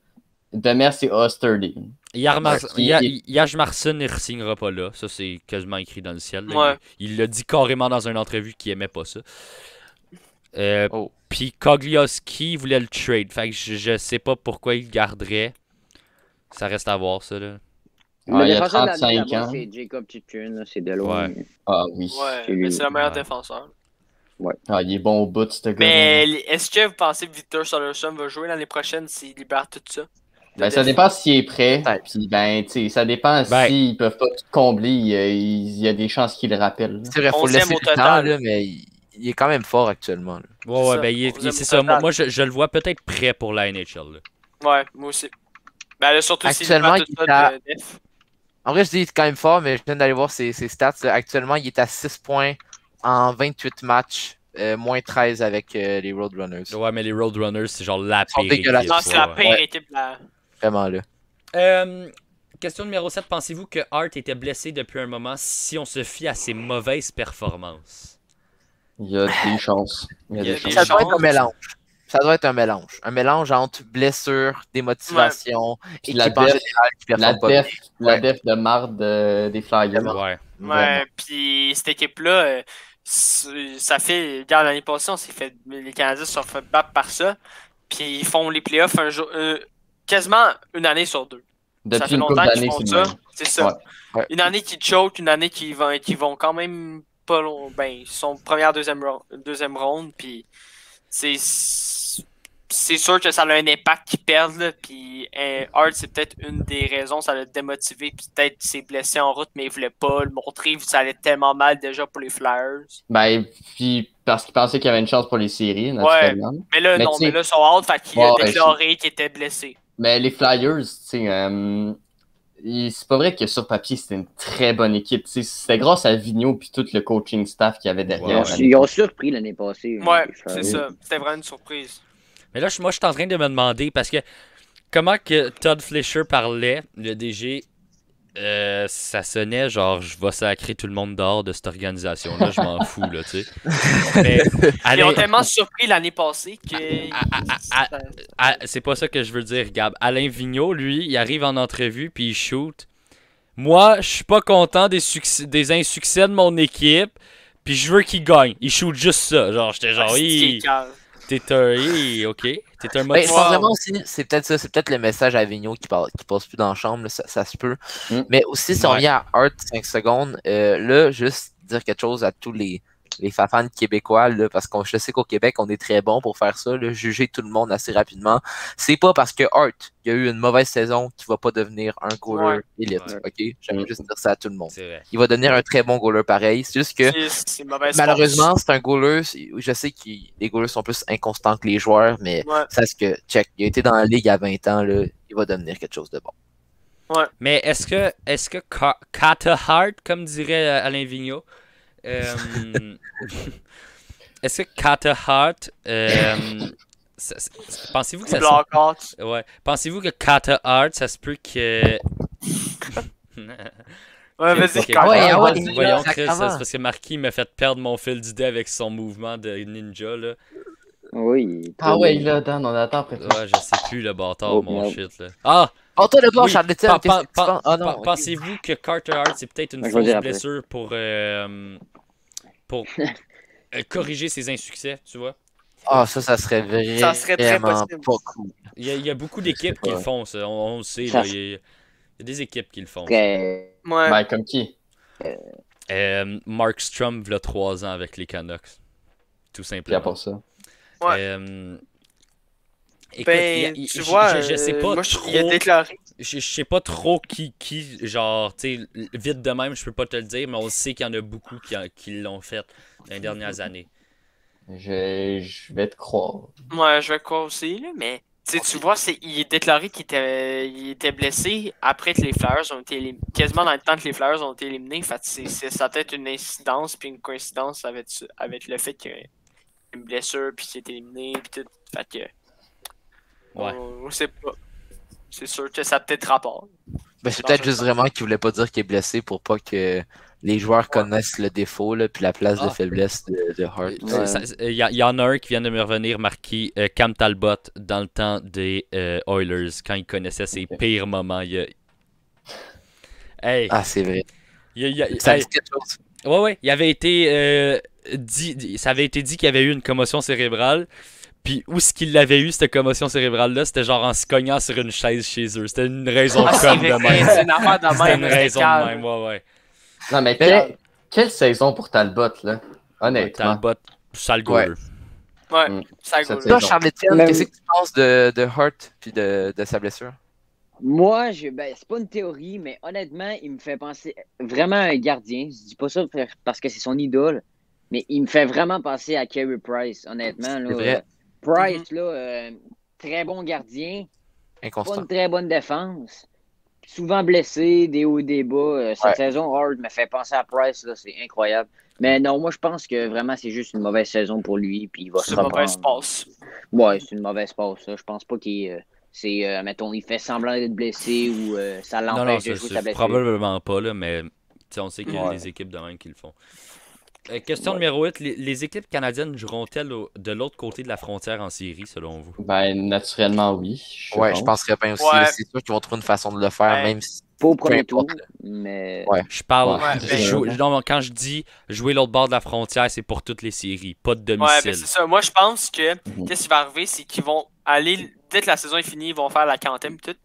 [SPEAKER 5] Demers et Osterley.
[SPEAKER 2] Yarmar-
[SPEAKER 5] Ouais, qui-
[SPEAKER 2] Ya- Yajmarson ne re-signera pas là. Ça, c'est quasiment écrit dans le ciel. là.
[SPEAKER 3] Ouais.
[SPEAKER 2] Il il l'a dit carrément dans une entrevue qu'il aimait pas ça. Euh,
[SPEAKER 4] Oh.
[SPEAKER 2] Puis Koglioski voulait le trade. Fait que je, je sais pas pourquoi il le garderait. Ça reste à voir, ça. Là.
[SPEAKER 5] Ouais,
[SPEAKER 1] le
[SPEAKER 5] Ah, il a
[SPEAKER 1] défenseur de la
[SPEAKER 5] 35
[SPEAKER 1] ligue là-bas,
[SPEAKER 5] ans.
[SPEAKER 1] C'est Jacob Chitrin, là, c'est de loin.
[SPEAKER 5] Ah oui.
[SPEAKER 3] Ouais,
[SPEAKER 1] C'est
[SPEAKER 3] mais
[SPEAKER 1] lui.
[SPEAKER 3] c'est le meilleur
[SPEAKER 2] Ouais.
[SPEAKER 3] défenseur.
[SPEAKER 5] Ah, il est bon au bout de ce gars.
[SPEAKER 3] Mais les- est-ce que vous pensez que Victor Solerson va jouer l'année prochaine s'il libère tout ça?
[SPEAKER 5] Ben, ça dépend s'il est prêt.
[SPEAKER 4] Ouais.
[SPEAKER 5] Puis, ben, tu sais, ça dépend
[SPEAKER 2] Ben.
[SPEAKER 5] s'ils peuvent pas tout combler. Il y a- il y a des chances qu'ils le rappellent. là.
[SPEAKER 4] C'est vrai, faut le
[SPEAKER 3] Onzième
[SPEAKER 4] laisser
[SPEAKER 3] au
[SPEAKER 4] du temps,
[SPEAKER 3] total.
[SPEAKER 4] là, mais il, il est quand même fort actuellement. là.
[SPEAKER 2] Ouais, ouais,
[SPEAKER 3] ça,
[SPEAKER 2] ben, il est-
[SPEAKER 3] on
[SPEAKER 2] il-
[SPEAKER 3] vous aime
[SPEAKER 2] c'est ça. Moi,
[SPEAKER 3] total.
[SPEAKER 2] moi, je, je le vois peut-être prêt pour la NHL. là.
[SPEAKER 3] Ouais, moi aussi. Ben là, surtout s'il
[SPEAKER 4] Actuellement,
[SPEAKER 3] libère tout
[SPEAKER 4] il est
[SPEAKER 3] ça
[SPEAKER 4] à-
[SPEAKER 3] de def.
[SPEAKER 4] En vrai, je dis il est quand même fort, mais je viens d'aller voir ses, ses stats. là. Actuellement, il est à 6 points en 28 matchs, euh, moins 13 avec euh, les Roadrunners.
[SPEAKER 2] Ouais, mais les Roadrunners, c'est genre la
[SPEAKER 4] Ils sont
[SPEAKER 2] pire. équipe,
[SPEAKER 4] dégueulasses.
[SPEAKER 3] Non, c'est la
[SPEAKER 2] ouais.
[SPEAKER 3] pire
[SPEAKER 4] Ouais.
[SPEAKER 3] équipe. là.
[SPEAKER 4] Vraiment là.
[SPEAKER 2] Euh, question numéro 7. Pensez-vous que Hart était blessé depuis un moment si on se fie à ses mauvaises performances?
[SPEAKER 5] Il y a des chances. Il y a des
[SPEAKER 3] Il
[SPEAKER 4] Ça
[SPEAKER 5] chances.
[SPEAKER 4] doit être un
[SPEAKER 3] change.
[SPEAKER 4] mélange. Ça doit être un mélange. Un mélange entre blessure, démotivation,
[SPEAKER 5] Puis
[SPEAKER 4] et
[SPEAKER 5] la
[SPEAKER 4] équipe en
[SPEAKER 5] def-
[SPEAKER 4] général qui
[SPEAKER 5] La
[SPEAKER 4] performe pas bien.
[SPEAKER 5] def, la
[SPEAKER 4] Ouais.
[SPEAKER 5] def de marde euh, des Flyers.
[SPEAKER 2] Ouais.
[SPEAKER 4] Vraiment.
[SPEAKER 3] Ouais, puis cette équipe-là, euh, c'est- ça fait. Regarde, l'année passée, on s'est fait. Les Canadiens se sont fait battre par ça. Puis ils font les playoffs un jour. euh, quasiment une année sur deux. ça
[SPEAKER 5] Depuis
[SPEAKER 3] fait
[SPEAKER 5] une couple
[SPEAKER 3] longtemps qu'ils
[SPEAKER 5] d'années,
[SPEAKER 3] font
[SPEAKER 5] c'est
[SPEAKER 3] ça.
[SPEAKER 5] le même.
[SPEAKER 3] C'est ça.
[SPEAKER 4] Ouais. Ouais.
[SPEAKER 3] Une année qui choke, une année qui vont, qui vont quand même pas long. Ben, ils sont première, deuxième, ro- deuxième ronde, puis c'est. C'est sûr que ça a un impact qu'ils perdent, là, puis euh, Hart, c'est peut-être une des raisons, ça l'a démotivé, puis peut-être qu'il s'est blessé en route, mais il voulait pas le montrer, vu que ça allait tellement mal déjà pour les Flyers.
[SPEAKER 5] Ben, puis parce qu'ils pensaient qu'il y avait une chance pour les séries, naturellement.
[SPEAKER 3] Mais là,
[SPEAKER 5] Mais
[SPEAKER 3] non,
[SPEAKER 5] tu sais-
[SPEAKER 3] mais là, ils sont out, fait qu'il
[SPEAKER 5] Ouais,
[SPEAKER 3] a
[SPEAKER 5] ouais,
[SPEAKER 3] déclaré qu'il était blessé.
[SPEAKER 5] Mais les Flyers, tu sais, euh, il- c'est pas vrai que sur papier, c'était une très bonne équipe. tu sais. C'était grâce à Vigneault puis tout le coaching staff qu'il y avait
[SPEAKER 1] Ils
[SPEAKER 5] derrière.
[SPEAKER 1] ont, ils ont surpris l'année passée.
[SPEAKER 5] Mm,
[SPEAKER 1] hein,
[SPEAKER 3] Ouais,
[SPEAKER 1] les Flyers.
[SPEAKER 3] c'est ça. C'était vraiment une surprise.
[SPEAKER 2] Mais là, je- moi, je suis en train de me demander parce que comment que Todd Fletcher parlait, le DG, euh, ça sonnait genre je vais sacrer tout le monde dehors de cette organisation-là, je m'en fous, là, tu sais. Mais
[SPEAKER 3] Ils
[SPEAKER 2] allez,
[SPEAKER 3] ont tellement surpris l'année passée que.
[SPEAKER 2] Ah, ah, ah, Ah, c'est pas ça que je veux dire, Gab. Alain Vigneault, lui, il arrive en entrevue puis il shoot. Moi, je suis pas content des, succès, des insuccès de mon équipe, puis je veux qu'il gagne. Il shoot juste ça. Genre, j'étais genre,
[SPEAKER 3] Ah, c'est
[SPEAKER 2] Hi.
[SPEAKER 3] qu'il est calme.
[SPEAKER 2] T'es un. hey, ok. T'es un
[SPEAKER 4] Ben,
[SPEAKER 2] motif.
[SPEAKER 4] c'est vraiment aussi, c'est peut-être ça, c'est peut-être le message à Vigneault qui, parle, qui passe plus dans la chambre, là, ça, ça se peut.
[SPEAKER 5] Mm.
[SPEAKER 4] Mais aussi, si on
[SPEAKER 2] Ouais.
[SPEAKER 4] revient à Art 5 secondes, euh, là, juste dire quelque chose à tous les, les fans québécois, là, parce qu'on je sais qu'au Québec, on est très bon pour faire ça, là, juger tout le monde assez rapidement. C'est pas parce que Art, il y a eu une mauvaise saison qu'il va pas devenir un goaler
[SPEAKER 3] Ouais.
[SPEAKER 4] élite,
[SPEAKER 2] Ouais.
[SPEAKER 4] ok? J'aime
[SPEAKER 5] Mm.
[SPEAKER 4] juste dire ça à tout le monde.
[SPEAKER 2] C'est vrai.
[SPEAKER 4] Il va devenir un très bon goaler pareil, c'est juste que
[SPEAKER 3] C'est- C'est une mauvaise
[SPEAKER 4] Malheureusement, c'est un goaler. c'est- Je sais que les goalers sont plus inconstants que les joueurs, mais
[SPEAKER 3] Ouais.
[SPEAKER 4] ça, c'est que, check, il a été dans la ligue à 20 ans, là, il va devenir quelque chose de bon.
[SPEAKER 2] Mais est-ce que, est-ce que Ca- Catahart, comme dirait euh, Alain Vigneault, euh, est-ce que Catahart, euh, ça- ça- ça- pensez-vous que
[SPEAKER 3] force.
[SPEAKER 2] ça
[SPEAKER 3] Du
[SPEAKER 2] se-
[SPEAKER 3] blackout.
[SPEAKER 2] ouais, pensez-vous que Catahart, ça se peut que
[SPEAKER 3] Ouais,
[SPEAKER 2] Ok,
[SPEAKER 3] vas-y,
[SPEAKER 2] ok,
[SPEAKER 3] Carl.
[SPEAKER 4] ouais,
[SPEAKER 2] voyons,
[SPEAKER 4] ouais,
[SPEAKER 2] Chris,
[SPEAKER 4] ouais,
[SPEAKER 2] voyons,
[SPEAKER 4] exactement.
[SPEAKER 2] Chris, ça, c'est parce que Marquis m'a fait perdre mon fil d'idée avec son mouvement de ninja, là.
[SPEAKER 1] Oui.
[SPEAKER 5] Ah ouais, là, Dan, on attend après toi.
[SPEAKER 2] Ouais, je sais plus, le bâtard,
[SPEAKER 1] Oh,
[SPEAKER 2] mon
[SPEAKER 1] merde.
[SPEAKER 2] shit, là. Ah!
[SPEAKER 4] Oh, toi, d'abord,
[SPEAKER 2] Oui,
[SPEAKER 4] Charles Etienne,
[SPEAKER 2] Pen-
[SPEAKER 4] qu'est-ce que
[SPEAKER 2] pen-
[SPEAKER 4] tu penses? Ah non,
[SPEAKER 2] pen-
[SPEAKER 4] ok.
[SPEAKER 2] Pensez-vous que Carter Hart, c'est peut-être une
[SPEAKER 1] Je vais
[SPEAKER 2] fausse
[SPEAKER 1] dire après.
[SPEAKER 2] blessure pour, euh, pour euh, corriger ses insuccès, tu vois?
[SPEAKER 4] Ah, ça, ça serait vraiment
[SPEAKER 3] Ça serait très possible.
[SPEAKER 4] pas cool.
[SPEAKER 2] Il y a, il y a beaucoup d'équipes qui le font, ça. On, on le sait,
[SPEAKER 1] Ça
[SPEAKER 2] là,
[SPEAKER 1] se-
[SPEAKER 2] il, y a, il y a des équipes qui le font.
[SPEAKER 1] Très...
[SPEAKER 3] Ouais.
[SPEAKER 5] Ben, comme qui
[SPEAKER 2] Euh, Mark Strum, il a 3 ans avec les Canucks.
[SPEAKER 5] Puis
[SPEAKER 2] Tout
[SPEAKER 5] à
[SPEAKER 2] simplement.
[SPEAKER 5] part ça.
[SPEAKER 3] Ouais.
[SPEAKER 2] Euh, écoute, il y a-
[SPEAKER 3] Ben,
[SPEAKER 2] il-
[SPEAKER 3] tu
[SPEAKER 2] je-
[SPEAKER 3] vois,
[SPEAKER 2] je, je sais
[SPEAKER 3] euh,
[SPEAKER 2] pas
[SPEAKER 3] moi, je-
[SPEAKER 2] trop.
[SPEAKER 3] il a déclaré.
[SPEAKER 2] je, je sais pas trop qui, qui genre, tu sais, l- vite de même, je peux pas te le dire, mais on sait qu'il y en a beaucoup qui, en- qui l'ont fait dans les dernières années.
[SPEAKER 5] Je, je vais te croire.
[SPEAKER 3] Moi, je vais croire aussi, là, mais tu sais, tu vois, c'est- il a déclaré qu'il était, il était blessé après que les Flyers ont été éliminés. Quasiment dans le temps que les Flyers ont été éliminés. Fait que c'est- c'est- ça a peut-être une incidence puis une coïncidence avec, avec le fait qu'il y a une blessure puis qu'il est éliminé puis tout. Fait que.
[SPEAKER 2] Ouais.
[SPEAKER 3] On, on sait pas. C'est sûr que ça a peut-être rapport.
[SPEAKER 4] Ben, c'est
[SPEAKER 3] Non,
[SPEAKER 4] peut-être
[SPEAKER 3] je-
[SPEAKER 4] juste vraiment qu'il voulait pas dire qu'il est blessé pour pas que les joueurs connaissent le défaut, là, puis la place de
[SPEAKER 2] Ah.
[SPEAKER 4] faiblesse de, de Hart.
[SPEAKER 2] euh, Il
[SPEAKER 1] Ouais.
[SPEAKER 2] y, a- y en a un qui vient de me revenir, marqué euh, Cam Talbot, dans le temps des euh, Oilers, quand il connaissait ses
[SPEAKER 5] Ok.
[SPEAKER 2] pires moments. il a- Hey,
[SPEAKER 4] Ah, c'est vrai.
[SPEAKER 2] il y a- il y a-
[SPEAKER 4] Ça
[SPEAKER 2] hey,
[SPEAKER 4] dit quelque chose.
[SPEAKER 2] Ouais, ouais, il avait été euh, dit, dit- ça avait été dit qu'il avait eu une commotion cérébrale. Puis où ce qu'il l'avait eu cette commotion cérébrale là, c'était genre en se cognant sur une chaise chez eux. C'était une raison
[SPEAKER 3] Ah, c'est
[SPEAKER 2] conne de
[SPEAKER 3] vrai,
[SPEAKER 2] même.
[SPEAKER 3] c'est une affaire de
[SPEAKER 2] C'était
[SPEAKER 3] même.
[SPEAKER 2] une
[SPEAKER 3] c'est
[SPEAKER 2] raison de
[SPEAKER 3] calme.
[SPEAKER 2] même, ouais, ouais.
[SPEAKER 5] Non, mais
[SPEAKER 4] Mais-
[SPEAKER 5] quelle, quelle saison pour Talbot, là Honnêtement.
[SPEAKER 2] Talbot, sale
[SPEAKER 4] Ouais.
[SPEAKER 2] goaler.
[SPEAKER 3] Ouais,
[SPEAKER 5] Mm.
[SPEAKER 3] ça
[SPEAKER 5] Ça,
[SPEAKER 3] goûte.
[SPEAKER 5] c'est-
[SPEAKER 4] Toi,
[SPEAKER 5] bon.
[SPEAKER 4] Charles Etienne,
[SPEAKER 1] Même-
[SPEAKER 4] qu'est-ce que tu penses de, de Hart puis de, de sa blessure?
[SPEAKER 1] Moi, je... ben, c'est pas une théorie, mais honnêtement, il me fait penser vraiment à un gardien. Je dis pas ça parce que c'est son idole, mais il me fait vraiment penser à Carey Price, honnêtement. Là,
[SPEAKER 4] C'est vrai.
[SPEAKER 1] Euh, Price, là, euh, très bon gardien, pas
[SPEAKER 4] Inconstant.
[SPEAKER 1] une très bonne défense. Souvent blessé, des hauts et des bas. Euh, Cette
[SPEAKER 4] Ouais.
[SPEAKER 1] saison, Hard me fait penser à Price, là, c'est incroyable. Mais non, moi, je pense que vraiment, c'est juste une mauvaise saison pour lui, puis il va se
[SPEAKER 3] C'est une
[SPEAKER 2] ben,
[SPEAKER 1] reprendre.
[SPEAKER 3] mauvaise passe.
[SPEAKER 1] Ouais, c'est une mauvaise passe. là. Je pense pas qu'il. euh, c'est, euh, mettons, il fait semblant d'être blessé ou euh, ça
[SPEAKER 2] Non, non,
[SPEAKER 1] l'empêche
[SPEAKER 2] ça,
[SPEAKER 1] de jouer sa
[SPEAKER 2] c'est
[SPEAKER 1] blessure.
[SPEAKER 2] probablement pas là, mais tu sais, on sait qu'il y a
[SPEAKER 5] Ouais.
[SPEAKER 2] des équipes de même qui le font. Euh, question numéro 8, les, les équipes canadiennes joueront-elles au- de l'autre côté de la frontière en série selon vous
[SPEAKER 5] Ben, naturellement, oui. Je
[SPEAKER 4] ouais,
[SPEAKER 5] pense.
[SPEAKER 4] je penserais bien aussi.
[SPEAKER 3] Ouais.
[SPEAKER 4] là, C'est sûr qu'ils vont trouver une façon de le faire,
[SPEAKER 3] Ouais.
[SPEAKER 4] même si.
[SPEAKER 1] Pas au premier
[SPEAKER 4] Peu
[SPEAKER 1] tour,
[SPEAKER 4] importe.
[SPEAKER 1] mais.
[SPEAKER 4] Ouais.
[SPEAKER 2] Je parle
[SPEAKER 5] Ouais,
[SPEAKER 2] je
[SPEAKER 3] ben-
[SPEAKER 2] joue- non, mais quand je dis jouer l'autre bord de la frontière, c'est pour toutes les séries, pas de
[SPEAKER 3] Ouais,
[SPEAKER 2] domicile.
[SPEAKER 3] mais ben, c'est ça. Moi, je pense que
[SPEAKER 5] Mhm.
[SPEAKER 3] qu'est-ce qui va arriver, c'est qu'ils vont aller, dès que la saison est finie, ils vont faire la quantaine et tout.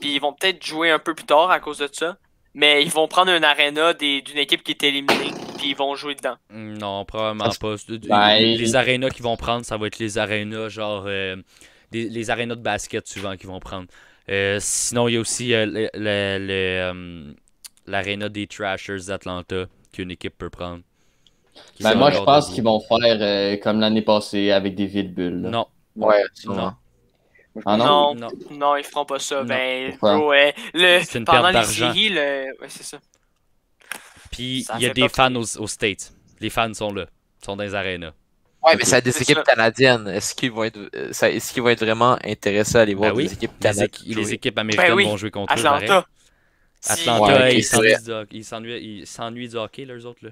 [SPEAKER 3] Puis ils vont peut-être jouer un peu plus tard à cause de ça. Mais ils vont prendre un aréna des- d'une équipe qui est éliminée, puis ils vont jouer dedans.
[SPEAKER 2] Mm, Non, probablement
[SPEAKER 4] Ça-
[SPEAKER 2] pas. C'est-
[SPEAKER 5] Ben,
[SPEAKER 2] les-
[SPEAKER 5] il-
[SPEAKER 2] Les arénas qu'ils vont prendre, ça va être les arénas, genre. euh, des- les arénas de basket, souvent, qu'ils vont prendre. Euh, sinon, il y a aussi euh, le- le- le, euh, l'aréna des Trashers d'Atlanta, qu'une équipe peut prendre. Qui
[SPEAKER 5] Ben,
[SPEAKER 2] sont
[SPEAKER 5] moi, je
[SPEAKER 2] encore
[SPEAKER 5] pense
[SPEAKER 2] debout.
[SPEAKER 5] qu'ils vont faire euh, comme l'année passée avec des villes bulles. là.
[SPEAKER 2] Non,
[SPEAKER 4] Ouais,
[SPEAKER 2] non.
[SPEAKER 1] Moi, je
[SPEAKER 5] Ah non?
[SPEAKER 3] Non,
[SPEAKER 2] non.
[SPEAKER 3] non, ils feront pas ça.
[SPEAKER 2] Non.
[SPEAKER 3] Ben,
[SPEAKER 5] Pourquoi?
[SPEAKER 3] ouais. Le,
[SPEAKER 2] C'est une
[SPEAKER 3] pendant
[SPEAKER 2] perte
[SPEAKER 3] les
[SPEAKER 2] d'argent.
[SPEAKER 3] séries, le... ouais, c'est ça.
[SPEAKER 2] Puis,
[SPEAKER 3] Ça
[SPEAKER 2] il y a
[SPEAKER 3] fait
[SPEAKER 2] des
[SPEAKER 3] pas-
[SPEAKER 2] fans aux, aux States. Les fans sont là. sont dans les arénas.
[SPEAKER 4] Ouais, mais c'est à des
[SPEAKER 3] C'est
[SPEAKER 4] équipes
[SPEAKER 3] ça.
[SPEAKER 4] canadiennes. Est-ce qu'ils vont être, euh, ça- est-ce qu'ils vont être vraiment intéressés à aller voir
[SPEAKER 2] Ben oui,
[SPEAKER 4] des équipes
[SPEAKER 2] Les,
[SPEAKER 4] canadiennes?
[SPEAKER 2] équ-
[SPEAKER 4] jouer?
[SPEAKER 2] les équipes américaines
[SPEAKER 3] oui,
[SPEAKER 2] vont jouer contre eux, pareil.
[SPEAKER 3] Atlanta. Si-
[SPEAKER 2] Atlanta,
[SPEAKER 5] Ouais, ok,
[SPEAKER 2] ils
[SPEAKER 4] c'est vrai.
[SPEAKER 2] s'ennuient du hockey- ils s'ennuient- ils s'ennuient du hockey, là, eux autres. Là.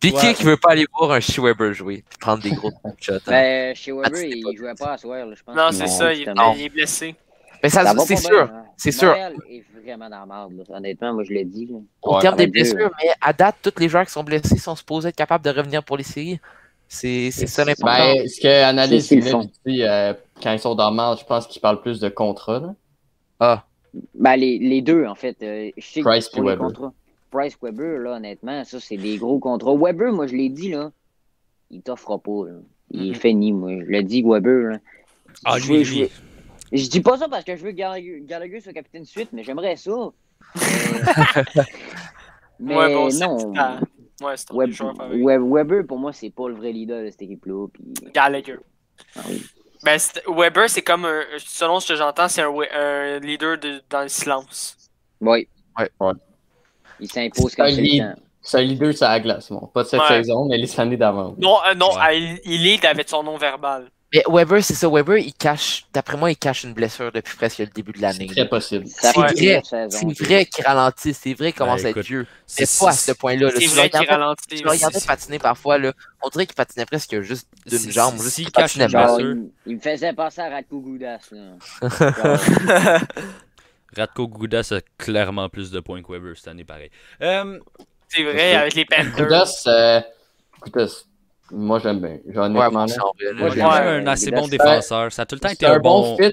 [SPEAKER 4] Puis qui
[SPEAKER 2] Ouais.
[SPEAKER 4] est qui veut pas aller voir un Schweber jouer puis prendre des gros shots? hein?
[SPEAKER 1] Ben, chez Weber,
[SPEAKER 4] Ah, tu sais pas.
[SPEAKER 1] il jouait pas à soir, là, je pense.
[SPEAKER 3] Non, c'est
[SPEAKER 5] Non,
[SPEAKER 3] ça, il,
[SPEAKER 1] justement.
[SPEAKER 3] il est blessé.
[SPEAKER 4] mais ça,
[SPEAKER 1] Ça va
[SPEAKER 4] c'est
[SPEAKER 1] pas
[SPEAKER 4] sûr.
[SPEAKER 1] bien, hein.
[SPEAKER 4] c'est sûr.
[SPEAKER 1] Montréal est vraiment dans la merde, là. honnêtement, moi je l'ai dit. là.
[SPEAKER 4] Au
[SPEAKER 5] Ouais.
[SPEAKER 4] terme des
[SPEAKER 1] Avec deux,
[SPEAKER 4] blessures, mais à date, tous les joueurs qui sont blessés sont supposés être capables de revenir pour les séries. C'est c'est ça l'important.
[SPEAKER 5] Ben, ce que Analyse
[SPEAKER 1] C'est- c'est le
[SPEAKER 5] Villeneuve dit euh, quand ils sont dans le match, je pense qu'il parle plus de contrat. là.
[SPEAKER 4] Ah,
[SPEAKER 1] Ben, les, les deux, en fait. Euh, je sais que
[SPEAKER 5] Price
[SPEAKER 1] pour
[SPEAKER 5] puis
[SPEAKER 1] les
[SPEAKER 5] Weber.
[SPEAKER 1] contrats- Price Weber, là, honnêtement, ça, c'est des gros contrats. Weber, moi, je l'ai dit, là, il t'offre pas. là. Il
[SPEAKER 4] Mhm.
[SPEAKER 1] est fini, moi. Je l'ai dit, Weber. Là.
[SPEAKER 2] Ah,
[SPEAKER 1] Je
[SPEAKER 2] lui,
[SPEAKER 1] veux-
[SPEAKER 2] lui.
[SPEAKER 1] je veux- Je dis pas ça parce que je veux Gallagher, Gallagher soit capitaine de suite, mais j'aimerais ça. Euh, mais
[SPEAKER 3] ouais, bon, c'est
[SPEAKER 1] non.
[SPEAKER 3] ah, Ouais, c'est un
[SPEAKER 1] Web-
[SPEAKER 3] joueur favori.
[SPEAKER 1] Web- Weber, pour moi, c'est pas le vrai leader de cette équipe-là. puis-
[SPEAKER 3] Gallagher.
[SPEAKER 1] Ah oui.
[SPEAKER 3] Ben, c'est- Weber, c'est comme un, selon ce que j'entends, c'est un, we- un leader de- dans le silence.
[SPEAKER 1] Oui.
[SPEAKER 4] Ouais.
[SPEAKER 5] Ouais.
[SPEAKER 1] Il s'impose
[SPEAKER 5] C'est
[SPEAKER 1] comme
[SPEAKER 5] un
[SPEAKER 1] ça.
[SPEAKER 5] leader. C'est un leader sur la glace, bon. Pas de cette
[SPEAKER 3] Ouais.
[SPEAKER 5] saison, mais les années d'avant.
[SPEAKER 3] Non, euh, non,
[SPEAKER 2] Ouais.
[SPEAKER 3] ah, il, il lead avec son nom verbal.
[SPEAKER 4] mais Weber, c'est ça. Weber, il cache, d'après moi, il cache une blessure depuis presque le début de
[SPEAKER 5] C'est
[SPEAKER 4] l'année.
[SPEAKER 5] très possible.
[SPEAKER 1] Ça
[SPEAKER 4] C'est
[SPEAKER 1] fait
[SPEAKER 4] vrai,
[SPEAKER 1] une saison,
[SPEAKER 4] C'est
[SPEAKER 1] puis-
[SPEAKER 4] vrai qu'il ralentit, c'est vrai qu'il commence
[SPEAKER 2] Ouais,
[SPEAKER 4] à être
[SPEAKER 2] Ben, écoute,
[SPEAKER 4] vieux.
[SPEAKER 2] C'est
[SPEAKER 4] Mais pas à ce point-là. là.
[SPEAKER 3] C'est
[SPEAKER 4] Tu le
[SPEAKER 3] vrai qu'il
[SPEAKER 4] regardes-
[SPEAKER 3] ralentit.
[SPEAKER 4] tu le regardais
[SPEAKER 2] c'est-
[SPEAKER 4] patiner parfois, là, on dirait qu'il patinait presque juste d'une
[SPEAKER 2] Si-
[SPEAKER 4] jambe.
[SPEAKER 2] si-
[SPEAKER 4] juste
[SPEAKER 2] s'il
[SPEAKER 4] qu'il
[SPEAKER 2] cache
[SPEAKER 4] patinait
[SPEAKER 2] une
[SPEAKER 4] mal.
[SPEAKER 2] blessure,
[SPEAKER 1] Genre, il, il me faisait penser à Radko Goudas. Là. Genre,
[SPEAKER 2] Radko Gudas a clairement plus de points que Weber cette année, pareil. Euh,
[SPEAKER 3] C'est vrai, avec les Panthers.
[SPEAKER 5] Kudos, euh, Kudos, moi j'aime bien. J'en ai
[SPEAKER 4] Ouais,
[SPEAKER 5] vraiment
[SPEAKER 4] moi,
[SPEAKER 5] là.
[SPEAKER 4] j'en vais, là.
[SPEAKER 2] moi,
[SPEAKER 1] Moi,
[SPEAKER 2] j'ai
[SPEAKER 1] j'aime
[SPEAKER 2] quand
[SPEAKER 1] bien
[SPEAKER 2] même un assez bon
[SPEAKER 1] Gudas.
[SPEAKER 2] défenseur. Ça a tout le temps
[SPEAKER 5] C'est
[SPEAKER 2] été
[SPEAKER 5] un
[SPEAKER 2] un
[SPEAKER 5] bon
[SPEAKER 2] bon.
[SPEAKER 5] fit.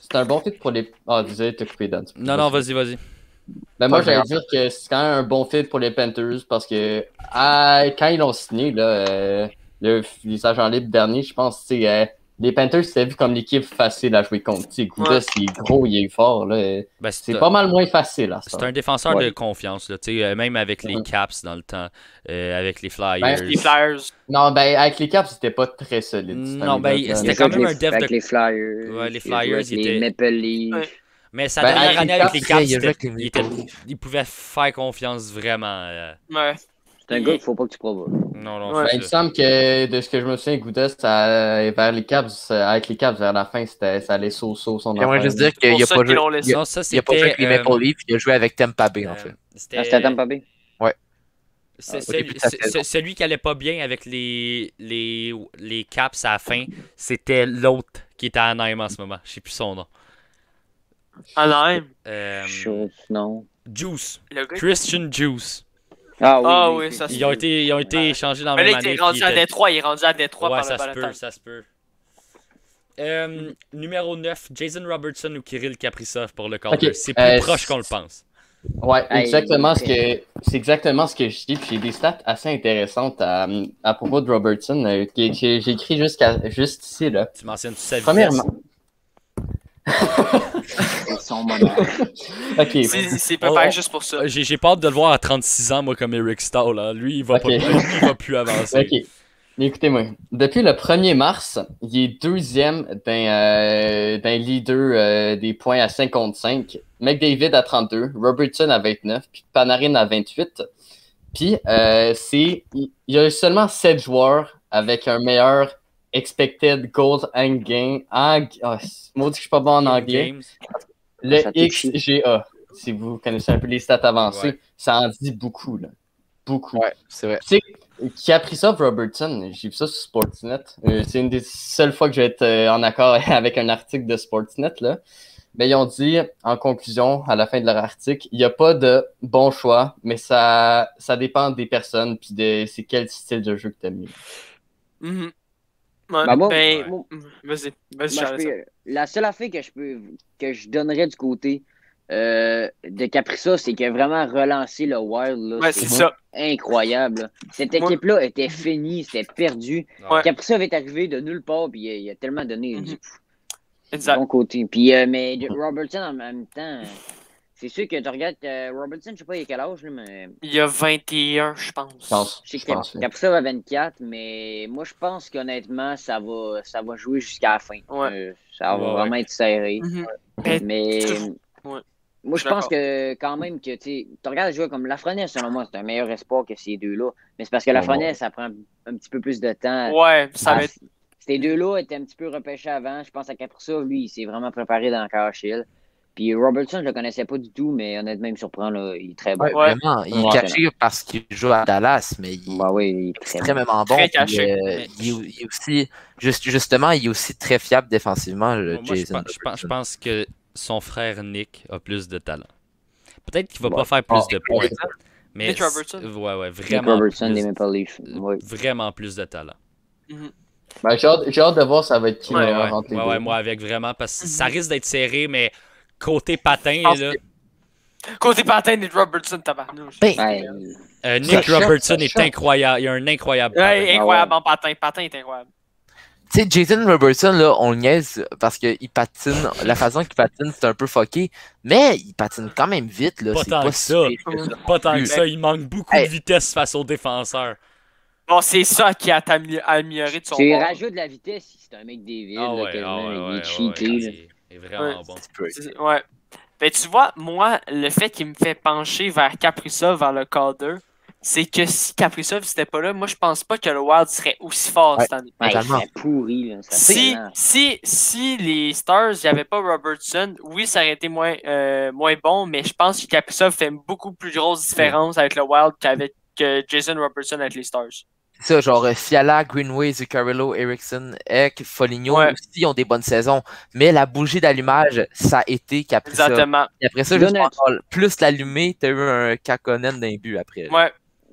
[SPEAKER 5] C'est un bon fit pour les. Ah, désolé, t'as coupé Dan.
[SPEAKER 2] Non, non, vas-y, vas-y.
[SPEAKER 5] Mais Ben, moi,
[SPEAKER 4] Pas
[SPEAKER 5] j'allais
[SPEAKER 4] grave.
[SPEAKER 5] dire que c'est quand même un bon fit pour les Panthers parce que ah, quand ils l'ont signé, là, euh, le- les agents libres derniers, je pense que c'est, euh, les Panthers, c'était vu comme l'équipe facile à jouer contre. Tu sais, Goudas,
[SPEAKER 3] Ouais.
[SPEAKER 5] il est gros, il est fort. Là. euh,
[SPEAKER 2] Ben, c'est
[SPEAKER 5] C'est
[SPEAKER 2] un-
[SPEAKER 5] pas mal moins facile à ça.
[SPEAKER 2] c'est un défenseur
[SPEAKER 5] Ouais.
[SPEAKER 2] de confiance, là, tu sais, euh, même avec les
[SPEAKER 5] Ouais.
[SPEAKER 2] Caps dans le temps, euh, avec les Flyers.
[SPEAKER 5] Ben,
[SPEAKER 3] Les Flyers.
[SPEAKER 5] Non, ben avec les Caps, c'était pas très solide. cette
[SPEAKER 2] Non, ben,
[SPEAKER 5] année-là.
[SPEAKER 2] c'était
[SPEAKER 1] il
[SPEAKER 2] quand
[SPEAKER 1] joue
[SPEAKER 2] même
[SPEAKER 1] avec
[SPEAKER 2] un dev
[SPEAKER 1] les- avec
[SPEAKER 2] de-
[SPEAKER 1] les Flyers.
[SPEAKER 2] Ouais, les
[SPEAKER 1] il joue
[SPEAKER 2] Flyers,
[SPEAKER 1] avec
[SPEAKER 2] il
[SPEAKER 1] les
[SPEAKER 2] était-
[SPEAKER 1] Maple Leafs.
[SPEAKER 3] Ouais.
[SPEAKER 2] Mais sa
[SPEAKER 5] Ben,
[SPEAKER 2] dernière
[SPEAKER 5] avec
[SPEAKER 2] année
[SPEAKER 5] les
[SPEAKER 2] avec les
[SPEAKER 4] Caps,
[SPEAKER 2] Caps,
[SPEAKER 4] il a joué
[SPEAKER 2] c'était-
[SPEAKER 4] avec les
[SPEAKER 2] il, était-
[SPEAKER 4] Maple
[SPEAKER 2] il pouvait faire confiance vraiment. euh,
[SPEAKER 3] Ouais.
[SPEAKER 1] C'est un gars qu'il faut pas que tu provoques.
[SPEAKER 2] Non, non,
[SPEAKER 3] Ouais.
[SPEAKER 5] Ben,
[SPEAKER 2] c'est
[SPEAKER 5] il me
[SPEAKER 2] ça.
[SPEAKER 5] semble que de ce que je me souviens, Goudas, ça- vers les Caps, euh, avec les Caps vers la fin, c'était ça allait saut saut son
[SPEAKER 4] J'aimerais
[SPEAKER 5] affaire,
[SPEAKER 4] juste
[SPEAKER 5] là.
[SPEAKER 4] dire
[SPEAKER 3] C'est
[SPEAKER 4] qu'il
[SPEAKER 3] pour
[SPEAKER 4] a
[SPEAKER 3] ça
[SPEAKER 4] pas
[SPEAKER 3] qu'ils
[SPEAKER 4] joué.
[SPEAKER 3] l'ont
[SPEAKER 4] il
[SPEAKER 3] laissé.
[SPEAKER 4] a- Il
[SPEAKER 2] C'était.
[SPEAKER 4] a pas joué avec les
[SPEAKER 2] euh,
[SPEAKER 4] Maple Leafs, il a joué avec Tampa Bay,
[SPEAKER 2] euh,
[SPEAKER 4] en fait.
[SPEAKER 1] Ah, c'était à Tampa Bay?
[SPEAKER 2] C'est
[SPEAKER 4] Ah, au
[SPEAKER 2] celui-
[SPEAKER 4] début de la
[SPEAKER 2] c'est-
[SPEAKER 4] saison.
[SPEAKER 2] c'est- celui qui allait pas bien avec les, les, les caps à la fin, c'était l'autre qui était à Anaheim en ce moment. Je sais plus son nom.
[SPEAKER 3] Anaheim.
[SPEAKER 2] Euh,
[SPEAKER 1] Sure, non.
[SPEAKER 2] Juice.
[SPEAKER 3] Le gars.
[SPEAKER 2] Christian Juice.
[SPEAKER 1] Ah oui,
[SPEAKER 3] Ah
[SPEAKER 1] oui,
[SPEAKER 3] oui, ça
[SPEAKER 2] Ils ont été, ils ont été échangés dans la
[SPEAKER 3] Mais
[SPEAKER 2] même
[SPEAKER 3] Ben là, il
[SPEAKER 2] année.
[SPEAKER 3] était
[SPEAKER 2] puis
[SPEAKER 3] rendu
[SPEAKER 2] ils
[SPEAKER 3] à
[SPEAKER 2] étaient-
[SPEAKER 3] Détroit. Il est rendu à Détroit
[SPEAKER 2] Ouais,
[SPEAKER 3] par le
[SPEAKER 2] ça se peut,
[SPEAKER 3] ballottage.
[SPEAKER 2] ça se peut. Euh, numéro 9, Jason Robertson ou Kirill Kaprizov pour le corps
[SPEAKER 5] Ok,
[SPEAKER 2] C'est plus
[SPEAKER 5] euh,
[SPEAKER 2] proche qu'on le pense.
[SPEAKER 5] Ouais,
[SPEAKER 1] Hey,
[SPEAKER 5] exactement ce que
[SPEAKER 1] c'est-
[SPEAKER 5] c'est exactement ce que je dis. Puis j'ai des stats assez intéressantes à, à propos de Robertson euh, que, que j'ai écrit jusqu'à juste ici là.
[SPEAKER 2] Tu mentionnes tu sa vitesse.
[SPEAKER 5] Premièrement,
[SPEAKER 1] C'est son moment.
[SPEAKER 5] ok,
[SPEAKER 3] C'est- C'est
[SPEAKER 2] Oh,
[SPEAKER 3] pas pareil
[SPEAKER 2] oh.
[SPEAKER 3] juste pour ça.
[SPEAKER 2] Euh, J'ai j'ai peur de le voir à 36 ans, moi, comme Eric Stahl. hein. Lui, il va,
[SPEAKER 5] Ok.
[SPEAKER 2] pas, il va plus avancer.
[SPEAKER 5] ok. Écoutez-moi. Depuis le 1er mars, il est deuxième d'un euh, d'un leader euh, des points à 55. McDavid à 32, Robertson à 29, puis Panarin à 28. Puis euh, c'est il il y a seulement 7 joueurs avec un meilleur expected goals and game. En, oh, maudit que je suis pas bon en anglais.
[SPEAKER 2] Games.
[SPEAKER 5] Le
[SPEAKER 1] Ça t'écrit.
[SPEAKER 5] XGA, si vous connaissez un peu les stats avancées,
[SPEAKER 2] Ouais.
[SPEAKER 5] ça en dit beaucoup. Là. Beaucoup.
[SPEAKER 4] Ouais, c'est vrai.
[SPEAKER 5] Qui a pris ça, Robertson? J'ai vu ça sur Sportsnet. Euh, c'est une des seules fois que je vais être euh, en accord avec un article de Sportsnet. Là. Mais ils ont dit, en conclusion, à la fin de leur article, il n'y a pas de bon choix, mais ça, ça dépend des personnes puis de c'est quel style de jeu que tu as mis.
[SPEAKER 3] Mhm. Ouais,
[SPEAKER 1] Bah, moi-
[SPEAKER 3] ben,
[SPEAKER 1] moi-
[SPEAKER 3] vas-y, vas-y,
[SPEAKER 1] Moi, je euh,
[SPEAKER 3] Charles.
[SPEAKER 1] peux- la seule affaire que je peux que je donnerais du côté euh, de Caprissa, c'est que vraiment relancer le Wild, là,
[SPEAKER 3] Ouais, c'est ça.
[SPEAKER 1] incroyable. là. Cette
[SPEAKER 3] Moi-
[SPEAKER 1] équipe-là était finie, c'était perdu.
[SPEAKER 3] Ouais.
[SPEAKER 1] Caprissov est arrivé de nulle part, puis il a, il a tellement donné
[SPEAKER 3] Mhm.
[SPEAKER 1] du
[SPEAKER 3] Exact. Mm.
[SPEAKER 1] bon côté. Puis, euh, mais de- Robertson, en même temps, euh, c'est sûr que tu regardes euh, Robertson, je sais pas il a quel âge, là, mais
[SPEAKER 3] Il y a 21, je pense.
[SPEAKER 5] Je pense.
[SPEAKER 1] je sais
[SPEAKER 5] je
[SPEAKER 1] que
[SPEAKER 5] pense,
[SPEAKER 1] Cap- Caprissov a 24, mais moi, je pense qu'honnêtement, ça va, ça va jouer jusqu'à la fin.
[SPEAKER 3] Ouais.
[SPEAKER 1] Euh, ça va
[SPEAKER 2] Ouais,
[SPEAKER 1] vraiment être serré.
[SPEAKER 3] Mhm. Mais-
[SPEAKER 1] Mais
[SPEAKER 3] Ouais.
[SPEAKER 1] moi,
[SPEAKER 3] Je suis
[SPEAKER 1] je pense
[SPEAKER 3] d'accord.
[SPEAKER 1] que quand même que tu sais, tu regardes un joueur comme Lafrenière, selon moi, c'est un meilleur espoir que ces deux-là. Mais c'est parce que Lafrenière, ça prend un petit peu plus de temps.
[SPEAKER 3] Ouais, ça va être.
[SPEAKER 1] Ah, Ces deux-là étaient un petit peu repêchés avant. Je pense à Caprizov, lui, il s'est vraiment préparé dans le Carchill. Puis Robertson, je le connaissais pas du tout, mais honnêtement, il me surprend. Là, il est très bon.
[SPEAKER 4] Ouais,
[SPEAKER 3] Ouais.
[SPEAKER 4] Vraiment, il
[SPEAKER 5] Ouais.
[SPEAKER 4] est caché parce qu'il joue à Dallas, mais il
[SPEAKER 1] Bah oui, il est très bon.
[SPEAKER 4] extrêmement bon.
[SPEAKER 3] Très
[SPEAKER 4] puis,
[SPEAKER 3] caché.
[SPEAKER 4] euh, il, est- il est aussi, juste- justement, il est aussi très fiable défensivement, le
[SPEAKER 2] Moi, je,
[SPEAKER 4] Euh, Jason.
[SPEAKER 2] pense, je pense- je
[SPEAKER 4] Robertson.
[SPEAKER 2] pense que son frère Nick a plus de talent. Peut-être qu'il va
[SPEAKER 1] Ouais.
[SPEAKER 2] pas faire plus
[SPEAKER 5] Ah,
[SPEAKER 2] de points, Mais
[SPEAKER 3] Nick Robertson.
[SPEAKER 2] c'est- Ouais, ouais,
[SPEAKER 1] Nick
[SPEAKER 2] vraiment.
[SPEAKER 1] Robertson
[SPEAKER 2] plus-
[SPEAKER 1] des Maple Leafs. Ouais.
[SPEAKER 2] Vraiment plus de talent.
[SPEAKER 5] Ben, j'ai, hâte, j'ai hâte de voir ça va être qui
[SPEAKER 3] Ouais,
[SPEAKER 5] le
[SPEAKER 2] Ouais,
[SPEAKER 5] meilleur entre les
[SPEAKER 2] ouais,
[SPEAKER 5] deux.
[SPEAKER 2] ouais, moi avec vraiment, parce que
[SPEAKER 3] Mhm.
[SPEAKER 2] ça risque d'être serré, mais côté patin,
[SPEAKER 3] pense
[SPEAKER 2] là, euh,
[SPEAKER 3] Côté patin, Nick Robertson, tabarnouche.
[SPEAKER 4] Ben,
[SPEAKER 1] Ouais.
[SPEAKER 2] euh, Nick
[SPEAKER 4] choque,
[SPEAKER 2] Robertson
[SPEAKER 4] ça
[SPEAKER 2] est
[SPEAKER 4] choque.
[SPEAKER 2] incroyable. Il a un incroyable patin.
[SPEAKER 3] Ouais, incroyable en patin. Patin est incroyable.
[SPEAKER 4] Tu sais, Jason Robertson, là, on le niaise parce qu'il patine, la façon qu'il patine, c'est un peu fucké, mais il patine quand même vite, là.
[SPEAKER 2] Pas
[SPEAKER 4] c'est
[SPEAKER 2] tant
[SPEAKER 4] pas
[SPEAKER 2] que ça.
[SPEAKER 4] si pire que ça.
[SPEAKER 2] Pas tant que ça, il manque beaucoup de
[SPEAKER 4] Hey.
[SPEAKER 2] vitesse face aux défenseurs.
[SPEAKER 3] Bon, c'est ça qui a t'amé- amélioré de son
[SPEAKER 1] Tu
[SPEAKER 3] bord.
[SPEAKER 1] rajoutes de la vitesse, c'est un mec des villes,
[SPEAKER 2] Ah
[SPEAKER 1] là,
[SPEAKER 2] ouais, ah
[SPEAKER 1] quasiment,
[SPEAKER 2] ouais,
[SPEAKER 1] il
[SPEAKER 2] ouais,
[SPEAKER 1] est
[SPEAKER 2] ouais,
[SPEAKER 1] cheaté.
[SPEAKER 2] ouais,
[SPEAKER 1] là.
[SPEAKER 2] il est vraiment
[SPEAKER 3] Ouais.
[SPEAKER 2] bon.
[SPEAKER 3] C'est- Ouais. Ben, tu vois, moi, le fait qu'il me fait pencher vers Kaprizov, vers le Calder, c'est que si Kaprizov c'était pas là, moi, je pense pas que le Wild serait aussi fort
[SPEAKER 4] Ouais.
[SPEAKER 3] cette année.
[SPEAKER 1] Ouais,
[SPEAKER 4] Totalement.
[SPEAKER 1] c'est pourri, là. Ça
[SPEAKER 3] Si,
[SPEAKER 1] fait mal.
[SPEAKER 3] si, si les Stars, il n'y avait pas Robertson, oui, ça aurait été moins, euh, moins bon, mais je pense que Kaprizov fait une beaucoup plus grosse différence avec le Wild qu'avec que Jason Robertson avec les Stars.
[SPEAKER 4] C'est ça, genre euh, Fiala, Greenway, Zuccarello, Erickson, Eck, Foligno
[SPEAKER 3] Ouais.
[SPEAKER 4] aussi ont des bonnes saisons, mais la bougie d'allumage, ça a été qu'après ça.
[SPEAKER 3] Exactement.
[SPEAKER 4] Et après ça, juste
[SPEAKER 1] Donald.
[SPEAKER 4] pour- plus l'allumer, t'as eu un caconen d'un but après.
[SPEAKER 3] Ouais,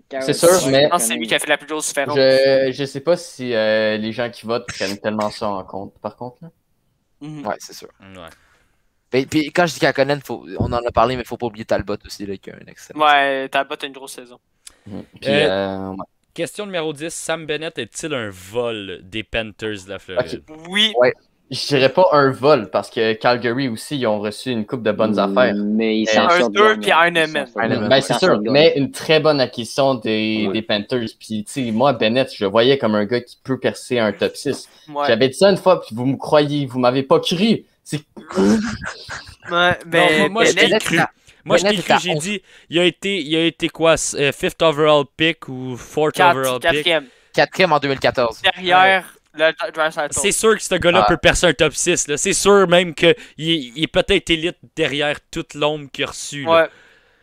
[SPEAKER 1] Carol-
[SPEAKER 5] C'est sûr, mais-
[SPEAKER 3] je pense que c'est lui qui a fait la plus grosse différence.
[SPEAKER 5] Je, je sais pas si euh, les gens qui votent prennent tellement ça en compte, par contre. là.
[SPEAKER 3] Mhm.
[SPEAKER 4] Ouais, c'est sûr.
[SPEAKER 2] Ouais.
[SPEAKER 4] Puis, puis quand je dis caconen, faut, on en a parlé, mais faut pas oublier Talbot aussi, là, qui a un excellent.
[SPEAKER 3] Ouais, Talbot a une grosse saison.
[SPEAKER 5] Puis,
[SPEAKER 2] Euh,
[SPEAKER 5] euh, ouais.
[SPEAKER 2] Question numéro 10. Sam Bennett est-il un vol des Panthers de la Floride?
[SPEAKER 3] Oui,
[SPEAKER 5] Je dirais pas un vol, parce que Calgary aussi, ils ont reçu une coupe de
[SPEAKER 1] Mm.
[SPEAKER 5] bonnes affaires.
[SPEAKER 1] Mais ils
[SPEAKER 5] Euh,
[SPEAKER 1] s'en
[SPEAKER 5] un
[SPEAKER 1] sortent
[SPEAKER 3] deux,
[SPEAKER 1] gagnants.
[SPEAKER 3] puis un
[SPEAKER 1] Ils s'en
[SPEAKER 3] aimant.
[SPEAKER 1] sortent
[SPEAKER 4] Un
[SPEAKER 1] gagnants.
[SPEAKER 4] aimant.
[SPEAKER 5] Ben, c'est
[SPEAKER 1] Ils s'en
[SPEAKER 5] sûr,
[SPEAKER 1] sortent
[SPEAKER 5] mais une très bonne acquisition des,
[SPEAKER 1] Ouais.
[SPEAKER 5] des Panthers. Puis, tu sais, moi, Bennett, je le voyais comme un gars qui peut percer un top 6.
[SPEAKER 3] ouais.
[SPEAKER 5] J'avais dit ça une fois, puis vous me croyez, vous m'avez pas cru. C'est
[SPEAKER 3] Ouais,
[SPEAKER 2] Non,
[SPEAKER 3] ben,
[SPEAKER 2] moi, moi, je
[SPEAKER 3] Bennett-
[SPEAKER 2] t'ai
[SPEAKER 4] Bennett,
[SPEAKER 2] cru.
[SPEAKER 4] t'as-
[SPEAKER 2] Moi, je t'ai
[SPEAKER 4] Bennett,
[SPEAKER 2] cru,
[SPEAKER 4] t'as
[SPEAKER 2] j'ai
[SPEAKER 4] onze.
[SPEAKER 2] dit, il a été, il a été quoi, 5th overall pick ou 4th
[SPEAKER 3] Quatre-
[SPEAKER 2] overall pick?
[SPEAKER 3] Quatrième.
[SPEAKER 4] Quatrième en 2014.
[SPEAKER 3] Derrière le Dry
[SPEAKER 2] C'est sûr que ce gars-là
[SPEAKER 4] Ah.
[SPEAKER 2] peut percer un top 6. là. C'est sûr même qu'il il est peut-être élite derrière toute l'ombre qu'il a reçue. là.
[SPEAKER 3] Ouais,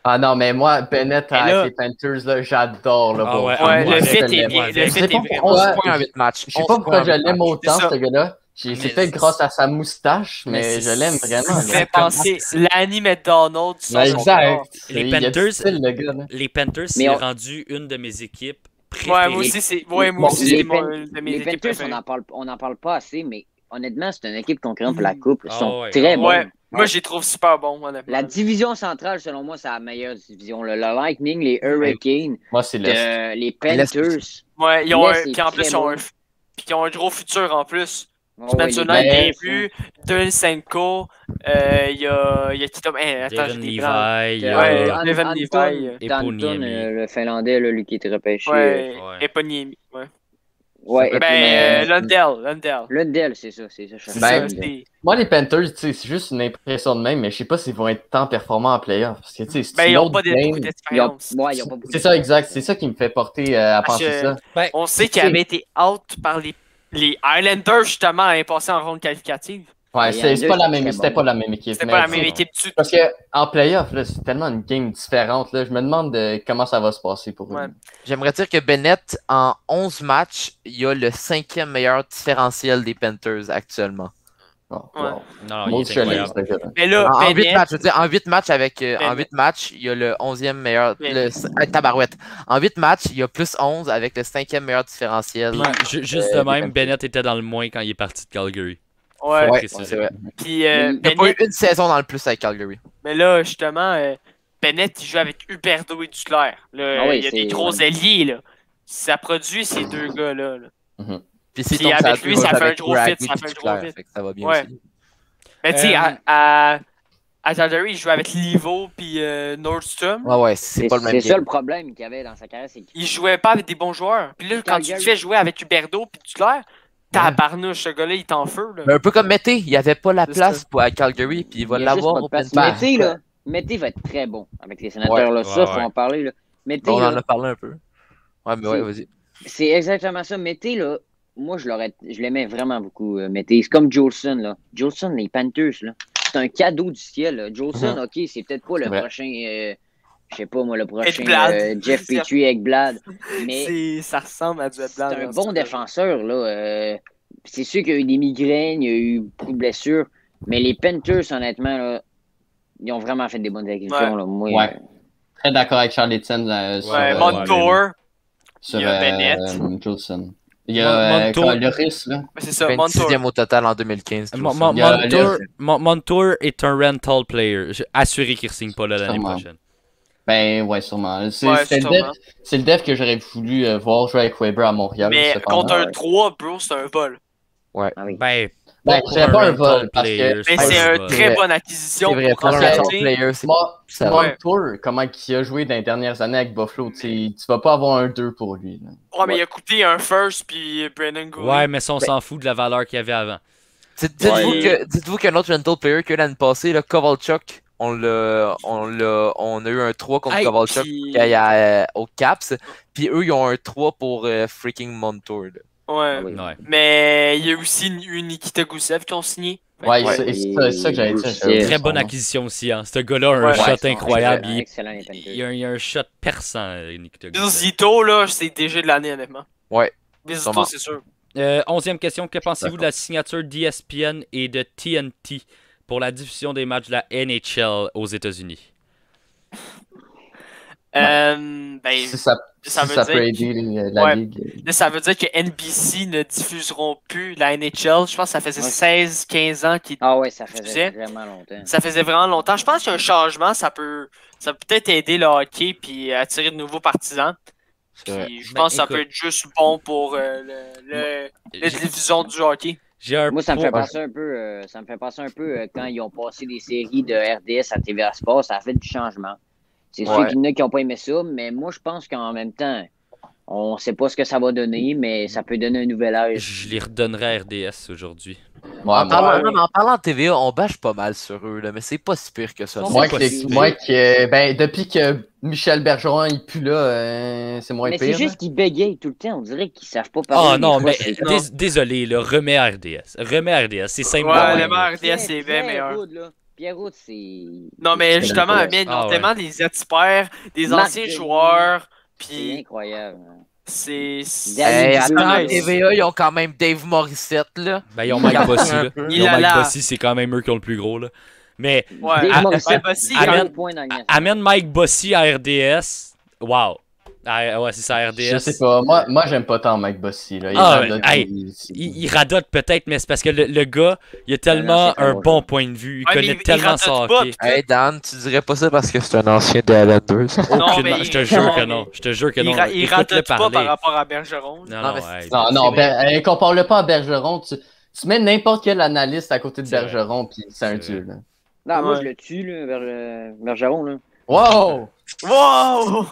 [SPEAKER 5] Ah non, mais moi, Bennett
[SPEAKER 3] Mais
[SPEAKER 5] avec
[SPEAKER 3] là-
[SPEAKER 5] les Panthers, là, j'adore. Là,
[SPEAKER 2] Ah
[SPEAKER 5] pour-
[SPEAKER 2] ouais,
[SPEAKER 5] pour
[SPEAKER 3] ouais,
[SPEAKER 5] moi,
[SPEAKER 3] le
[SPEAKER 5] je
[SPEAKER 3] fit
[SPEAKER 5] l'aime.
[SPEAKER 3] est bien.
[SPEAKER 2] ouais,
[SPEAKER 3] Le
[SPEAKER 5] Je
[SPEAKER 3] fit
[SPEAKER 5] sais
[SPEAKER 3] est
[SPEAKER 5] pas
[SPEAKER 3] vraiment.
[SPEAKER 5] pourquoi,
[SPEAKER 4] 11 points en 8 matchs.
[SPEAKER 5] je sais
[SPEAKER 4] 11
[SPEAKER 5] pas
[SPEAKER 4] points en
[SPEAKER 5] pourquoi je
[SPEAKER 4] huit
[SPEAKER 5] l'aime
[SPEAKER 4] matchs.
[SPEAKER 5] autant,
[SPEAKER 3] C'est ça.
[SPEAKER 5] ce gars-là. J'ai-
[SPEAKER 2] Mais
[SPEAKER 5] C'est peut-être
[SPEAKER 2] c'est-
[SPEAKER 5] grâce à sa moustache, mais,
[SPEAKER 2] mais c'est-
[SPEAKER 5] je l'aime vraiment.
[SPEAKER 2] c'est-
[SPEAKER 5] là.
[SPEAKER 3] fait penser Lanny McDonald sur
[SPEAKER 5] Ouais,
[SPEAKER 3] son corps.
[SPEAKER 5] exact.
[SPEAKER 2] Les
[SPEAKER 5] Il a du
[SPEAKER 2] Panthers-
[SPEAKER 5] style, le gars, là.
[SPEAKER 2] Les Panthers,
[SPEAKER 1] Mais
[SPEAKER 2] c'est
[SPEAKER 1] on-
[SPEAKER 2] rendu une de mes équipes
[SPEAKER 3] Ouais,
[SPEAKER 2] préférées.
[SPEAKER 3] moi aussi, c'est ouais, moi
[SPEAKER 5] Bon,
[SPEAKER 3] aussi,
[SPEAKER 1] les
[SPEAKER 3] c'est mon-
[SPEAKER 1] Pan-
[SPEAKER 3] une de mes
[SPEAKER 1] Les
[SPEAKER 3] équipes
[SPEAKER 1] Panthers, on
[SPEAKER 3] préférées.
[SPEAKER 1] n'en parle, on en parle pas assez, mais honnêtement, c'est une équipe concurrente pour la
[SPEAKER 3] Mhm.
[SPEAKER 1] Coupe. Ils
[SPEAKER 2] Ah
[SPEAKER 1] sont
[SPEAKER 2] ouais.
[SPEAKER 1] très bons.
[SPEAKER 3] Ouais, moi, je les trouve super bons, honnêtement.
[SPEAKER 1] La division centrale, selon moi, c'est la meilleure division. là. Le Lightning, les Hurricanes,
[SPEAKER 5] Moi, c'est le.
[SPEAKER 1] euh, les Panthers.
[SPEAKER 3] Ouais, ils ont
[SPEAKER 1] Là,
[SPEAKER 3] un-
[SPEAKER 1] c'est
[SPEAKER 3] Puis en
[SPEAKER 1] très
[SPEAKER 3] plus, ils ont
[SPEAKER 1] bon.
[SPEAKER 3] un... Puis ils ont un gros futur en plus.
[SPEAKER 1] Oh,
[SPEAKER 3] Je
[SPEAKER 1] ouais,
[SPEAKER 3] mentionne
[SPEAKER 1] les
[SPEAKER 3] il est
[SPEAKER 1] Panthers,
[SPEAKER 3] plus, Donisenko, euh, il y a, il y a qui d'autre? Hein, attends, j'ai
[SPEAKER 2] Darren
[SPEAKER 3] des
[SPEAKER 2] Levi,
[SPEAKER 3] blancs.
[SPEAKER 2] il y
[SPEAKER 1] Euh,
[SPEAKER 2] a-
[SPEAKER 3] Ouais,
[SPEAKER 1] An-
[SPEAKER 3] Devin
[SPEAKER 1] Anton-
[SPEAKER 3] Levi.
[SPEAKER 1] Anton,
[SPEAKER 2] Eponiemi.
[SPEAKER 1] euh, le Finlandais, là, lui qui était repêché. euh,
[SPEAKER 3] Ouais,
[SPEAKER 2] Ouais.
[SPEAKER 3] Eponiemi, ouais.
[SPEAKER 1] ouais, et puis,
[SPEAKER 3] Ben,
[SPEAKER 1] euh,
[SPEAKER 3] euh, Lundell, Lundell.
[SPEAKER 1] Lundell, c'est ça, c'est ça. je cherchais
[SPEAKER 3] C'est ça,
[SPEAKER 5] Ben,
[SPEAKER 1] Lundell.
[SPEAKER 3] c'est-
[SPEAKER 5] Moi, les Panthers, tu sais, c'est juste une impression de même, mais je sais pas s'ils vont être tant performants en playoff. Parce que, tu sais, c'est
[SPEAKER 3] Ben,
[SPEAKER 5] une
[SPEAKER 3] ils ont
[SPEAKER 5] autre
[SPEAKER 3] pas de-
[SPEAKER 5] game.
[SPEAKER 3] beaucoup
[SPEAKER 1] Ils ont-
[SPEAKER 3] d'expérience.
[SPEAKER 1] ouais, ils ont pas beaucoup
[SPEAKER 5] C'est
[SPEAKER 1] de-
[SPEAKER 5] ça, exact. C'est ça qui me fait porter euh, à
[SPEAKER 3] Parce
[SPEAKER 5] penser
[SPEAKER 3] que-
[SPEAKER 5] ça.
[SPEAKER 3] On sait qu'il avait été out par les, les Highlanders justement à passer en ronde qualificative.
[SPEAKER 5] Ouais,
[SPEAKER 1] Il y
[SPEAKER 5] c'est
[SPEAKER 1] en
[SPEAKER 5] c'est
[SPEAKER 1] a
[SPEAKER 5] pas
[SPEAKER 1] deux
[SPEAKER 5] la
[SPEAKER 1] qui
[SPEAKER 5] même,
[SPEAKER 1] sont
[SPEAKER 5] c'était
[SPEAKER 1] bons.
[SPEAKER 5] pas la même équipe.
[SPEAKER 3] C'était
[SPEAKER 5] mais
[SPEAKER 3] pas la
[SPEAKER 5] tu
[SPEAKER 3] même
[SPEAKER 5] sais,
[SPEAKER 3] équipe du tout.
[SPEAKER 5] Parce que en playoff, là, c'est tellement une game différente. Là. Je me demande euh, comment ça va se passer pour eux.
[SPEAKER 3] Ouais.
[SPEAKER 4] J'aimerais dire que Bennett, en 11 matchs, il a le cinquième meilleur différentiel des Panthers actuellement.
[SPEAKER 5] Bon,
[SPEAKER 3] Ouais.
[SPEAKER 5] Oh, wow.
[SPEAKER 2] Non, non,
[SPEAKER 5] Maud
[SPEAKER 2] Ah, il est
[SPEAKER 5] Chalet,
[SPEAKER 2] incroyable.
[SPEAKER 5] ce gars-là.
[SPEAKER 3] Mais là,
[SPEAKER 4] en, 8
[SPEAKER 3] Ah, Bennett,
[SPEAKER 4] matchs, je veux dire, en 8 matchs avec euh, en
[SPEAKER 3] Bennett.
[SPEAKER 4] 8 matchs, il y a le 11e meilleur le,
[SPEAKER 3] Bennett.
[SPEAKER 4] ah, tabarouette. En 8 matchs, il y a plus 11 avec le 5e meilleur différentiel.
[SPEAKER 2] Puis, ju- juste de
[SPEAKER 4] Euh,
[SPEAKER 2] même,
[SPEAKER 4] Panthers.
[SPEAKER 2] Bennett était dans le moins quand il est parti de Calgary.
[SPEAKER 3] ouais,
[SPEAKER 2] Faut
[SPEAKER 4] Ouais,
[SPEAKER 2] préciser.
[SPEAKER 4] c'est vrai.
[SPEAKER 3] puis euh,
[SPEAKER 1] Il
[SPEAKER 4] Il n'y a pas eu
[SPEAKER 3] Bennett,
[SPEAKER 4] une saison dans le plus avec Calgary.
[SPEAKER 3] mais là justement, euh, Bennett il joue avec Huberdo et Duclair. Là,
[SPEAKER 1] Ah oui,
[SPEAKER 3] il y a
[SPEAKER 1] c'est-
[SPEAKER 3] des gros alliés là. Ça produit ces deux gars là.
[SPEAKER 4] Puis s'il
[SPEAKER 3] Puis
[SPEAKER 4] tombe sur
[SPEAKER 3] avec
[SPEAKER 4] la
[SPEAKER 3] lui,
[SPEAKER 4] gauche
[SPEAKER 3] ça fait
[SPEAKER 4] avec
[SPEAKER 3] un gros
[SPEAKER 4] Brady
[SPEAKER 3] fit, ça
[SPEAKER 4] puis
[SPEAKER 3] fait un gros
[SPEAKER 4] Duclair,
[SPEAKER 3] fit.
[SPEAKER 4] fait que ça va bien
[SPEAKER 3] Ouais.
[SPEAKER 4] aussi.
[SPEAKER 3] Mais tu sais,
[SPEAKER 2] Euh,
[SPEAKER 3] à, à, à Calgary, il joue avec Livo puis euh, Nordstrom.
[SPEAKER 4] Ah Ouais, ouais, c'est
[SPEAKER 1] C'est
[SPEAKER 4] pas le même
[SPEAKER 1] c'est ça
[SPEAKER 4] game.
[SPEAKER 1] le problème qu'il y avait dans sa carrière, c'est qu'il
[SPEAKER 3] Il jouait pas avec des bons joueurs. Puis là, quand tu te
[SPEAKER 1] Calgary-
[SPEAKER 3] fais jouer avec Huberdo puis Duclair, t'as barnouche, ce gars-là, il est en feu là.
[SPEAKER 4] Mais un peu comme Mété, il n'y avait pas la
[SPEAKER 3] C'est
[SPEAKER 4] place pour à Calgary, puis il va
[SPEAKER 1] Il y a juste pas
[SPEAKER 4] l'avoir
[SPEAKER 1] de
[SPEAKER 4] au
[SPEAKER 1] place.
[SPEAKER 4] Panthers.
[SPEAKER 1] Mété, là, Mété va être très bon avec les sénateurs. là. ça,
[SPEAKER 2] Ouais,
[SPEAKER 1] faut
[SPEAKER 2] ouais.
[SPEAKER 1] en parler. Là. Mété,
[SPEAKER 4] On en
[SPEAKER 1] là,
[SPEAKER 4] a parlé un peu. Ouais, mais ouais, vas-y.
[SPEAKER 1] c'est exactement ça. Mété, là, moi, je l'aurais, je l'aimais vraiment beaucoup, euh, Mété. C'est comme Jolson, là. Jolson, les Panthers, là. C'est un cadeau du ciel, là. Jolson,
[SPEAKER 4] Mm-hmm.
[SPEAKER 1] OK, c'est peut-être pas le
[SPEAKER 5] C'est vrai.
[SPEAKER 1] prochain, euh, je sais pas, moi, le prochain
[SPEAKER 3] Ekblad.
[SPEAKER 1] euh, Jeff Petrie avec Blad. Mais
[SPEAKER 3] C'est- Ça ressemble à du
[SPEAKER 1] C'est
[SPEAKER 3] blanc,
[SPEAKER 1] un
[SPEAKER 3] là,
[SPEAKER 1] bon
[SPEAKER 3] ça.
[SPEAKER 1] défenseur, là. euh, c'est sûr qu'il y a eu des migraines, il y a eu beaucoup de blessures, mais les Panthers, honnêtement, là, ils ont vraiment fait des bonnes acquisitions.
[SPEAKER 3] Ouais.
[SPEAKER 1] là. Moi,
[SPEAKER 5] Ouais. très d'accord avec Charles Etienne euh, sur,
[SPEAKER 3] Ouais,
[SPEAKER 5] euh,
[SPEAKER 3] Montour.
[SPEAKER 5] sur,
[SPEAKER 3] il y a
[SPEAKER 5] euh,
[SPEAKER 3] Bennett.
[SPEAKER 5] euh, Coulson. Il y a euh,
[SPEAKER 2] Montour.
[SPEAKER 5] comment, Lloris, là.
[SPEAKER 3] Mais c'est ça, Montour.
[SPEAKER 4] 26e au total en 2015.
[SPEAKER 2] Mon-
[SPEAKER 4] Coulson.
[SPEAKER 2] mon-
[SPEAKER 5] Il y a-
[SPEAKER 2] Montour, mon- Montour est un rental player. Je- Assuré qu'il ne signe pas là l'année
[SPEAKER 5] Sûrement.
[SPEAKER 2] prochaine.
[SPEAKER 5] Ben ouais, sûrement. C'est
[SPEAKER 3] Ouais,
[SPEAKER 5] c'est le,
[SPEAKER 3] sûrement.
[SPEAKER 5] dev, c'est le dev que j'aurais voulu euh, voir jouer avec Weber à Montréal.
[SPEAKER 3] Mais
[SPEAKER 5] cependant.
[SPEAKER 3] contre un 3, bro, c'est un vol.
[SPEAKER 1] Ah oui.
[SPEAKER 2] Ben,
[SPEAKER 5] Ben,
[SPEAKER 2] pour
[SPEAKER 5] c'est pas un
[SPEAKER 2] rental
[SPEAKER 5] vol, parce
[SPEAKER 2] player,
[SPEAKER 5] que
[SPEAKER 3] Mais
[SPEAKER 2] pas
[SPEAKER 3] c'est
[SPEAKER 2] un
[SPEAKER 3] une
[SPEAKER 2] vol.
[SPEAKER 4] C'est
[SPEAKER 3] très
[SPEAKER 4] vrai.
[SPEAKER 3] bonne
[SPEAKER 4] C'est
[SPEAKER 3] acquisition
[SPEAKER 4] vrai,
[SPEAKER 3] pour
[SPEAKER 4] pour un rental
[SPEAKER 3] remplacer.
[SPEAKER 4] player, c'est
[SPEAKER 5] Moi,
[SPEAKER 4] ça va.
[SPEAKER 3] Ouais.
[SPEAKER 5] Montour, comment il a joué dans les dernières années avec Buffalo, tu sais, tu vas pas avoir un 2 pour lui. là.
[SPEAKER 3] Ouais, mais il a coûté un first puis Brandon Gould.
[SPEAKER 2] Ouais, mais ça, on s'en fout de la valeur qu'il y avait avant.
[SPEAKER 4] Dites- Dites-vous
[SPEAKER 1] Ouais.
[SPEAKER 4] que- dites-vous qu'un autre rental player que l'année passée, le Kovalchuk, on l'a, on l'a, on a eu un 3 contre
[SPEAKER 2] Hey,
[SPEAKER 4] Kovalchuk
[SPEAKER 3] puis-
[SPEAKER 4] qu'il y a, euh, au Caps, puis eux ils ont un 3 pour euh, freaking Montour. là.
[SPEAKER 3] Ouais.
[SPEAKER 1] Ah oui.
[SPEAKER 2] Ouais.
[SPEAKER 3] Mais il y a aussi eu Nikita Gusev qui ont signé. Fait que-
[SPEAKER 5] Ouais,
[SPEAKER 1] Ouais.
[SPEAKER 5] c'est c'est ça, c'est ça que j'allais dire.
[SPEAKER 1] Et-
[SPEAKER 5] j'avais oublié
[SPEAKER 2] Très
[SPEAKER 5] son
[SPEAKER 2] bonne
[SPEAKER 5] nom.
[SPEAKER 2] acquisition aussi. Hein. Ce gars-là a un
[SPEAKER 3] Ouais.
[SPEAKER 2] shot
[SPEAKER 5] Ouais.
[SPEAKER 2] incroyable. Il,
[SPEAKER 1] Excellent, les
[SPEAKER 2] il-
[SPEAKER 1] Panthers.
[SPEAKER 2] il a, un- il a un shot perçant, euh, Nikita Gusev.
[SPEAKER 3] Bill Zito, là, c'est DG de l'année, honnêtement.
[SPEAKER 4] Ouais.
[SPEAKER 3] Bill Zito,
[SPEAKER 4] Sûrement.
[SPEAKER 3] c'est sûr.
[SPEAKER 2] Euh, onzième question. Que pensez-vous de la signature d'ESPN et de TNT pour la diffusion des matchs de la NHL aux États-Unis?
[SPEAKER 3] Euh, ben,
[SPEAKER 5] Si ça,
[SPEAKER 3] ça
[SPEAKER 5] si
[SPEAKER 3] veut
[SPEAKER 5] ça
[SPEAKER 3] dire
[SPEAKER 5] peut
[SPEAKER 3] que-
[SPEAKER 5] aider euh, la
[SPEAKER 3] Ouais.
[SPEAKER 5] ligue.
[SPEAKER 3] là, ça veut dire que NBC ne diffuseront plus la NHL. Je pense que ça faisait
[SPEAKER 1] Ouais.
[SPEAKER 3] 16-15 ans qu'ils
[SPEAKER 1] Ah ouais, ça faisait
[SPEAKER 3] Excusez.
[SPEAKER 1] vraiment longtemps.
[SPEAKER 3] Ça faisait vraiment longtemps. Je pense qu'il y a un changement, ça peut, ça peut peut-être aider le hockey puis attirer de nouveaux partisans.
[SPEAKER 4] C'est vrai.
[SPEAKER 3] Puis je
[SPEAKER 2] Ben,
[SPEAKER 3] pense que ça
[SPEAKER 2] écoute.
[SPEAKER 3] peut être juste bon pour euh, le, le- la
[SPEAKER 2] J'ai-
[SPEAKER 3] division du hockey.
[SPEAKER 2] J'ai un
[SPEAKER 1] Moi, ça me fait
[SPEAKER 2] point-
[SPEAKER 1] penser un peu, euh, ça me fait penser un peu euh, quand ils ont passé des séries de RDS à TVA Sports, ça a fait du changement. C'est sûr
[SPEAKER 4] Ouais.
[SPEAKER 1] qu'il y en a qui n'ont pas aimé ça, mais moi, je pense qu'en même temps, on sait pas ce que ça va donner, mais ça peut donner un nouvel âge.
[SPEAKER 2] Je les redonnerai à RDS aujourd'hui.
[SPEAKER 5] Ouais,
[SPEAKER 2] Ah,
[SPEAKER 4] En
[SPEAKER 5] moi-
[SPEAKER 4] parlant, non, mais en parlant de TVA, on bâche pas mal sur eux, là, mais c'est pas si pire que ça.
[SPEAKER 1] Non,
[SPEAKER 5] Moi,
[SPEAKER 2] c'est
[SPEAKER 5] que,
[SPEAKER 2] pas si
[SPEAKER 5] les- moi que, ben, depuis que Michel Bergeron il pue là, euh, c'est moins
[SPEAKER 1] mais c'est
[SPEAKER 5] pire.
[SPEAKER 1] juste qu'ils bégayent tout le temps, on dirait qu'ils savent pas parler.
[SPEAKER 2] Oh non,
[SPEAKER 1] Des fois,
[SPEAKER 2] mais
[SPEAKER 1] c'est-
[SPEAKER 2] dés- désolé, là, remets à RDS. Remets à RDS, c'est simple. Ben,
[SPEAKER 3] Ouais,
[SPEAKER 2] de
[SPEAKER 3] le
[SPEAKER 2] même, là.
[SPEAKER 3] meilleur RDS, c'est bien
[SPEAKER 1] Pierre
[SPEAKER 3] meilleur.
[SPEAKER 1] Roud, là. Pierre Roud, c'est.
[SPEAKER 3] Non, mais justement,
[SPEAKER 1] c'est-
[SPEAKER 3] Amine, ils ont
[SPEAKER 2] Ah ouais.
[SPEAKER 3] tellement des experts, des
[SPEAKER 1] Marc
[SPEAKER 3] anciens
[SPEAKER 1] Denis.
[SPEAKER 3] joueurs,
[SPEAKER 1] C'est
[SPEAKER 3] puis
[SPEAKER 1] incroyable.
[SPEAKER 3] c'est. c'est-
[SPEAKER 1] Hey,
[SPEAKER 4] Hey,
[SPEAKER 1] attends,
[SPEAKER 4] attends,
[SPEAKER 1] nice.
[SPEAKER 4] TVA, ils ont quand même Dave Morissette, là.
[SPEAKER 2] Ben, ils ont Mike Bossy, là.
[SPEAKER 4] peu.
[SPEAKER 2] Ils ont
[SPEAKER 3] Il a
[SPEAKER 2] Mike
[SPEAKER 3] la-
[SPEAKER 2] Bossy, c'est quand même eux qui ont le plus gros, là. Mais
[SPEAKER 3] Ouais,
[SPEAKER 1] Dave
[SPEAKER 2] ah,
[SPEAKER 1] Morissette,
[SPEAKER 3] bah, si,
[SPEAKER 1] 40
[SPEAKER 2] amène-
[SPEAKER 1] points dans le
[SPEAKER 2] a-
[SPEAKER 1] national.
[SPEAKER 2] amène Mike Bossy à RDS. Wow. Ah, ouais, c'est ça, RDS.
[SPEAKER 5] Je sais pas. Moi, moi j'aime pas tant Mike Bossy. Là. Il
[SPEAKER 2] Ah,
[SPEAKER 5] parle
[SPEAKER 2] ouais, hey,
[SPEAKER 5] il-
[SPEAKER 2] Il, il radote peut-être, mais c'est parce que le, le gars, il a tellement
[SPEAKER 1] non, c'est un
[SPEAKER 2] un
[SPEAKER 1] bon
[SPEAKER 2] bon
[SPEAKER 1] joueur.
[SPEAKER 2] point de vue. Il
[SPEAKER 3] Ouais, mais
[SPEAKER 2] connaît
[SPEAKER 3] il- il
[SPEAKER 2] tellement
[SPEAKER 3] radote
[SPEAKER 2] son
[SPEAKER 3] pas,
[SPEAKER 2] hockey.
[SPEAKER 3] puis-
[SPEAKER 4] Hey Dan, tu dirais pas ça parce que c'est un ancien des Islanders.
[SPEAKER 3] Non,
[SPEAKER 2] Aucunement-
[SPEAKER 3] mais il-
[SPEAKER 2] je te jure que
[SPEAKER 3] non,
[SPEAKER 2] non. Je te jure que
[SPEAKER 3] il
[SPEAKER 2] non.
[SPEAKER 3] ra- il
[SPEAKER 2] Écoute-le
[SPEAKER 3] rate pas par
[SPEAKER 2] parler.
[SPEAKER 3] rapport à Bergeron.
[SPEAKER 2] Non,
[SPEAKER 4] Non,
[SPEAKER 2] non,
[SPEAKER 4] mais
[SPEAKER 2] hey,
[SPEAKER 5] Non,
[SPEAKER 4] C'est
[SPEAKER 5] non,
[SPEAKER 4] vrai.
[SPEAKER 5] ben, euh, compare le pas à Bergeron. Tu, tu mets n'importe quel analyste à côté de
[SPEAKER 2] C'est vrai.
[SPEAKER 5] Bergeron, puis c'est un
[SPEAKER 2] C'est
[SPEAKER 5] dieu. Là.
[SPEAKER 1] Non, moi,
[SPEAKER 3] Ouais.
[SPEAKER 1] je le tue, là, vers, euh, Bergeron, là.
[SPEAKER 5] Wow!
[SPEAKER 3] Wow!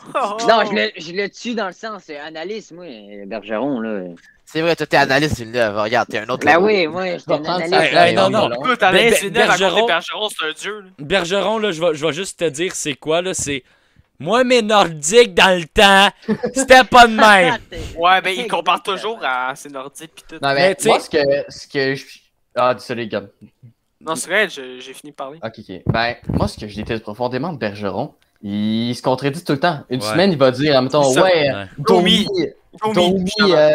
[SPEAKER 1] Non, je le, je le tue dans le sens euh, analyste, moi, euh, Bergeron, là.
[SPEAKER 4] c'est vrai, toi t'es analyste Villeneuve, regarde, t'es un autre.
[SPEAKER 1] Ben
[SPEAKER 4] gars.
[SPEAKER 1] oui, moi,
[SPEAKER 5] Je vais
[SPEAKER 1] j'étais un
[SPEAKER 5] prendre
[SPEAKER 1] analyste.
[SPEAKER 5] sa
[SPEAKER 2] Hey,
[SPEAKER 5] place
[SPEAKER 2] hey, non,
[SPEAKER 5] en
[SPEAKER 2] non.
[SPEAKER 5] ballon.
[SPEAKER 3] Écoute, Alain
[SPEAKER 2] Ben-
[SPEAKER 3] Sénat raconte
[SPEAKER 2] Bergeron-
[SPEAKER 3] Bergeron, c'est un dieu. là.
[SPEAKER 2] Bergeron, là, je vais, je vais juste te dire c'est quoi, là, c'est... Moi, mes Nordiques, dans le temps, c'était pas de même.
[SPEAKER 3] Ouais, ben il compare toujours à ses Nordiques pis tout.
[SPEAKER 5] Non,
[SPEAKER 2] Mais,
[SPEAKER 5] mais
[SPEAKER 2] tu sais-
[SPEAKER 5] moi, ce que, ce que je. Ah, désolé, Gab.
[SPEAKER 3] Non, c'est vrai, je- j'ai fini de parler.
[SPEAKER 5] Ok, ok. Ben, moi, ce que je déteste profondément de Bergeron, il se contredit tout le temps. Une
[SPEAKER 2] Ouais.
[SPEAKER 5] semaine, il va dire, admettons,
[SPEAKER 3] C'est ça.
[SPEAKER 5] ouais,
[SPEAKER 2] Ouais.
[SPEAKER 5] Domi,
[SPEAKER 3] Domi,
[SPEAKER 5] Domi,
[SPEAKER 3] justement.
[SPEAKER 5] euh,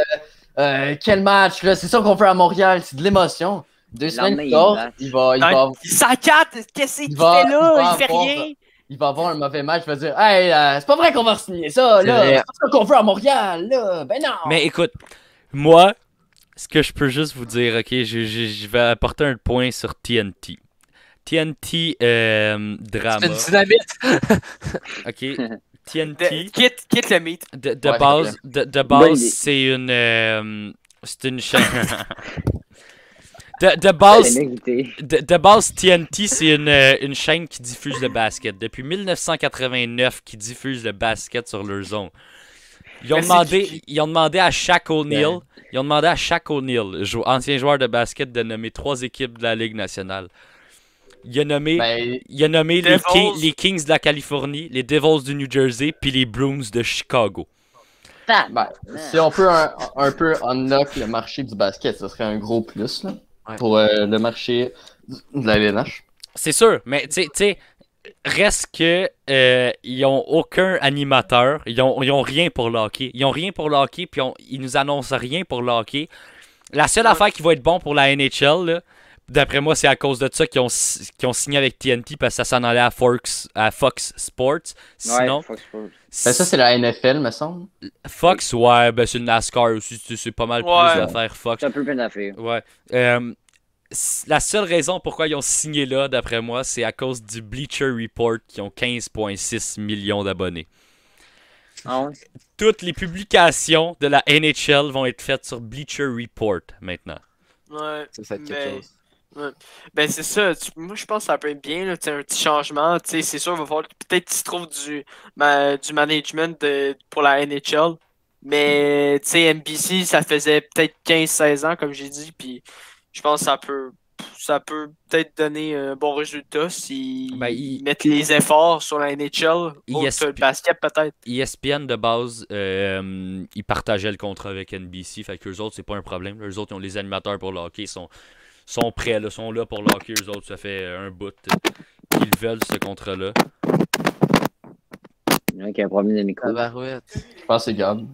[SPEAKER 5] euh, quel match, là, c'est ça qu'on fait à Montréal, c'est de l'émotion. Deux semaines
[SPEAKER 1] lendemain,
[SPEAKER 5] plus tard,
[SPEAKER 1] il
[SPEAKER 5] il va, il, va,
[SPEAKER 3] Hein? Il s'accate! Qu'est-ce qu'il fait
[SPEAKER 5] va- il
[SPEAKER 3] là?
[SPEAKER 5] va
[SPEAKER 3] Il fait
[SPEAKER 5] avoir-
[SPEAKER 3] rien!
[SPEAKER 5] il va avoir un mauvais match, il va dire, hey, euh, c'est pas vrai qu'on va signer ça,
[SPEAKER 4] C'est
[SPEAKER 5] là,
[SPEAKER 4] vrai.
[SPEAKER 5] c'est pas ça qu'on fait à Montréal, là, ben non.
[SPEAKER 2] Mais écoute, moi, ce que je peux juste vous dire, ok, je, je- je vais apporter un point sur TNT. TNT euh,
[SPEAKER 4] C'est
[SPEAKER 2] drama,
[SPEAKER 4] une dynamite.
[SPEAKER 2] ok.
[SPEAKER 3] De-
[SPEAKER 2] TNT
[SPEAKER 3] quitte, quitte le meet.
[SPEAKER 2] de, de
[SPEAKER 5] Ouais,
[SPEAKER 2] base, de, de
[SPEAKER 1] Bonne
[SPEAKER 2] base,
[SPEAKER 1] idée.
[SPEAKER 2] c'est une, euh, c'est une chaîne. de, de base, de, de base, TNT, c'est une, euh, une chaîne qui diffuse le basket. Depuis 1989, qui diffuse le basket sur leur zone. Ils ont,
[SPEAKER 3] Merci,
[SPEAKER 2] demandé,
[SPEAKER 3] Kiki.
[SPEAKER 2] ils ont demandé à Shaq O'Neal,
[SPEAKER 5] Ouais.
[SPEAKER 2] ils ont demandé à Shaq O'Neal, jou- ancien joueur de basket, de nommer trois équipes de la Ligue nationale. Il a nommé,
[SPEAKER 5] Ben,
[SPEAKER 2] il a nommé les,
[SPEAKER 3] Devils.
[SPEAKER 2] King- les Kings de la Californie, les Devils du New Jersey, puis les Bruins de Chicago.
[SPEAKER 5] ben, si on peut un, un peu unlock le marché du basket, ce serait un gros plus, là,
[SPEAKER 4] Ouais.
[SPEAKER 5] pour euh, le marché de la LNH.
[SPEAKER 2] C'est sûr, mais tu sais- tu sais, reste que euh, ils ont aucun animateur, ils ont, ils ont rien pour le hockey. Ils ont rien pour le hockey, puis on- ils nous annoncent rien pour le hockey. La seule
[SPEAKER 3] Ouais.
[SPEAKER 2] affaire qui va être bon pour la NHL, là, D'après moi, c'est à cause de ça qu'ils ont, si- qu'ils ont signé avec TNT parce que ça s'en allait à, Fox- à Fox Sports. Sinon,
[SPEAKER 1] Fox Sports.
[SPEAKER 5] Ben, ça, c'est la NFL, me semble.
[SPEAKER 2] Fox, ouais, ben c'est le NASCAR aussi. tu sais, C'est pas mal
[SPEAKER 3] Ouais.
[SPEAKER 2] plus d'affaires Fox.
[SPEAKER 1] C'est un peu plein d'affaires.
[SPEAKER 2] Ouais. Euh, s- la seule raison pourquoi ils ont signé là, d'après moi, c'est à cause du Bleacher Report qui ont 15,6 millions d'abonnés.
[SPEAKER 1] Ah ouais?
[SPEAKER 2] Toutes les publications de la NHL vont être faites sur Bleacher Report maintenant.
[SPEAKER 3] Ouais.
[SPEAKER 4] Ça, ça te
[SPEAKER 3] Mais-
[SPEAKER 4] quelque chose.
[SPEAKER 3] Ben c'est ça, tu- moi je pense que ça peut être bien, là, tu sais, un petit changement, tu sais, c'est sûr, il va falloir peut-être qu'ils se trouvent du, ma- du management de, pour la NHL, mais tu sais, NBC, ça faisait peut-être 15-16 ans, comme j'ai dit, puis je pense que ça peut ça peut peut-être donner un bon résultat s'ils
[SPEAKER 2] Ben, ils-
[SPEAKER 3] mettent les efforts sur la NHL,
[SPEAKER 2] Ils
[SPEAKER 3] ou sur le
[SPEAKER 2] espèrent-
[SPEAKER 3] basket peut-être.
[SPEAKER 2] E ESPN de base, euh, ils partageaient le contrat avec NBC, fait que eux autres, c'est pas un problème. Les autres, ils ont les animateurs pour le hockey, ils sont, sont prêts, là, sont là pour le hockey. Eux autres, ça fait un bout euh, qu'ils veulent ce contrat-là.
[SPEAKER 1] Il y en a qui a un problème de
[SPEAKER 2] Ah,
[SPEAKER 1] micro.
[SPEAKER 2] bah,
[SPEAKER 4] Tabarouette.
[SPEAKER 5] Je pense que c'est Gab.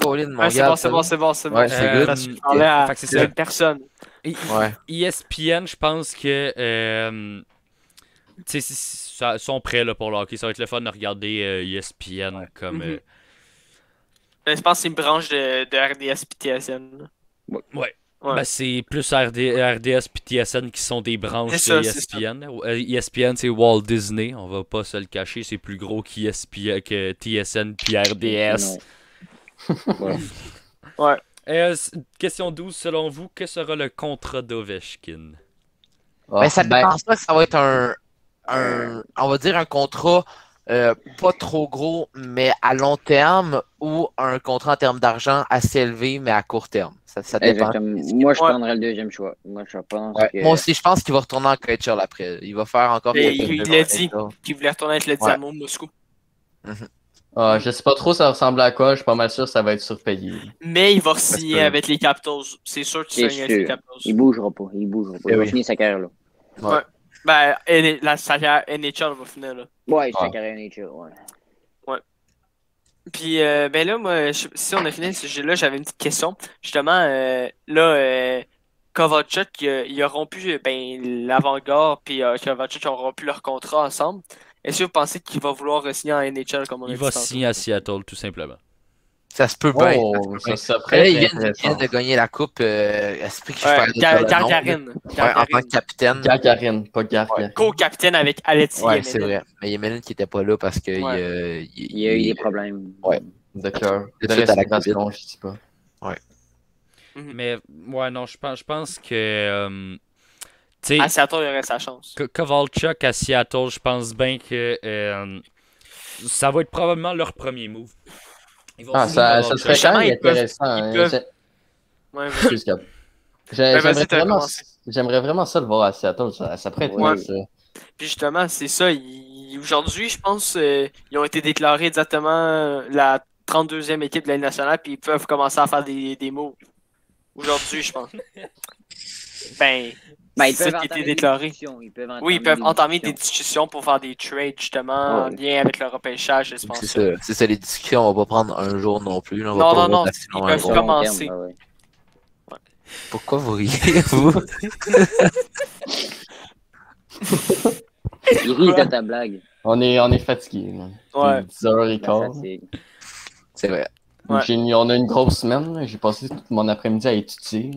[SPEAKER 4] Colin, mon
[SPEAKER 3] Ouais, c'est
[SPEAKER 4] gars,
[SPEAKER 3] bon, c'est
[SPEAKER 4] ça-
[SPEAKER 3] bon, c'est bon, c'est bon.
[SPEAKER 4] Ouais, c'est
[SPEAKER 2] Euh,
[SPEAKER 4] good.
[SPEAKER 2] fait
[SPEAKER 3] Je parlais à
[SPEAKER 2] que c'est ça.
[SPEAKER 3] une personne.
[SPEAKER 4] Ouais.
[SPEAKER 2] E ESPN, je pense que. euh, tu sais, si- si- ça- sont prêts là, pour le hockey. Ça va être le fun de regarder euh, ESPN comme. euh,
[SPEAKER 3] Ben, je pense que c'est une branche de, de RDS puis TSN. là.
[SPEAKER 2] ouais.
[SPEAKER 3] Ouais.
[SPEAKER 2] Ben, c'est plus RD, RDS puis TSN qui sont des branches
[SPEAKER 3] C'est ça,
[SPEAKER 2] de
[SPEAKER 3] c'est ça.
[SPEAKER 2] ESPN. Euh, ESPN, c'est Walt Disney. On va pas se le cacher. C'est plus gros qu'ESPN, que E TSN puis RDS.
[SPEAKER 1] Non. Voilà.
[SPEAKER 2] Euh, s- question 12. Selon vous, que sera le contrat d'Ovechkin
[SPEAKER 5] Ah,
[SPEAKER 4] Ben, ça ne pense pas que ça va être un, un- on va dire un contrat euh, pas trop gros, mais à long terme, ou un contrat en termes d'argent assez élevé, mais à court terme. Ça, ça dépend.
[SPEAKER 1] Exactement. Moi, je
[SPEAKER 3] Ouais.
[SPEAKER 1] prendrais le deuxième choix. Moi, je pense
[SPEAKER 4] Ouais.
[SPEAKER 1] que...
[SPEAKER 4] Moi aussi, je pense qu'il va retourner en KHL après. Il va faire encore
[SPEAKER 3] Mais
[SPEAKER 4] quelques
[SPEAKER 3] Ben, il
[SPEAKER 4] saisons
[SPEAKER 3] l'a
[SPEAKER 4] avec
[SPEAKER 3] dit.
[SPEAKER 4] ça.
[SPEAKER 3] Qui voulait retourner avec le
[SPEAKER 4] Ouais.
[SPEAKER 3] Dynamo de Moscou.
[SPEAKER 5] Ah, je sais pas trop ça ressemble à quoi, je suis pas mal sûr que ça va être surpayé.
[SPEAKER 3] Mais il va
[SPEAKER 5] que-
[SPEAKER 3] signer avec les Capitals. C'est sûr
[SPEAKER 1] C'est
[SPEAKER 3] qu'il signe avec les
[SPEAKER 1] sûr. Il
[SPEAKER 3] Capitals.
[SPEAKER 1] bougera pas. Il bougera pas. Il
[SPEAKER 4] Eh
[SPEAKER 1] va
[SPEAKER 4] oui.
[SPEAKER 1] finir sa carrière là.
[SPEAKER 3] Ben, N- la carrière NHL va finir là.
[SPEAKER 1] Ouais, sa
[SPEAKER 5] Ouais.
[SPEAKER 1] carrière nature, ouais.
[SPEAKER 3] Puis, euh, ben là, moi, je- si on a fini ce jeu-là, j'avais une petite question. Justement, euh, là, euh, Kovacic, il a, il a rompu, ben, l'avant-garde, puis euh, Kovacic ont rompu leur contrat ensemble. Est-ce que vous pensez qu'il va vouloir signer en NHL comme on a
[SPEAKER 2] Il
[SPEAKER 3] dit
[SPEAKER 2] va
[SPEAKER 3] tantôt?
[SPEAKER 2] signer à Seattle, tout simplement.
[SPEAKER 4] Ça se peut bien.
[SPEAKER 5] Oh, ça, ça
[SPEAKER 4] Après,
[SPEAKER 5] ferait
[SPEAKER 4] il vient, il
[SPEAKER 5] intéressant.
[SPEAKER 4] vient de gagner la coupe. Euh, esprit que je
[SPEAKER 3] Ouais,
[SPEAKER 4] parlais de
[SPEAKER 3] Ga-
[SPEAKER 4] le nom, là.
[SPEAKER 3] Gargarine.
[SPEAKER 4] Ouais, en tant
[SPEAKER 3] Gargarine.
[SPEAKER 4] que capitaine.
[SPEAKER 5] Gagarin, pas Gagarin.
[SPEAKER 3] Co-capitaine avec Alexis
[SPEAKER 4] Ouais,
[SPEAKER 3] Yemelin.
[SPEAKER 4] c'est vrai. Mais Yemelin qui n'était pas là parce que
[SPEAKER 3] Ouais.
[SPEAKER 4] il, euh, il-
[SPEAKER 1] Il y a eu
[SPEAKER 4] il-
[SPEAKER 1] des problèmes.
[SPEAKER 4] Ouais.
[SPEAKER 5] De cœur.
[SPEAKER 4] De
[SPEAKER 5] De
[SPEAKER 4] suite à la
[SPEAKER 5] respiration, je sais pas.
[SPEAKER 2] Mais, ouais, non, je pense, je pense que. euh, tu sais,
[SPEAKER 3] Ah, À Seattle, il aurait sa chance.
[SPEAKER 2] Ko- Kovalchuk à Seattle, je pense bien que euh, ça va être probablement leur premier move. Ils vont
[SPEAKER 5] Ah,
[SPEAKER 2] signer
[SPEAKER 5] ça, ça
[SPEAKER 2] Kovalchuk.
[SPEAKER 5] serait quand
[SPEAKER 3] Justement,
[SPEAKER 5] même
[SPEAKER 3] ils peuvent-
[SPEAKER 5] intéressant. hein.
[SPEAKER 3] ils peuvent-
[SPEAKER 5] J'ai-
[SPEAKER 3] Ouais, ouais.
[SPEAKER 5] excuse, Gab. J'ai-
[SPEAKER 3] Ben, vas-y,
[SPEAKER 5] J'aimerais
[SPEAKER 3] t'as
[SPEAKER 5] vraiment,
[SPEAKER 3] commencé.
[SPEAKER 5] j'aimerais vraiment ça le voir à Seattle. Ça, ça pourrait être
[SPEAKER 3] Ouais.
[SPEAKER 5] nice, ça.
[SPEAKER 3] Puis justement, c'est ça. ils- Aujourd'hui, je pense, euh, ils ont été déclarés exactement euh, la 32e équipe de la Ligue nationale, puis ils peuvent commencer à faire des, des moves. Aujourd'hui, je pense. Ben,
[SPEAKER 1] Ben,
[SPEAKER 3] c'est
[SPEAKER 1] ils
[SPEAKER 3] ça
[SPEAKER 1] peuvent
[SPEAKER 3] qui a été
[SPEAKER 1] entamer des
[SPEAKER 3] déclaré.
[SPEAKER 1] discussions, Ils peuvent
[SPEAKER 3] Oui, ils peuvent entamer des
[SPEAKER 1] discussions.
[SPEAKER 3] discussions pour faire des trades, justement, en
[SPEAKER 1] Ouais.
[SPEAKER 3] lien avec le repêchage, je pense.
[SPEAKER 4] C'est ça, c'est ça, les discussions, on va pas prendre un jour non plus. là, on
[SPEAKER 3] Non,
[SPEAKER 4] va pas
[SPEAKER 3] non,
[SPEAKER 4] voir
[SPEAKER 3] non,
[SPEAKER 4] passer
[SPEAKER 3] ils
[SPEAKER 4] loin,
[SPEAKER 3] peuvent
[SPEAKER 4] gros.
[SPEAKER 3] comme-
[SPEAKER 1] commencer.
[SPEAKER 3] commencer.
[SPEAKER 4] Pourquoi vous riez, vous?
[SPEAKER 1] Il rit de ta blague.
[SPEAKER 5] On est, on est fatigué. là. Il
[SPEAKER 3] Ouais.
[SPEAKER 5] est 10h15.
[SPEAKER 1] La fatigue.
[SPEAKER 4] C'est vrai.
[SPEAKER 3] Ouais.
[SPEAKER 5] J'ai une- on a une grosse semaine. là. J'ai passé tout mon après-midi à étudier.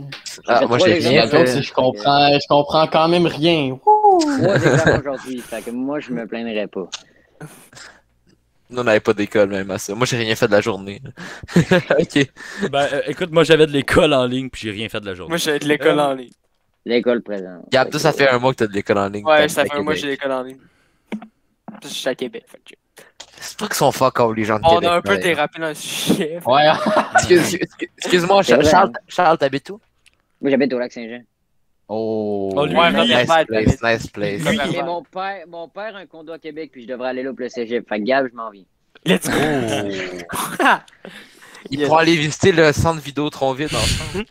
[SPEAKER 4] Ah,
[SPEAKER 1] fait
[SPEAKER 4] moi,
[SPEAKER 1] trois
[SPEAKER 4] j'ai
[SPEAKER 1] examens
[SPEAKER 5] Rien
[SPEAKER 4] rien
[SPEAKER 1] aujourd'hui.
[SPEAKER 5] d'autre,
[SPEAKER 4] fait.
[SPEAKER 5] si je comprends, je comprends quand même rien.
[SPEAKER 1] Trois examens aujourd'hui, fait que moi, je me plaindrais pas.
[SPEAKER 4] Nous, on n'avait pas d'école, même à ça. Moi, j'ai rien fait de la journée. ok.
[SPEAKER 2] Ben, euh, écoute, moi j'avais de l'école en ligne puis j'ai rien fait de la journée.
[SPEAKER 3] Moi, j'ai de l'école en ligne.
[SPEAKER 1] L'école présente.
[SPEAKER 4] Gab, toi, ça fait un mois que t'as de l'école en ligne.
[SPEAKER 3] Ouais,
[SPEAKER 4] T'as
[SPEAKER 3] ça
[SPEAKER 4] été
[SPEAKER 3] fait
[SPEAKER 4] à
[SPEAKER 3] un mois que j'ai de
[SPEAKER 4] Québec.
[SPEAKER 3] l'école en ligne. Parce que Je suis à Québec. fait que-
[SPEAKER 4] C'est pas qu'ils sont fuck all, les gens de
[SPEAKER 3] On
[SPEAKER 4] Québec,
[SPEAKER 3] a un peu
[SPEAKER 4] pareil.
[SPEAKER 3] dérapé dans le sujet.
[SPEAKER 5] Ouais,
[SPEAKER 4] Excuse- excuse- Excuse-moi,
[SPEAKER 1] C'est
[SPEAKER 4] Charles,
[SPEAKER 1] vrai.
[SPEAKER 4] Charles, Charles, t'habites où?
[SPEAKER 1] Moi, j'habite au Lac-Saint-Jean.
[SPEAKER 5] Oh.
[SPEAKER 2] Oh, lui,
[SPEAKER 3] Ouais,
[SPEAKER 2] non,
[SPEAKER 4] Nice
[SPEAKER 3] Robert Ball,
[SPEAKER 4] place, nice place.
[SPEAKER 3] Lui-
[SPEAKER 1] Mais mon père, mon père a un condo à Québec, puis je devrais aller là pour le cégep. Fait que Gab, je m'en viens.
[SPEAKER 3] Let's go.
[SPEAKER 4] Ils pourront aller visiter le centre vidéo Tronville ensemble.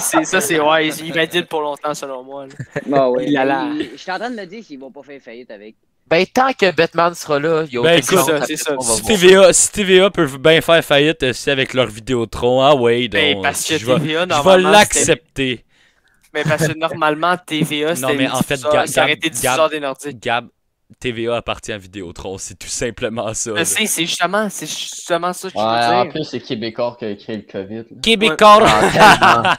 [SPEAKER 3] C'est ça, c'est ouais, il valide pour longtemps selon moi. là.
[SPEAKER 1] Bah ouais.
[SPEAKER 3] Il a l'air.
[SPEAKER 1] Je suis en train de me dire s'ils vont pas faire faillite avec.
[SPEAKER 4] Ben, tant que Batman sera là, il y a
[SPEAKER 2] Ben,
[SPEAKER 4] aucune
[SPEAKER 2] écoute,
[SPEAKER 4] chance
[SPEAKER 3] ça,
[SPEAKER 4] après
[SPEAKER 3] c'est
[SPEAKER 4] ça,
[SPEAKER 3] ça.
[SPEAKER 4] on va
[SPEAKER 2] Si
[SPEAKER 4] voir.
[SPEAKER 2] TVA, si TVA peut bien faire faillite aussi avec leur Vidéotron, ah ouais,
[SPEAKER 3] Ben,
[SPEAKER 2] donc
[SPEAKER 3] parce que
[SPEAKER 2] je vais-
[SPEAKER 3] TVA,
[SPEAKER 2] je vais
[SPEAKER 3] normalement,
[SPEAKER 2] l'accepter.
[SPEAKER 3] Mais parce que normalement, TVA, c'était.
[SPEAKER 2] Non, mais
[SPEAKER 3] le
[SPEAKER 2] en fait,
[SPEAKER 3] diffuseur-
[SPEAKER 2] Gab-
[SPEAKER 3] ça aurait été
[SPEAKER 2] Gab-
[SPEAKER 3] diffuseur des Nordiques.
[SPEAKER 2] Gab, TVA appartient à Vidéotron, c'est tout simplement ça.
[SPEAKER 3] Je
[SPEAKER 2] là.
[SPEAKER 3] sais, Ben, c'est justement, c'est justement ça que je
[SPEAKER 5] Ouais,
[SPEAKER 3] veux
[SPEAKER 5] en
[SPEAKER 3] dire.
[SPEAKER 5] plus, c'est Québécois qui a créé le COVID. là.
[SPEAKER 2] Québécois!
[SPEAKER 4] Ah,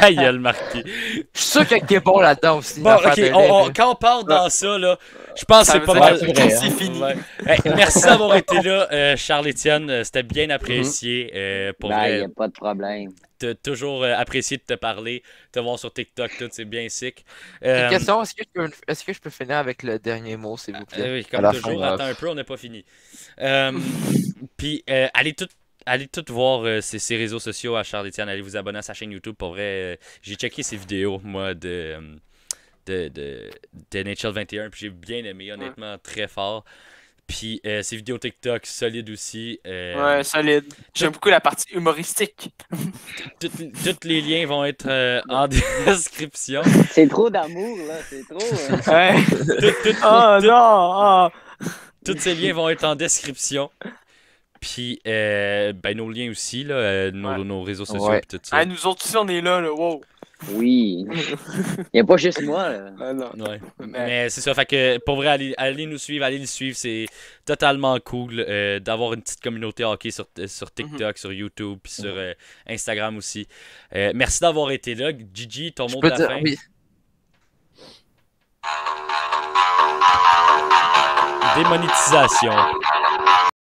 [SPEAKER 2] Ta gueule, Marquis.
[SPEAKER 4] Je suis sûr qu'il y a quelqu'un bon là-dedans aussi.
[SPEAKER 2] Bon,
[SPEAKER 4] dans l'affaire
[SPEAKER 2] ok,
[SPEAKER 4] de
[SPEAKER 2] on- on-
[SPEAKER 4] lait,
[SPEAKER 2] quand on part dans ça, là, je pense que
[SPEAKER 3] Ça
[SPEAKER 2] c'est
[SPEAKER 3] veut
[SPEAKER 2] pas
[SPEAKER 3] dire
[SPEAKER 2] mal.
[SPEAKER 5] que c'est vrai,
[SPEAKER 2] Ouais.
[SPEAKER 3] hein. fini.
[SPEAKER 2] Ouais. Hey, merci d'avoir été là, euh, Charles-Étienne. euh, C'était bien apprécié. euh, pour
[SPEAKER 1] Ben, il
[SPEAKER 2] vrai,
[SPEAKER 1] n'y a pas de problème.
[SPEAKER 2] t'as toujours euh, apprécié de te parler, te voir sur TikTok, tout, c'est bien sick.
[SPEAKER 4] là.
[SPEAKER 2] Euh,
[SPEAKER 4] Une question, est-ce que, je peux- est-ce que je peux finir avec le dernier mot, s'il vous plaît?
[SPEAKER 2] Euh, oui,
[SPEAKER 4] à
[SPEAKER 2] comme
[SPEAKER 4] la
[SPEAKER 2] toujours,
[SPEAKER 4] fin,
[SPEAKER 2] attends un peu, on n'est pas fini. Euh, Puis euh, allez tout. Allez tout voir euh, ses, ses réseaux sociaux à Charles-Étienne. Allez vous abonner à sa chaîne YouTube. Pour vrai, euh, j'ai checké ses vidéos, moi, de, euh, de, de, de NHL 21. Puis j'ai bien aimé, honnêtement, très fort. Puis euh, ses vidéos TikTok, solides aussi. euh,
[SPEAKER 3] Ouais, solide. J'aime beaucoup la partie humoristique.
[SPEAKER 2] tout- Tous les liens vont être euh, en description.
[SPEAKER 1] C'est trop d'amour, là. C'est trop. euh,
[SPEAKER 3] Ouais.
[SPEAKER 2] Tout- tout-
[SPEAKER 3] oh non! oh.
[SPEAKER 2] Tous ces liens vont être en description. Puis, euh, ben, nos liens aussi, là, euh, nos,
[SPEAKER 3] Ouais.
[SPEAKER 2] nos réseaux sociaux,
[SPEAKER 4] Ouais.
[SPEAKER 2] puis tout ça.
[SPEAKER 3] Ah, nous autres aussi, on est là, là. Wow.
[SPEAKER 1] Oui. Il n'y a pas juste moi, là.
[SPEAKER 3] Ah, non.
[SPEAKER 2] Ouais.
[SPEAKER 3] Mais-
[SPEAKER 4] Ben.
[SPEAKER 2] Mais c'est ça, fait que pour vrai, allez, allez nous suivre, allez le suivre, c'est totalement cool euh, d'avoir une petite communauté hockey sur, euh,
[SPEAKER 4] Mhm.
[SPEAKER 2] sur TikTok, sur YouTube, puis sur euh, Instagram aussi. Euh, merci d'avoir été là, Gigi, ton
[SPEAKER 4] Je
[SPEAKER 2] mot de
[SPEAKER 4] peux
[SPEAKER 2] la
[SPEAKER 4] dire,
[SPEAKER 2] fin.
[SPEAKER 4] oui.
[SPEAKER 2] Démonétisation.